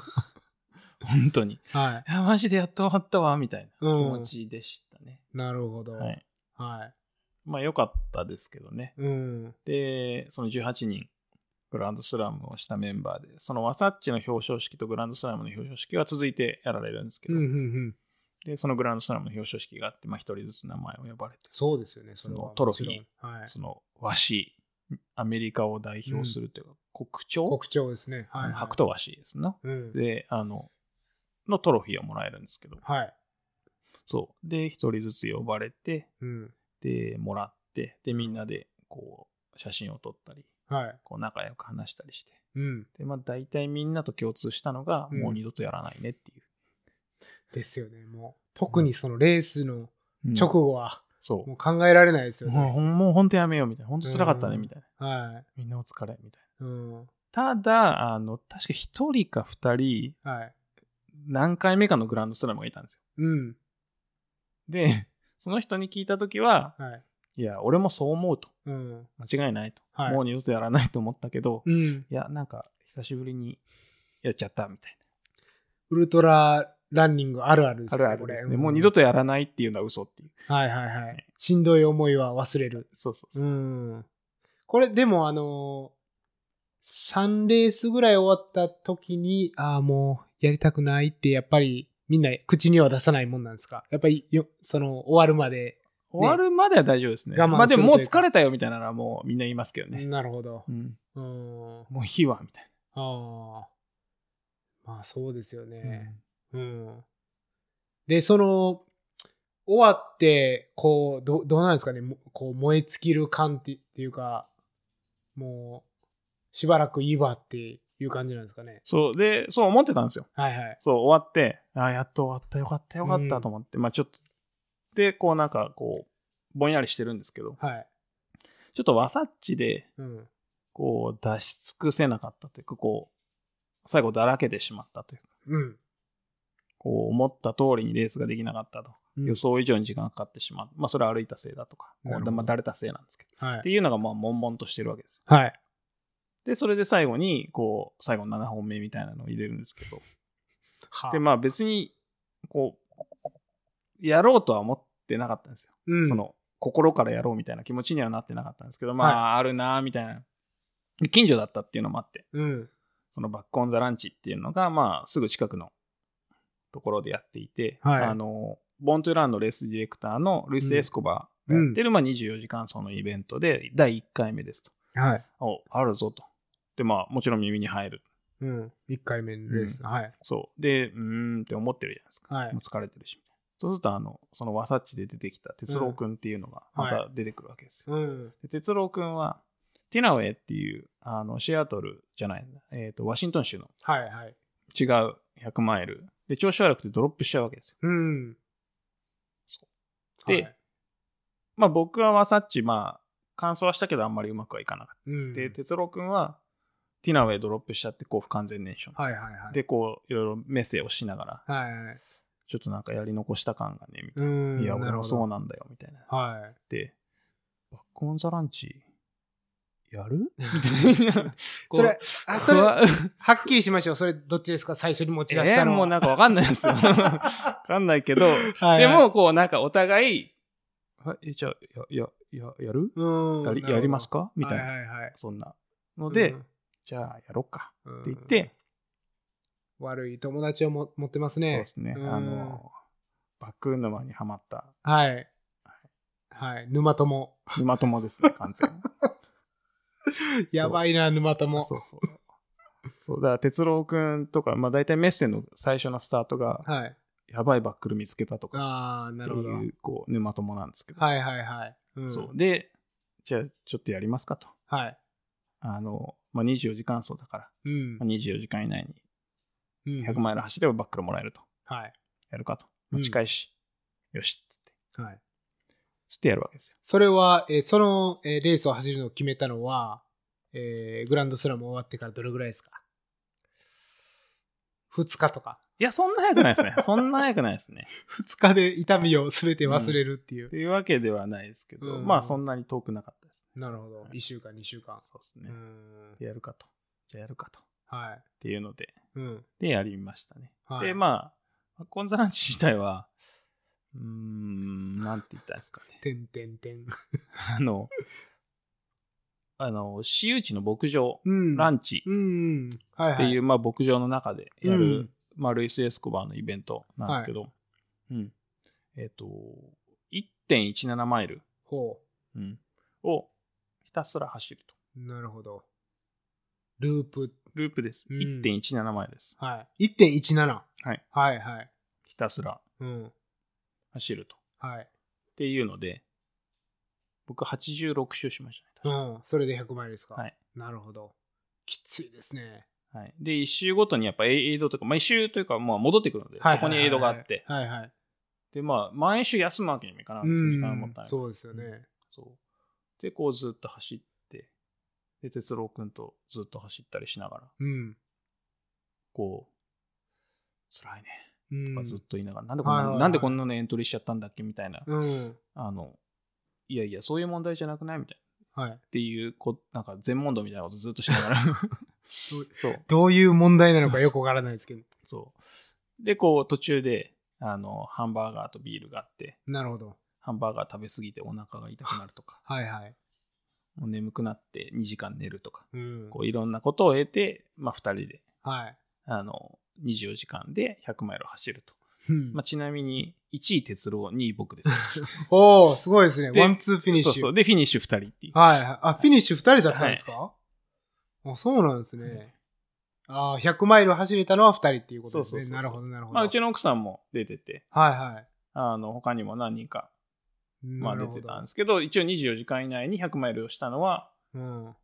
[SPEAKER 1] 本当に。
[SPEAKER 2] はい
[SPEAKER 1] や、マジでやっと終わったわ、みたいな気
[SPEAKER 2] うん
[SPEAKER 1] 持ちでしたね。
[SPEAKER 2] い、なるほど、
[SPEAKER 1] はい。
[SPEAKER 2] はい
[SPEAKER 1] まあ、良かったですけどね。
[SPEAKER 2] うん、
[SPEAKER 1] で、その18人、グランドスラムをしたメンバーで、そのワサッチの表彰式とグランドスラムの表彰式は続いてやられるんですけ
[SPEAKER 2] うんう
[SPEAKER 1] ど、
[SPEAKER 2] んうん、
[SPEAKER 1] で、そのグランドスラムの表彰式があって、まあ、一人ずつ名前を呼ばれて、
[SPEAKER 2] そうですよね、それ
[SPEAKER 1] そ
[SPEAKER 2] は
[SPEAKER 1] のトロフィー
[SPEAKER 2] もちろんはい、
[SPEAKER 1] その和紙、アメリカを代表するというか、国鳥
[SPEAKER 2] 国鳥ですね、はい
[SPEAKER 1] あ
[SPEAKER 2] はい、
[SPEAKER 1] の白桃和紙ですね。
[SPEAKER 2] うん、
[SPEAKER 1] で、あの、のトロフィーをもらえるんですけど、
[SPEAKER 2] はい、
[SPEAKER 1] そう。で、一人ずつ呼ばれて、
[SPEAKER 2] うん、
[SPEAKER 1] でもらってでみんなでこう写真を撮ったり
[SPEAKER 2] はい、
[SPEAKER 1] こう仲良く話したりして
[SPEAKER 2] うん、
[SPEAKER 1] でまあ大体みんなと共通したのが
[SPEAKER 2] うん
[SPEAKER 1] もう二度とやらないねっていう、
[SPEAKER 2] ですよね、もう、特にそのレースの
[SPEAKER 1] うん
[SPEAKER 2] 直後は、
[SPEAKER 1] そ
[SPEAKER 2] もう考えられないです
[SPEAKER 1] う
[SPEAKER 2] よ
[SPEAKER 1] もう
[SPEAKER 2] ね、
[SPEAKER 1] ほんもう本当やめようみたいな本当辛かったね
[SPEAKER 2] うん
[SPEAKER 1] みたいな
[SPEAKER 2] は
[SPEAKER 1] みんなお疲れみたい
[SPEAKER 2] い、うん、
[SPEAKER 1] なただあの確か一人か二人
[SPEAKER 2] はい、
[SPEAKER 1] 何回目かのグランドスラムがいたんですよ
[SPEAKER 2] うん、
[SPEAKER 1] で、その人に聞いたときは、
[SPEAKER 2] はい。
[SPEAKER 1] いや、俺もそう思うと。
[SPEAKER 2] うん。
[SPEAKER 1] 間違いないと。
[SPEAKER 2] はい
[SPEAKER 1] もう二度とやらないと思ったけど、
[SPEAKER 2] うん。
[SPEAKER 1] いや、なんか、久しぶりにやっちゃったみたい
[SPEAKER 2] ウルトラランニングあるあるで
[SPEAKER 1] な。あ
[SPEAKER 2] す
[SPEAKER 1] るあるです
[SPEAKER 2] これ
[SPEAKER 1] ね。もう二度とやらないっていうのは嘘っていう。
[SPEAKER 2] はいはいはい。しんどい思いは忘れる。
[SPEAKER 1] そうそうそうう。
[SPEAKER 2] ん。これ、でもあの3レースぐらい終わった時に、ああ、もうやりたくないって、やっぱりみんな口には出さないもんなんですかやっぱりよ、その終わるまで。
[SPEAKER 1] 終わるまでは大丈夫ですね。
[SPEAKER 2] 我慢する
[SPEAKER 1] まあでももう
[SPEAKER 2] というか
[SPEAKER 1] 疲れたよみたいなのはもうみんな言いますけどね。
[SPEAKER 2] なるほど。
[SPEAKER 1] うん。
[SPEAKER 2] うん。あ
[SPEAKER 1] もういいわ、みたい
[SPEAKER 2] あ。まあそうですよね。
[SPEAKER 1] な。
[SPEAKER 2] うん。で、その、終わって、こう、ど、どうなんですかね、もこう、燃え尽きる感ってっていうか、もう、しばらくいいわっていう感じなんですかね。
[SPEAKER 1] そう、で、そう思ってたんですよ。
[SPEAKER 2] はいはい。
[SPEAKER 1] そう、終わって、あーやっと終わった、よかった、よかったと思って、まあちょっと、で、こうなんかこう、ぼんやりしてるんですけど、
[SPEAKER 2] はい。
[SPEAKER 1] ちょっとわさっちで、
[SPEAKER 2] うん。
[SPEAKER 1] こう、出し尽くせなかったというか、こう、最後だらけてしまったというか、
[SPEAKER 2] うん。
[SPEAKER 1] こう、思った通りにレースができなかったと。予想以上に時間がかかってしまう。まあそれは歩いたせいだとか、こ
[SPEAKER 2] なる
[SPEAKER 1] う
[SPEAKER 2] ほ
[SPEAKER 1] だ
[SPEAKER 2] ど
[SPEAKER 1] まあだれたせいなんですけど。
[SPEAKER 2] は
[SPEAKER 1] って
[SPEAKER 2] い。
[SPEAKER 1] いうのが、まあ、悶々としてるわけです。
[SPEAKER 2] はい。
[SPEAKER 1] で、それで最後に、こう、最後の7本目みたいなのを入れるんですけど、
[SPEAKER 2] は
[SPEAKER 1] で、まあ別に、こう、やろうとは思ってなかったんですよ。
[SPEAKER 2] うん
[SPEAKER 1] そ、の、心からやろうみたいな気持ちにはなってなかったんですけど、まあ、あるなーみたいな。で近所だったっていうのもあって、
[SPEAKER 2] うん。
[SPEAKER 1] そのバックオンザランチっていうのが、まあ、すぐ近くのところでやっていて、
[SPEAKER 2] はい
[SPEAKER 1] あの、ボーントゥーランのレースディレクターのルイス・エスコバーがやってる、まあ、24時間そのイベントで、第1回目ですと。
[SPEAKER 2] はい。
[SPEAKER 1] お、あるぞと。で、まあ、もちろん耳に入る。
[SPEAKER 2] うん。1回目のレース。はい。
[SPEAKER 1] そう。で、うーんって思ってるじゃないですか。
[SPEAKER 2] はい
[SPEAKER 1] もう疲れてるし。そうすると、あの、そのわさっちで出てきた哲郎くんっていうのがま
[SPEAKER 2] は
[SPEAKER 1] た出てくるわけですよ。
[SPEAKER 2] うん。
[SPEAKER 1] で哲郎くんは、ティナウェイっていう、あの、シアトルじゃないんだ。えっ、と、ワシントン州の
[SPEAKER 2] はいはい。
[SPEAKER 1] 違う100マイル。で、調子悪くてドロップしちゃうわけですよ。
[SPEAKER 2] うん。
[SPEAKER 1] で
[SPEAKER 2] はい、
[SPEAKER 1] まあ僕はわさっち、まあ、完走はしたけどあんまりうまくはいかなかっ
[SPEAKER 2] うん。
[SPEAKER 1] た。で、哲郎くんは、ティナウェイドロップしちゃって、こう不完全燃焼。
[SPEAKER 2] はいはいはい。
[SPEAKER 1] で、こう、いろいろメッセをしながら、
[SPEAKER 2] はいはい。
[SPEAKER 1] ちょっとなんかやり残した感がね、みたい
[SPEAKER 2] うん。
[SPEAKER 1] な。いや、俺もそう
[SPEAKER 2] な
[SPEAKER 1] なんだよ、みたいな。
[SPEAKER 2] るほど。はい。
[SPEAKER 1] って、バックオンザランチ、やる みたいな。
[SPEAKER 2] それ、あ、そ れ、
[SPEAKER 1] は
[SPEAKER 2] はっきりしましょう。それ、どっちですか最初に持ち出し
[SPEAKER 1] え
[SPEAKER 2] た
[SPEAKER 1] ー
[SPEAKER 2] のは。
[SPEAKER 1] もうなんかわかんないですよ。 わかんないけど、
[SPEAKER 2] は い
[SPEAKER 1] でもこうなんかお互い、はいえじゃあ、や、や、や、やる
[SPEAKER 2] うん
[SPEAKER 1] やりやります
[SPEAKER 2] か
[SPEAKER 1] かみたいな、
[SPEAKER 2] はいはいはい。
[SPEAKER 1] そんな。ので、
[SPEAKER 2] うん
[SPEAKER 1] じゃあやろうか
[SPEAKER 2] うん
[SPEAKER 1] って言って、
[SPEAKER 2] 悪い友達をも持ってますね。
[SPEAKER 1] そうですね、
[SPEAKER 2] うん
[SPEAKER 1] あの、バック沼にはまった
[SPEAKER 2] はい。はい。沼友。
[SPEAKER 1] 沼友です ね、完全に。
[SPEAKER 2] やばいな、沼友。
[SPEAKER 1] そうそう。そうだから哲郎くんとか、まあ、大体メッセの最初のスタートが、
[SPEAKER 2] はい。
[SPEAKER 1] やばいバックル見つけたとか
[SPEAKER 2] ああ、な
[SPEAKER 1] って
[SPEAKER 2] るほど。
[SPEAKER 1] いうこう沼友なんですけど、
[SPEAKER 2] はいはいはい。うん、
[SPEAKER 1] そうでじゃあちょっとやりますかと
[SPEAKER 2] はい。
[SPEAKER 1] あの、まあ、24時間走だから、
[SPEAKER 2] うん
[SPEAKER 1] まあ、。24時間以内
[SPEAKER 2] うん
[SPEAKER 1] に100マイル走ればバックルもらえると
[SPEAKER 2] はい。
[SPEAKER 1] やるかと、まあ
[SPEAKER 2] うん
[SPEAKER 1] 近いし、よしって言って
[SPEAKER 2] はい。
[SPEAKER 1] つってやるわけですよ
[SPEAKER 2] それは、えーその、えーレースを走るのを決めたのは、えーグランドスラム終わってからどれぐらいですか ?2 日とか。
[SPEAKER 1] いやそんな早くないですね そんな早くないですね
[SPEAKER 2] 2日で痛みを全て忘れるっていう
[SPEAKER 1] と。いうわけではないですけど、
[SPEAKER 2] うん
[SPEAKER 1] まあそんなに遠くなかったです
[SPEAKER 2] なるほど
[SPEAKER 1] は。い
[SPEAKER 2] 1週間、2週間
[SPEAKER 1] ね。そうです
[SPEAKER 2] う
[SPEAKER 1] ね、
[SPEAKER 2] ん。
[SPEAKER 1] でやるかとじゃあやるかとっ
[SPEAKER 2] はい。
[SPEAKER 1] ていうので
[SPEAKER 2] うん。
[SPEAKER 1] でやりましたね、
[SPEAKER 2] はい
[SPEAKER 1] でまあコンザランチ自体はうーんなんて言ったんですかね
[SPEAKER 2] てんてんてん。
[SPEAKER 1] あの、あの、私有地の牧場、
[SPEAKER 2] うん
[SPEAKER 1] ランチ
[SPEAKER 2] うん。はいはい。
[SPEAKER 1] っていう、まあ、牧場の中でやる、
[SPEAKER 2] うん
[SPEAKER 1] まあ、ルイス・エスコバーのイベントなんですけど、うん。えっ、と、1.17マイル、
[SPEAKER 2] ほ
[SPEAKER 1] うんをひたすら走ると。
[SPEAKER 2] う。なるほど。ループ。
[SPEAKER 1] ループです。
[SPEAKER 2] うん
[SPEAKER 1] 1.17マイルです。
[SPEAKER 2] はい。1.17。
[SPEAKER 1] はい。
[SPEAKER 2] はいはい。
[SPEAKER 1] ひたすら
[SPEAKER 2] うん。
[SPEAKER 1] 走ると。っ
[SPEAKER 2] はい。
[SPEAKER 1] ていうので、僕86周しましたね確
[SPEAKER 2] う
[SPEAKER 1] か。
[SPEAKER 2] ん。それで100マイルですか。
[SPEAKER 1] はい。
[SPEAKER 2] なるほど。きついですね。
[SPEAKER 1] はい、で、1周ごとにやっぱエイドとか、まあ、1周というか、まあ、戻ってくるので、
[SPEAKER 2] はい
[SPEAKER 1] そこにエイドがあって、
[SPEAKER 2] はいはい。
[SPEAKER 1] で、まあ、毎週休むわけにもいかないうですよ時間もっ
[SPEAKER 2] ん
[SPEAKER 1] たい。ない。
[SPEAKER 2] そうですよね。
[SPEAKER 1] そうで、こうずっと走って、で、哲郎くんとずっと走ったりしながら、
[SPEAKER 2] うん。
[SPEAKER 1] こう、辛いね。
[SPEAKER 2] うん
[SPEAKER 1] とかずっと言いながら、なんでこんな、
[SPEAKER 2] はいはいはい
[SPEAKER 1] なんでこんなのエントリーしちゃったんだっけみたいな、
[SPEAKER 2] うん。
[SPEAKER 1] あの、いやいや、そういう問題じゃなくないみたいな。
[SPEAKER 2] はい。
[SPEAKER 1] っていうこ、なんか全問答みたいなことずっとしながら。 そう。
[SPEAKER 2] どういう問題なのかよくわからないですけど。
[SPEAKER 1] そう。で、こう、途中で、あの、ハンバーガーとビールがあって、
[SPEAKER 2] なるほど。
[SPEAKER 1] ハンバーガー食べ過ぎてお腹が痛くなるとか、
[SPEAKER 2] はいはい。
[SPEAKER 1] もう眠くなって2時間寝るとか、
[SPEAKER 2] うん。
[SPEAKER 1] こう、いろんなことを得て、まあ、2人で、
[SPEAKER 2] はい。
[SPEAKER 1] あの、24時間で100マイルを走ると。
[SPEAKER 2] うん
[SPEAKER 1] まあ、ちなみに、1位哲郎、2位僕です。
[SPEAKER 2] おー、すごいですね。
[SPEAKER 1] で
[SPEAKER 2] ワンツーフィニッシュ。
[SPEAKER 1] そうそう。で、フィニッシュ2人っていう。
[SPEAKER 2] はいはい。あ、フィニッシュ2人だったんですか、あ、そうなんですね。ああ、100マイル走れたのは2人っていうことです
[SPEAKER 1] そうそうそう
[SPEAKER 2] ね。
[SPEAKER 1] そう
[SPEAKER 2] なるほど、なるほど。
[SPEAKER 1] まあ、うちの奥さんも出てて、
[SPEAKER 2] はいはい。
[SPEAKER 1] あの、他にも何人か、まあ、
[SPEAKER 2] な
[SPEAKER 1] 出
[SPEAKER 2] るほど
[SPEAKER 1] てたんですけど、一応24時間以内に100マイルをしたのは、
[SPEAKER 2] うん。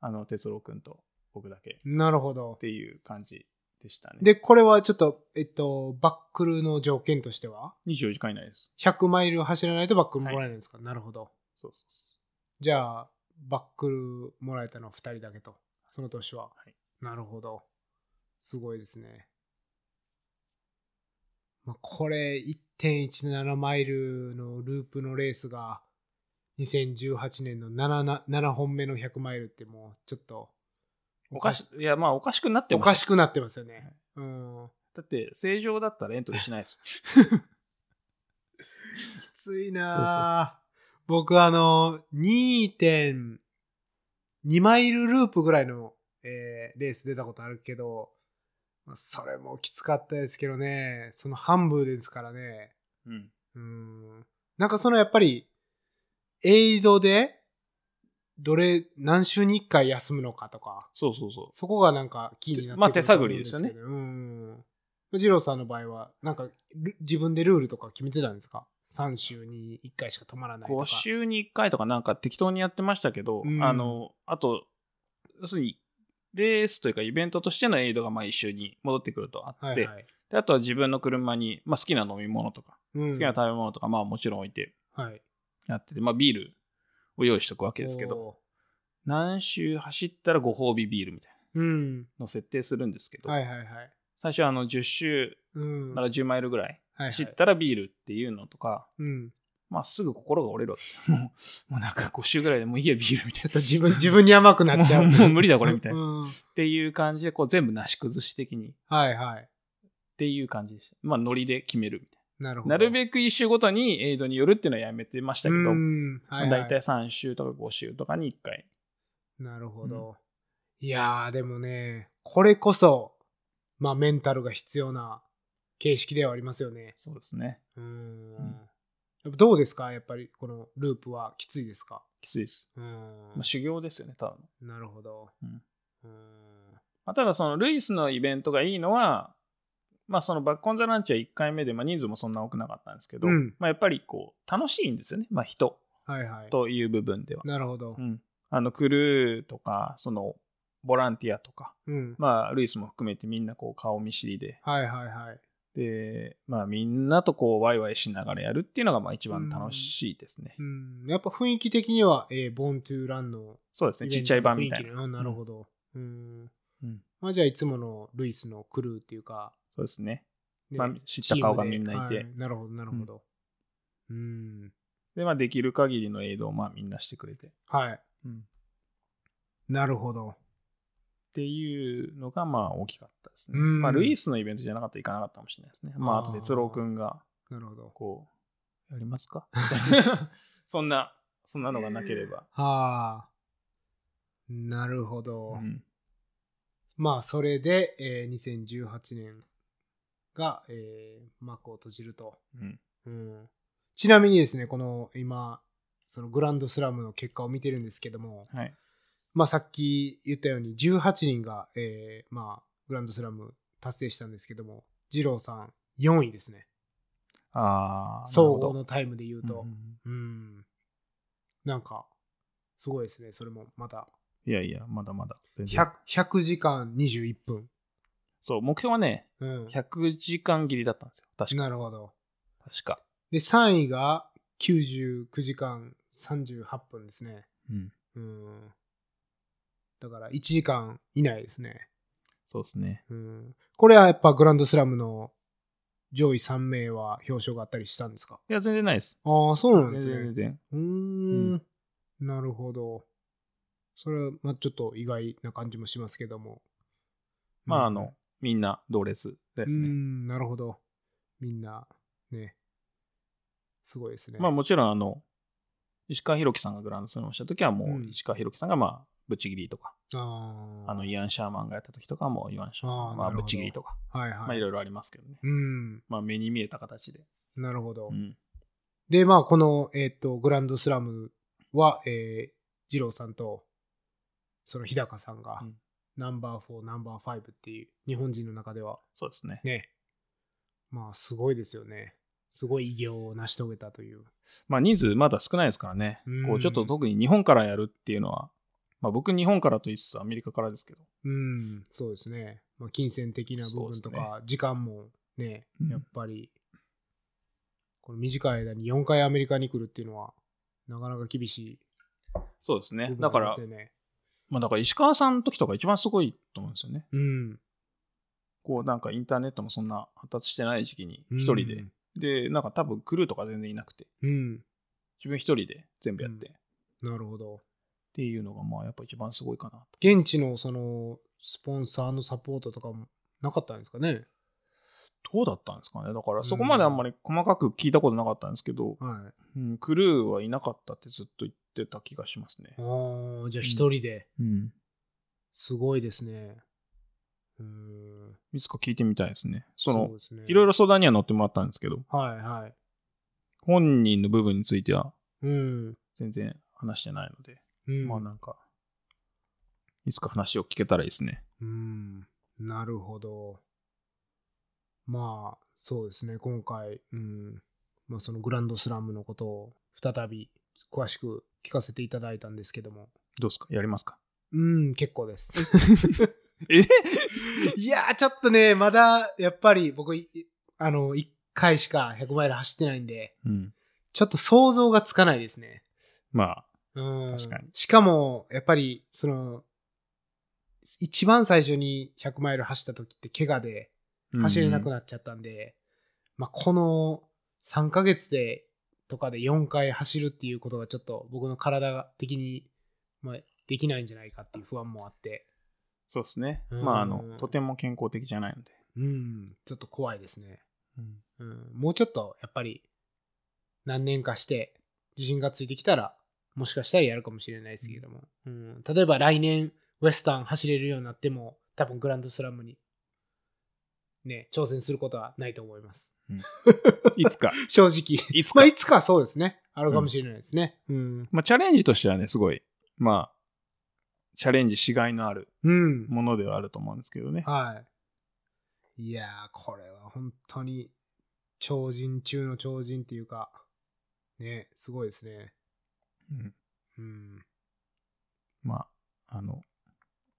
[SPEAKER 1] あの、哲郎くんと僕だけっ
[SPEAKER 2] なるほど。
[SPEAKER 1] ていう感じでしたね。
[SPEAKER 2] で、これはちょっと、えっと、バックルの条件としては
[SPEAKER 1] 24時間以内です。
[SPEAKER 2] 100マイル走らないとバックルもらえないんですか、なるほど。
[SPEAKER 1] そうそうそ
[SPEAKER 2] じゃあ、バックルもらえたのは2人だけと、その年は。
[SPEAKER 1] い
[SPEAKER 2] なるほど。すごいですね。まあ、これ、1.17マイルのループのレースが、2018年の 7, な7本目の100マイルってもうちょっと
[SPEAKER 1] う。おかし、いや、まあ、おかしくなって
[SPEAKER 2] お
[SPEAKER 1] ま
[SPEAKER 2] か
[SPEAKER 1] す。
[SPEAKER 2] しくなってますよね。うん。
[SPEAKER 1] だって、正常だったらエントリーしないです。
[SPEAKER 2] きついなあ僕あの2.2マイルループぐらいの、えーレース出たことあるけどまあそれもきつかったですけどねその半分ですからね
[SPEAKER 1] うん。
[SPEAKER 2] うんなんかそのやっぱりエイドでどれ何週に1回休むのかとか
[SPEAKER 1] そうそうそう。
[SPEAKER 2] そこがなんかキーになってくる
[SPEAKER 1] まあ手探りですよね
[SPEAKER 2] と思うんですけどね。うん。二郎さんの場合は、なんかル自分でルールとか決めてたんですか ?3 週に1回しか止まらないとか。
[SPEAKER 1] 5週に1回とかなんか適当にやってましたけど、
[SPEAKER 2] うん
[SPEAKER 1] あの、あと、要するに、レースというかイベントとしてのエイドが毎週に戻ってくるとあって、
[SPEAKER 2] はいはい。
[SPEAKER 1] であとは自分の車に、まあ、好きな飲み物とか、
[SPEAKER 2] うん
[SPEAKER 1] 好きな食べ物とか、まあもちろん置いて
[SPEAKER 2] はい。
[SPEAKER 1] やってて、まあビールを用意しとくわけですけど、
[SPEAKER 2] お
[SPEAKER 1] 何周走ったらご褒美ビールみたい
[SPEAKER 2] ー。うん。
[SPEAKER 1] なのを設定するんですけど、
[SPEAKER 2] はいはいはい。
[SPEAKER 1] 最初はあの10周
[SPEAKER 2] うん。
[SPEAKER 1] なら10マイルぐらい
[SPEAKER 2] はいは
[SPEAKER 1] 走っ
[SPEAKER 2] い。
[SPEAKER 1] たらビールっていうのとか、
[SPEAKER 2] うん。
[SPEAKER 1] まあすぐ心が折れるわけ ですもうもうなんか5周ぐらいでもういいやビールみたい
[SPEAKER 2] ちょっと自分、自分に甘くなっちゃ
[SPEAKER 1] な。
[SPEAKER 2] う。
[SPEAKER 1] もうもう無理だこれみたいな。
[SPEAKER 2] うん。はい
[SPEAKER 1] っていう感じで、こう全部なし崩し的にっ
[SPEAKER 2] はい。
[SPEAKER 1] ていう感じでした。まあノリで決めるみたい
[SPEAKER 2] なるほど。
[SPEAKER 1] な。なるべく1周ごとにエイドによるっていうのはやめてましたけど、
[SPEAKER 2] うん。
[SPEAKER 1] ま
[SPEAKER 2] はい、は
[SPEAKER 1] あ
[SPEAKER 2] い。
[SPEAKER 1] 大体3週とか5週とかに1回。
[SPEAKER 2] なるほど。いやー、でもね、これこそ、まあメンタルが必要な形式ではありますよね。
[SPEAKER 1] そうですね。
[SPEAKER 2] うーん
[SPEAKER 1] ん
[SPEAKER 2] やっぱどうですかやっぱりこのループはきついですか
[SPEAKER 1] きついです。
[SPEAKER 2] うー
[SPEAKER 1] ま
[SPEAKER 2] ん
[SPEAKER 1] あ、修行ですよね、多分。
[SPEAKER 2] なるほど。
[SPEAKER 1] うん
[SPEAKER 2] うーん
[SPEAKER 1] まあ、ただ、そのルイスのイベントがいいのは、まあ、そのバックオンザランチは1回目で、まあ、人数もそんな多くなかったんですけど、
[SPEAKER 2] うん
[SPEAKER 1] まあ、やっぱりこう楽しいんですよね、まあ、人
[SPEAKER 2] はいはい。
[SPEAKER 1] という部分では。
[SPEAKER 2] なるほど
[SPEAKER 1] う。ん、あのクルーとか、そのボランティアとか、
[SPEAKER 2] うん。
[SPEAKER 1] まあ、ルイスも含めてみんなこう顔見知りで、
[SPEAKER 2] はいはいはい。
[SPEAKER 1] でまあ、みんなとこうワイワイしながらやるっていうのがまあ一番楽しいですね。
[SPEAKER 2] うん、やっぱ雰囲気的には、えーボーントゥーランの
[SPEAKER 1] そうですね、ちっちゃい版みたい
[SPEAKER 2] イベン
[SPEAKER 1] な。
[SPEAKER 2] トの雰囲気な。あなるほど。うーん。
[SPEAKER 1] うん
[SPEAKER 2] まあじゃあいつものルイスのクルーっていうか、
[SPEAKER 1] そうですね。
[SPEAKER 2] ね
[SPEAKER 1] まあ知った顔がみんないて
[SPEAKER 2] チームではなるほど、なるほど。うん。
[SPEAKER 1] で、まあ、できる限りのエイドをまあみんなしてくれて。
[SPEAKER 2] はい。
[SPEAKER 1] うん
[SPEAKER 2] なるほど。
[SPEAKER 1] っていうのがまあ大きかったですね。
[SPEAKER 2] うん
[SPEAKER 1] まあルイスのイベントじゃなかったら行かなかったかもしれないですね。まあ
[SPEAKER 2] あ
[SPEAKER 1] あと
[SPEAKER 2] ー
[SPEAKER 1] 哲郎くんが
[SPEAKER 2] なるほど。
[SPEAKER 1] こう、やりますか そんな、そんなのがなければ。
[SPEAKER 2] はあ。なるほど。
[SPEAKER 1] うん
[SPEAKER 2] まあ、それで、えー2018年が、えー幕を閉じると、
[SPEAKER 1] うん
[SPEAKER 2] うんちなみにですね、この今、そのグランドスラムの結果を見てるんですけども、
[SPEAKER 1] はい。
[SPEAKER 2] まあ、さっき言ったように18人が、えーまあ、グランドスラム達成したんですけども、二郎さん4位ですね。
[SPEAKER 1] ああ、
[SPEAKER 2] 総
[SPEAKER 1] な
[SPEAKER 2] 合
[SPEAKER 1] る
[SPEAKER 2] のタイムで言う
[SPEAKER 1] ほど
[SPEAKER 2] と。
[SPEAKER 1] うん
[SPEAKER 2] うん。なんか、すごいですね。それもまた
[SPEAKER 1] いやいや、まだまだ。全然
[SPEAKER 2] 100、100時間21分。
[SPEAKER 1] そう、目標はね、
[SPEAKER 2] うん。
[SPEAKER 1] 100時間切りだったんですよ。確か。
[SPEAKER 2] なるほど。
[SPEAKER 1] 確か。
[SPEAKER 2] で、3位が99時間38分ですね。
[SPEAKER 1] うん。
[SPEAKER 2] うん。だから1時間以内ですね。
[SPEAKER 1] そうですね。
[SPEAKER 2] うん。これはやっぱグランドスラムの上位3名は表彰があったりしたんですか
[SPEAKER 1] いや、全然ないです。
[SPEAKER 2] ああ、そうな
[SPEAKER 1] 全
[SPEAKER 2] んですね。
[SPEAKER 1] 然全然。
[SPEAKER 2] うー
[SPEAKER 1] うんん。
[SPEAKER 2] なるほど。それは、まあ、ちょっと意外な感じもしますけども。
[SPEAKER 1] ま
[SPEAKER 2] うん
[SPEAKER 1] あ、あの、、みんな同列です
[SPEAKER 2] うー
[SPEAKER 1] ね。
[SPEAKER 2] ん、なるほど。みんな、ね。すごいですね。
[SPEAKER 1] まあ、もちろん、あの、石川博樹さんがグランドスラムをした時は、も
[SPEAKER 2] うん
[SPEAKER 1] う石川博樹さんが、まあ、ぶっちぎりとか、
[SPEAKER 2] あー
[SPEAKER 1] あの、イアン・シャーマンがやった時とかはも、イアン・シャーマン
[SPEAKER 2] あー
[SPEAKER 1] がま
[SPEAKER 2] な
[SPEAKER 1] あ、
[SPEAKER 2] る
[SPEAKER 1] ぶ
[SPEAKER 2] ほど
[SPEAKER 1] っちぎりとか、
[SPEAKER 2] はいはい。
[SPEAKER 1] まあ、いろいろありますけどね。
[SPEAKER 2] うん、
[SPEAKER 1] まあ、目に見えた形で。
[SPEAKER 2] なるほど。
[SPEAKER 1] うん。
[SPEAKER 2] で、まあ、この、えっ、と、グランドスラムは、えー、二郎さんと、その日高さんが、
[SPEAKER 1] うん
[SPEAKER 2] ナンバー4、ナンバー5っていう、日本人の中では、
[SPEAKER 1] そうですね。
[SPEAKER 2] ね。まあ、すごいですよね。すごい偉業を成し遂げたという。
[SPEAKER 1] まあ、人数まだ少ないですからね
[SPEAKER 2] うん。
[SPEAKER 1] こう、ちょっと特に日本からやるっていうのは、まあ、僕、日本からと言いつつ、アメリカからですけど、
[SPEAKER 2] うん、そうですね。まあ、金銭的な部分と
[SPEAKER 1] そう
[SPEAKER 2] か、時間もね、
[SPEAKER 1] うん
[SPEAKER 2] やっぱり、この短い間に4回アメリカに来るっていうのは、なかなか厳しい
[SPEAKER 1] そうです
[SPEAKER 2] 部
[SPEAKER 1] ね。
[SPEAKER 2] 分
[SPEAKER 1] だか
[SPEAKER 2] で
[SPEAKER 1] ら
[SPEAKER 2] す、よね。
[SPEAKER 1] まあ、だから石川さんの時とか一番すごいと思うんですよね。
[SPEAKER 2] うん。
[SPEAKER 1] こうなんかインターネットもそんな発達してない時期に一人で、で、なんか多分クルーとか全然いなくて、
[SPEAKER 2] うん。うん。
[SPEAKER 1] 自分一人で全部やって、
[SPEAKER 2] う
[SPEAKER 1] っ
[SPEAKER 2] なるほど。
[SPEAKER 1] ていうのがまあやっぱ一番すごいかなと。
[SPEAKER 2] 現地のその、スポンサーのサポートとかもなかったんですかね。
[SPEAKER 1] どうだったんですかね。だからそこまであんまり細かく聞いたことなかったんですけど、
[SPEAKER 2] は
[SPEAKER 1] う
[SPEAKER 2] い。
[SPEAKER 1] んクルーはいなかったってずっと言ってた気がしますね。
[SPEAKER 2] ああ、じゃあ
[SPEAKER 1] うん
[SPEAKER 2] 一人で、
[SPEAKER 1] うん。
[SPEAKER 2] すごいですね。うん。
[SPEAKER 1] いつか聞いてみたいですね。その、
[SPEAKER 2] うですね
[SPEAKER 1] いろいろ。相談には乗ってもらったんですけど、
[SPEAKER 2] はいはい。
[SPEAKER 1] 本人の部分については
[SPEAKER 2] うん。
[SPEAKER 1] 全然話してないので、
[SPEAKER 2] うん。
[SPEAKER 1] まあなんか、いつか話を聞けたらいいですね。
[SPEAKER 2] うん、なるほど。まあ、そうですね、今回、うん、まあ、そのグランドスラムのことを再び詳しく聞かせていただいたんですけども、
[SPEAKER 1] どうですかやりますか
[SPEAKER 2] うん、結構です。
[SPEAKER 1] え
[SPEAKER 2] いやー、ちょっとね、まだ、やっぱり僕、いあの、1回しか100マイル走ってないんで、
[SPEAKER 1] うん。
[SPEAKER 2] ちょっと想像がつかないですね。
[SPEAKER 1] まあ、
[SPEAKER 2] うん
[SPEAKER 1] 確かに
[SPEAKER 2] しかも、やっぱり、その、一番最初に100マイル走った時って怪我で走れなく
[SPEAKER 1] っ
[SPEAKER 2] なっちゃったんで、まあ、この3ヶ月でとかで4回走るっていうことがちょっと僕の体が的に、まあ、できないんじゃないかっていう不安もあって、
[SPEAKER 1] そうですね。
[SPEAKER 2] うん
[SPEAKER 1] まあ、あの、とても健康的じゃないので。
[SPEAKER 2] うん、ちょっと怖いですね。うん、もうちょっとやっぱり何年かして自信がついてきたらもしかしたらやるかもしれないですけども、うん例えば来年ウエスタン走れるようになっても多分グランドスラムにね挑戦することはないと思います
[SPEAKER 1] い つか、
[SPEAKER 2] 正直
[SPEAKER 1] いつか
[SPEAKER 2] まあ。いつかはそうですねあるかもしれないですねうん
[SPEAKER 1] まあ、チャレンジとしてはね、すごい、まあ、チャレンジしがいのある
[SPEAKER 2] うん、
[SPEAKER 1] ものではあると思うんですけどね。
[SPEAKER 2] はいいやーこれは本当に超人中の超人っていうかねすごいですね
[SPEAKER 1] うん
[SPEAKER 2] うん
[SPEAKER 1] まあ、あの、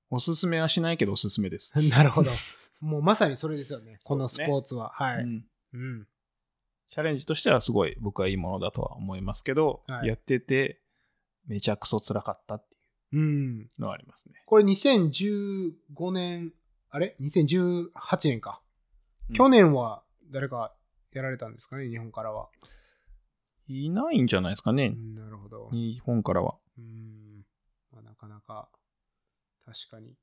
[SPEAKER 1] おすすめはしないけどおすすめで す。
[SPEAKER 2] なるほど。もうまさにそれですよね。この
[SPEAKER 1] そう
[SPEAKER 2] ス
[SPEAKER 1] ですね
[SPEAKER 2] ポーツは。はい。
[SPEAKER 1] うん
[SPEAKER 2] うん。
[SPEAKER 1] チャレンジとしてはすごい僕はいいものだとは思いますけど、
[SPEAKER 2] はい
[SPEAKER 1] やっててめちゃくそ辛かったってい
[SPEAKER 2] うん。
[SPEAKER 1] うのはありますね。
[SPEAKER 2] これ2015年、あれ ?2018 年か。
[SPEAKER 1] うん
[SPEAKER 2] 去年は誰かやられたんですかね、日本からは。
[SPEAKER 1] いないんじゃないですか
[SPEAKER 2] う
[SPEAKER 1] ね、
[SPEAKER 2] んなるほど。
[SPEAKER 1] 日本からは。
[SPEAKER 2] うん。まあ、なかなか、確かに、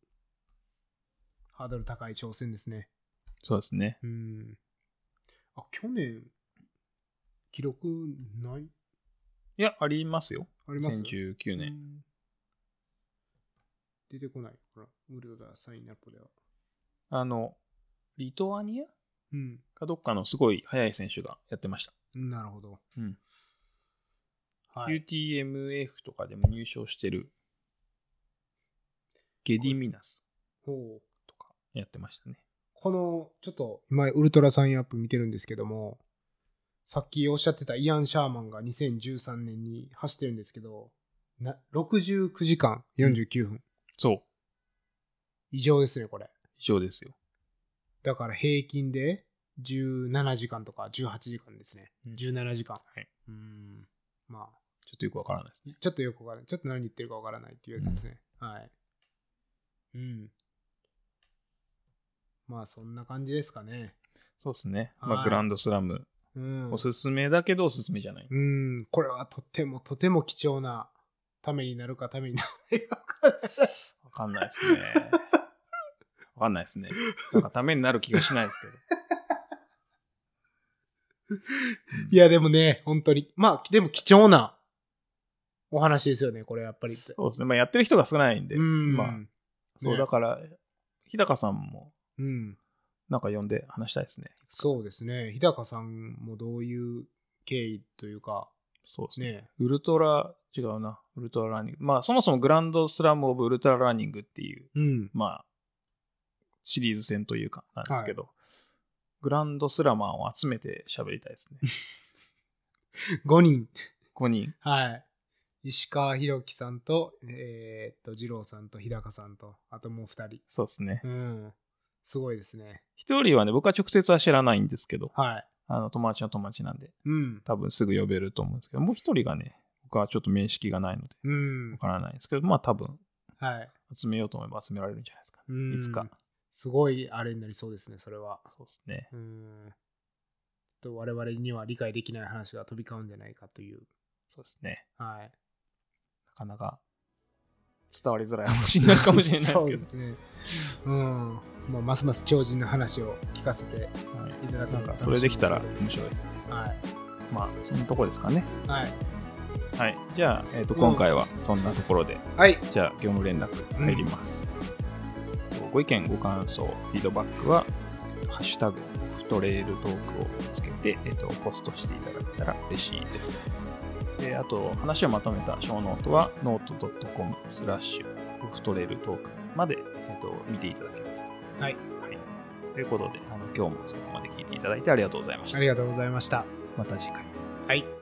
[SPEAKER 2] ハードル高い挑戦ですね。
[SPEAKER 1] そうですね。
[SPEAKER 2] うん。あ、去年、記録ない
[SPEAKER 1] いや、ありますよ。
[SPEAKER 2] あります
[SPEAKER 1] 2019
[SPEAKER 2] う
[SPEAKER 1] 年。
[SPEAKER 2] ん出てこない。ほら、ウルダサインアップでは。
[SPEAKER 1] あの、リトアニア
[SPEAKER 2] うん。
[SPEAKER 1] かどっかのすごい速い選手がやってました。
[SPEAKER 2] なるほど。
[SPEAKER 1] うん
[SPEAKER 2] はい。
[SPEAKER 1] UTMF とかでも入賞してるゲディミナス
[SPEAKER 2] ほう
[SPEAKER 1] とかやってましたね。
[SPEAKER 2] この、ちょっと、今、ウルトラサインアップ見てるんですけども、さっきおっしゃってたイアン・シャーマンが2013年に走ってるんですけど、な69時間49分。
[SPEAKER 1] そう、
[SPEAKER 2] 異常ですね、これ。
[SPEAKER 1] 以上ですよ。
[SPEAKER 2] だから平均で17時間とか18時間ですね。
[SPEAKER 1] うん
[SPEAKER 2] 17時間。
[SPEAKER 1] はい、
[SPEAKER 2] うん。まあ、
[SPEAKER 1] ちょっとよくわからないですね。
[SPEAKER 2] ちょっとよくわからない。ちょっと何言ってるかわからないっていうやつですね。はい。うん。まあ、そんな感じですかね。
[SPEAKER 1] そうですね。
[SPEAKER 2] は
[SPEAKER 1] ま
[SPEAKER 2] い
[SPEAKER 1] あ、グランドスラム、
[SPEAKER 2] うん
[SPEAKER 1] おすすめだけどおすすめじゃない。
[SPEAKER 2] うん、これはとてもとても貴重なためになるかためにならないかわからない。
[SPEAKER 1] わかんないですね。わかんないですね。なんかためになる気がしないですけど。
[SPEAKER 2] いや、でもね、本当に。まあ、でも貴重なお話ですよね、これやっぱり。
[SPEAKER 1] そうですね。まあ、やってる人が少ないんで、
[SPEAKER 2] うん。
[SPEAKER 1] まあ、そう、
[SPEAKER 2] ね
[SPEAKER 1] だから、日高さんも
[SPEAKER 2] うん。
[SPEAKER 1] なんか呼んで話したいですね。
[SPEAKER 2] そうですね。日高さんもどういう経緯というか、
[SPEAKER 1] そうですね。
[SPEAKER 2] ね。
[SPEAKER 1] ウルトラ、違うな。ウルトラランニング。まあ、そもそもグランドスラム・オブ・ウルトラランニングっていう、
[SPEAKER 2] うん。
[SPEAKER 1] まあ、シリーズ戦というか、なんですけど、グランドスラマーを集めて喋りたいです ね。
[SPEAKER 2] 5人。
[SPEAKER 1] 5人。
[SPEAKER 2] はい。石川博樹さんと、えーっと、二郎さんと日高さんと、あともう2人。
[SPEAKER 1] そうですね。
[SPEAKER 2] うん。すごいですね。
[SPEAKER 1] 1人はね、僕は直接は知らないんですけど、
[SPEAKER 2] はい。
[SPEAKER 1] あの友達の友達なんで、
[SPEAKER 2] うん。
[SPEAKER 1] 多分すぐ呼べると思うんですけど、もう1人がね、僕はちょっと面識がないので、
[SPEAKER 2] うん
[SPEAKER 1] わ。からないですけど、まあ多分、
[SPEAKER 2] はい。
[SPEAKER 1] 集めようと思えば集められるんじゃないですか。
[SPEAKER 2] うん
[SPEAKER 1] いつか。
[SPEAKER 2] すごいあれになりそうですね、それは。
[SPEAKER 1] そうですね。
[SPEAKER 2] うん。ちょっと我々には理解できない話が飛び交うんじゃないかという。
[SPEAKER 1] そうですね。
[SPEAKER 2] はい。
[SPEAKER 1] なかなか伝わりづらい話 になるかもしれないですけ
[SPEAKER 2] そう
[SPEAKER 1] ど
[SPEAKER 2] で。すね。うん。まあ、ますます超人の話を聞かせて
[SPEAKER 1] はい
[SPEAKER 2] いただく
[SPEAKER 1] な
[SPEAKER 2] の
[SPEAKER 1] ん
[SPEAKER 2] が
[SPEAKER 1] か
[SPEAKER 2] 楽し
[SPEAKER 1] そ
[SPEAKER 2] み
[SPEAKER 1] れ
[SPEAKER 2] す
[SPEAKER 1] できたら面白いですね。
[SPEAKER 2] は
[SPEAKER 1] まあそんなとこですかね。
[SPEAKER 2] い。はい。
[SPEAKER 1] はい。じゃあ、えー、と
[SPEAKER 2] うん
[SPEAKER 1] 今回はそんなところで、
[SPEAKER 2] はい。
[SPEAKER 1] じゃあ業務連絡入ります。ご意見、ご感想、フィードバックは、ハッシュタグ、オフトレイルトークをつけて、えっとポストしていただけたら嬉しいですと。であと、話をまとめた小ノートは、note.com スラッシュ、オフトレイルトークまで、えっと見ていただけますと。
[SPEAKER 2] はい。
[SPEAKER 1] ということで、あの今日も最後まで聞いていただいてありがとうございました
[SPEAKER 2] あ。りがとうございました。
[SPEAKER 1] また次回。
[SPEAKER 2] はい。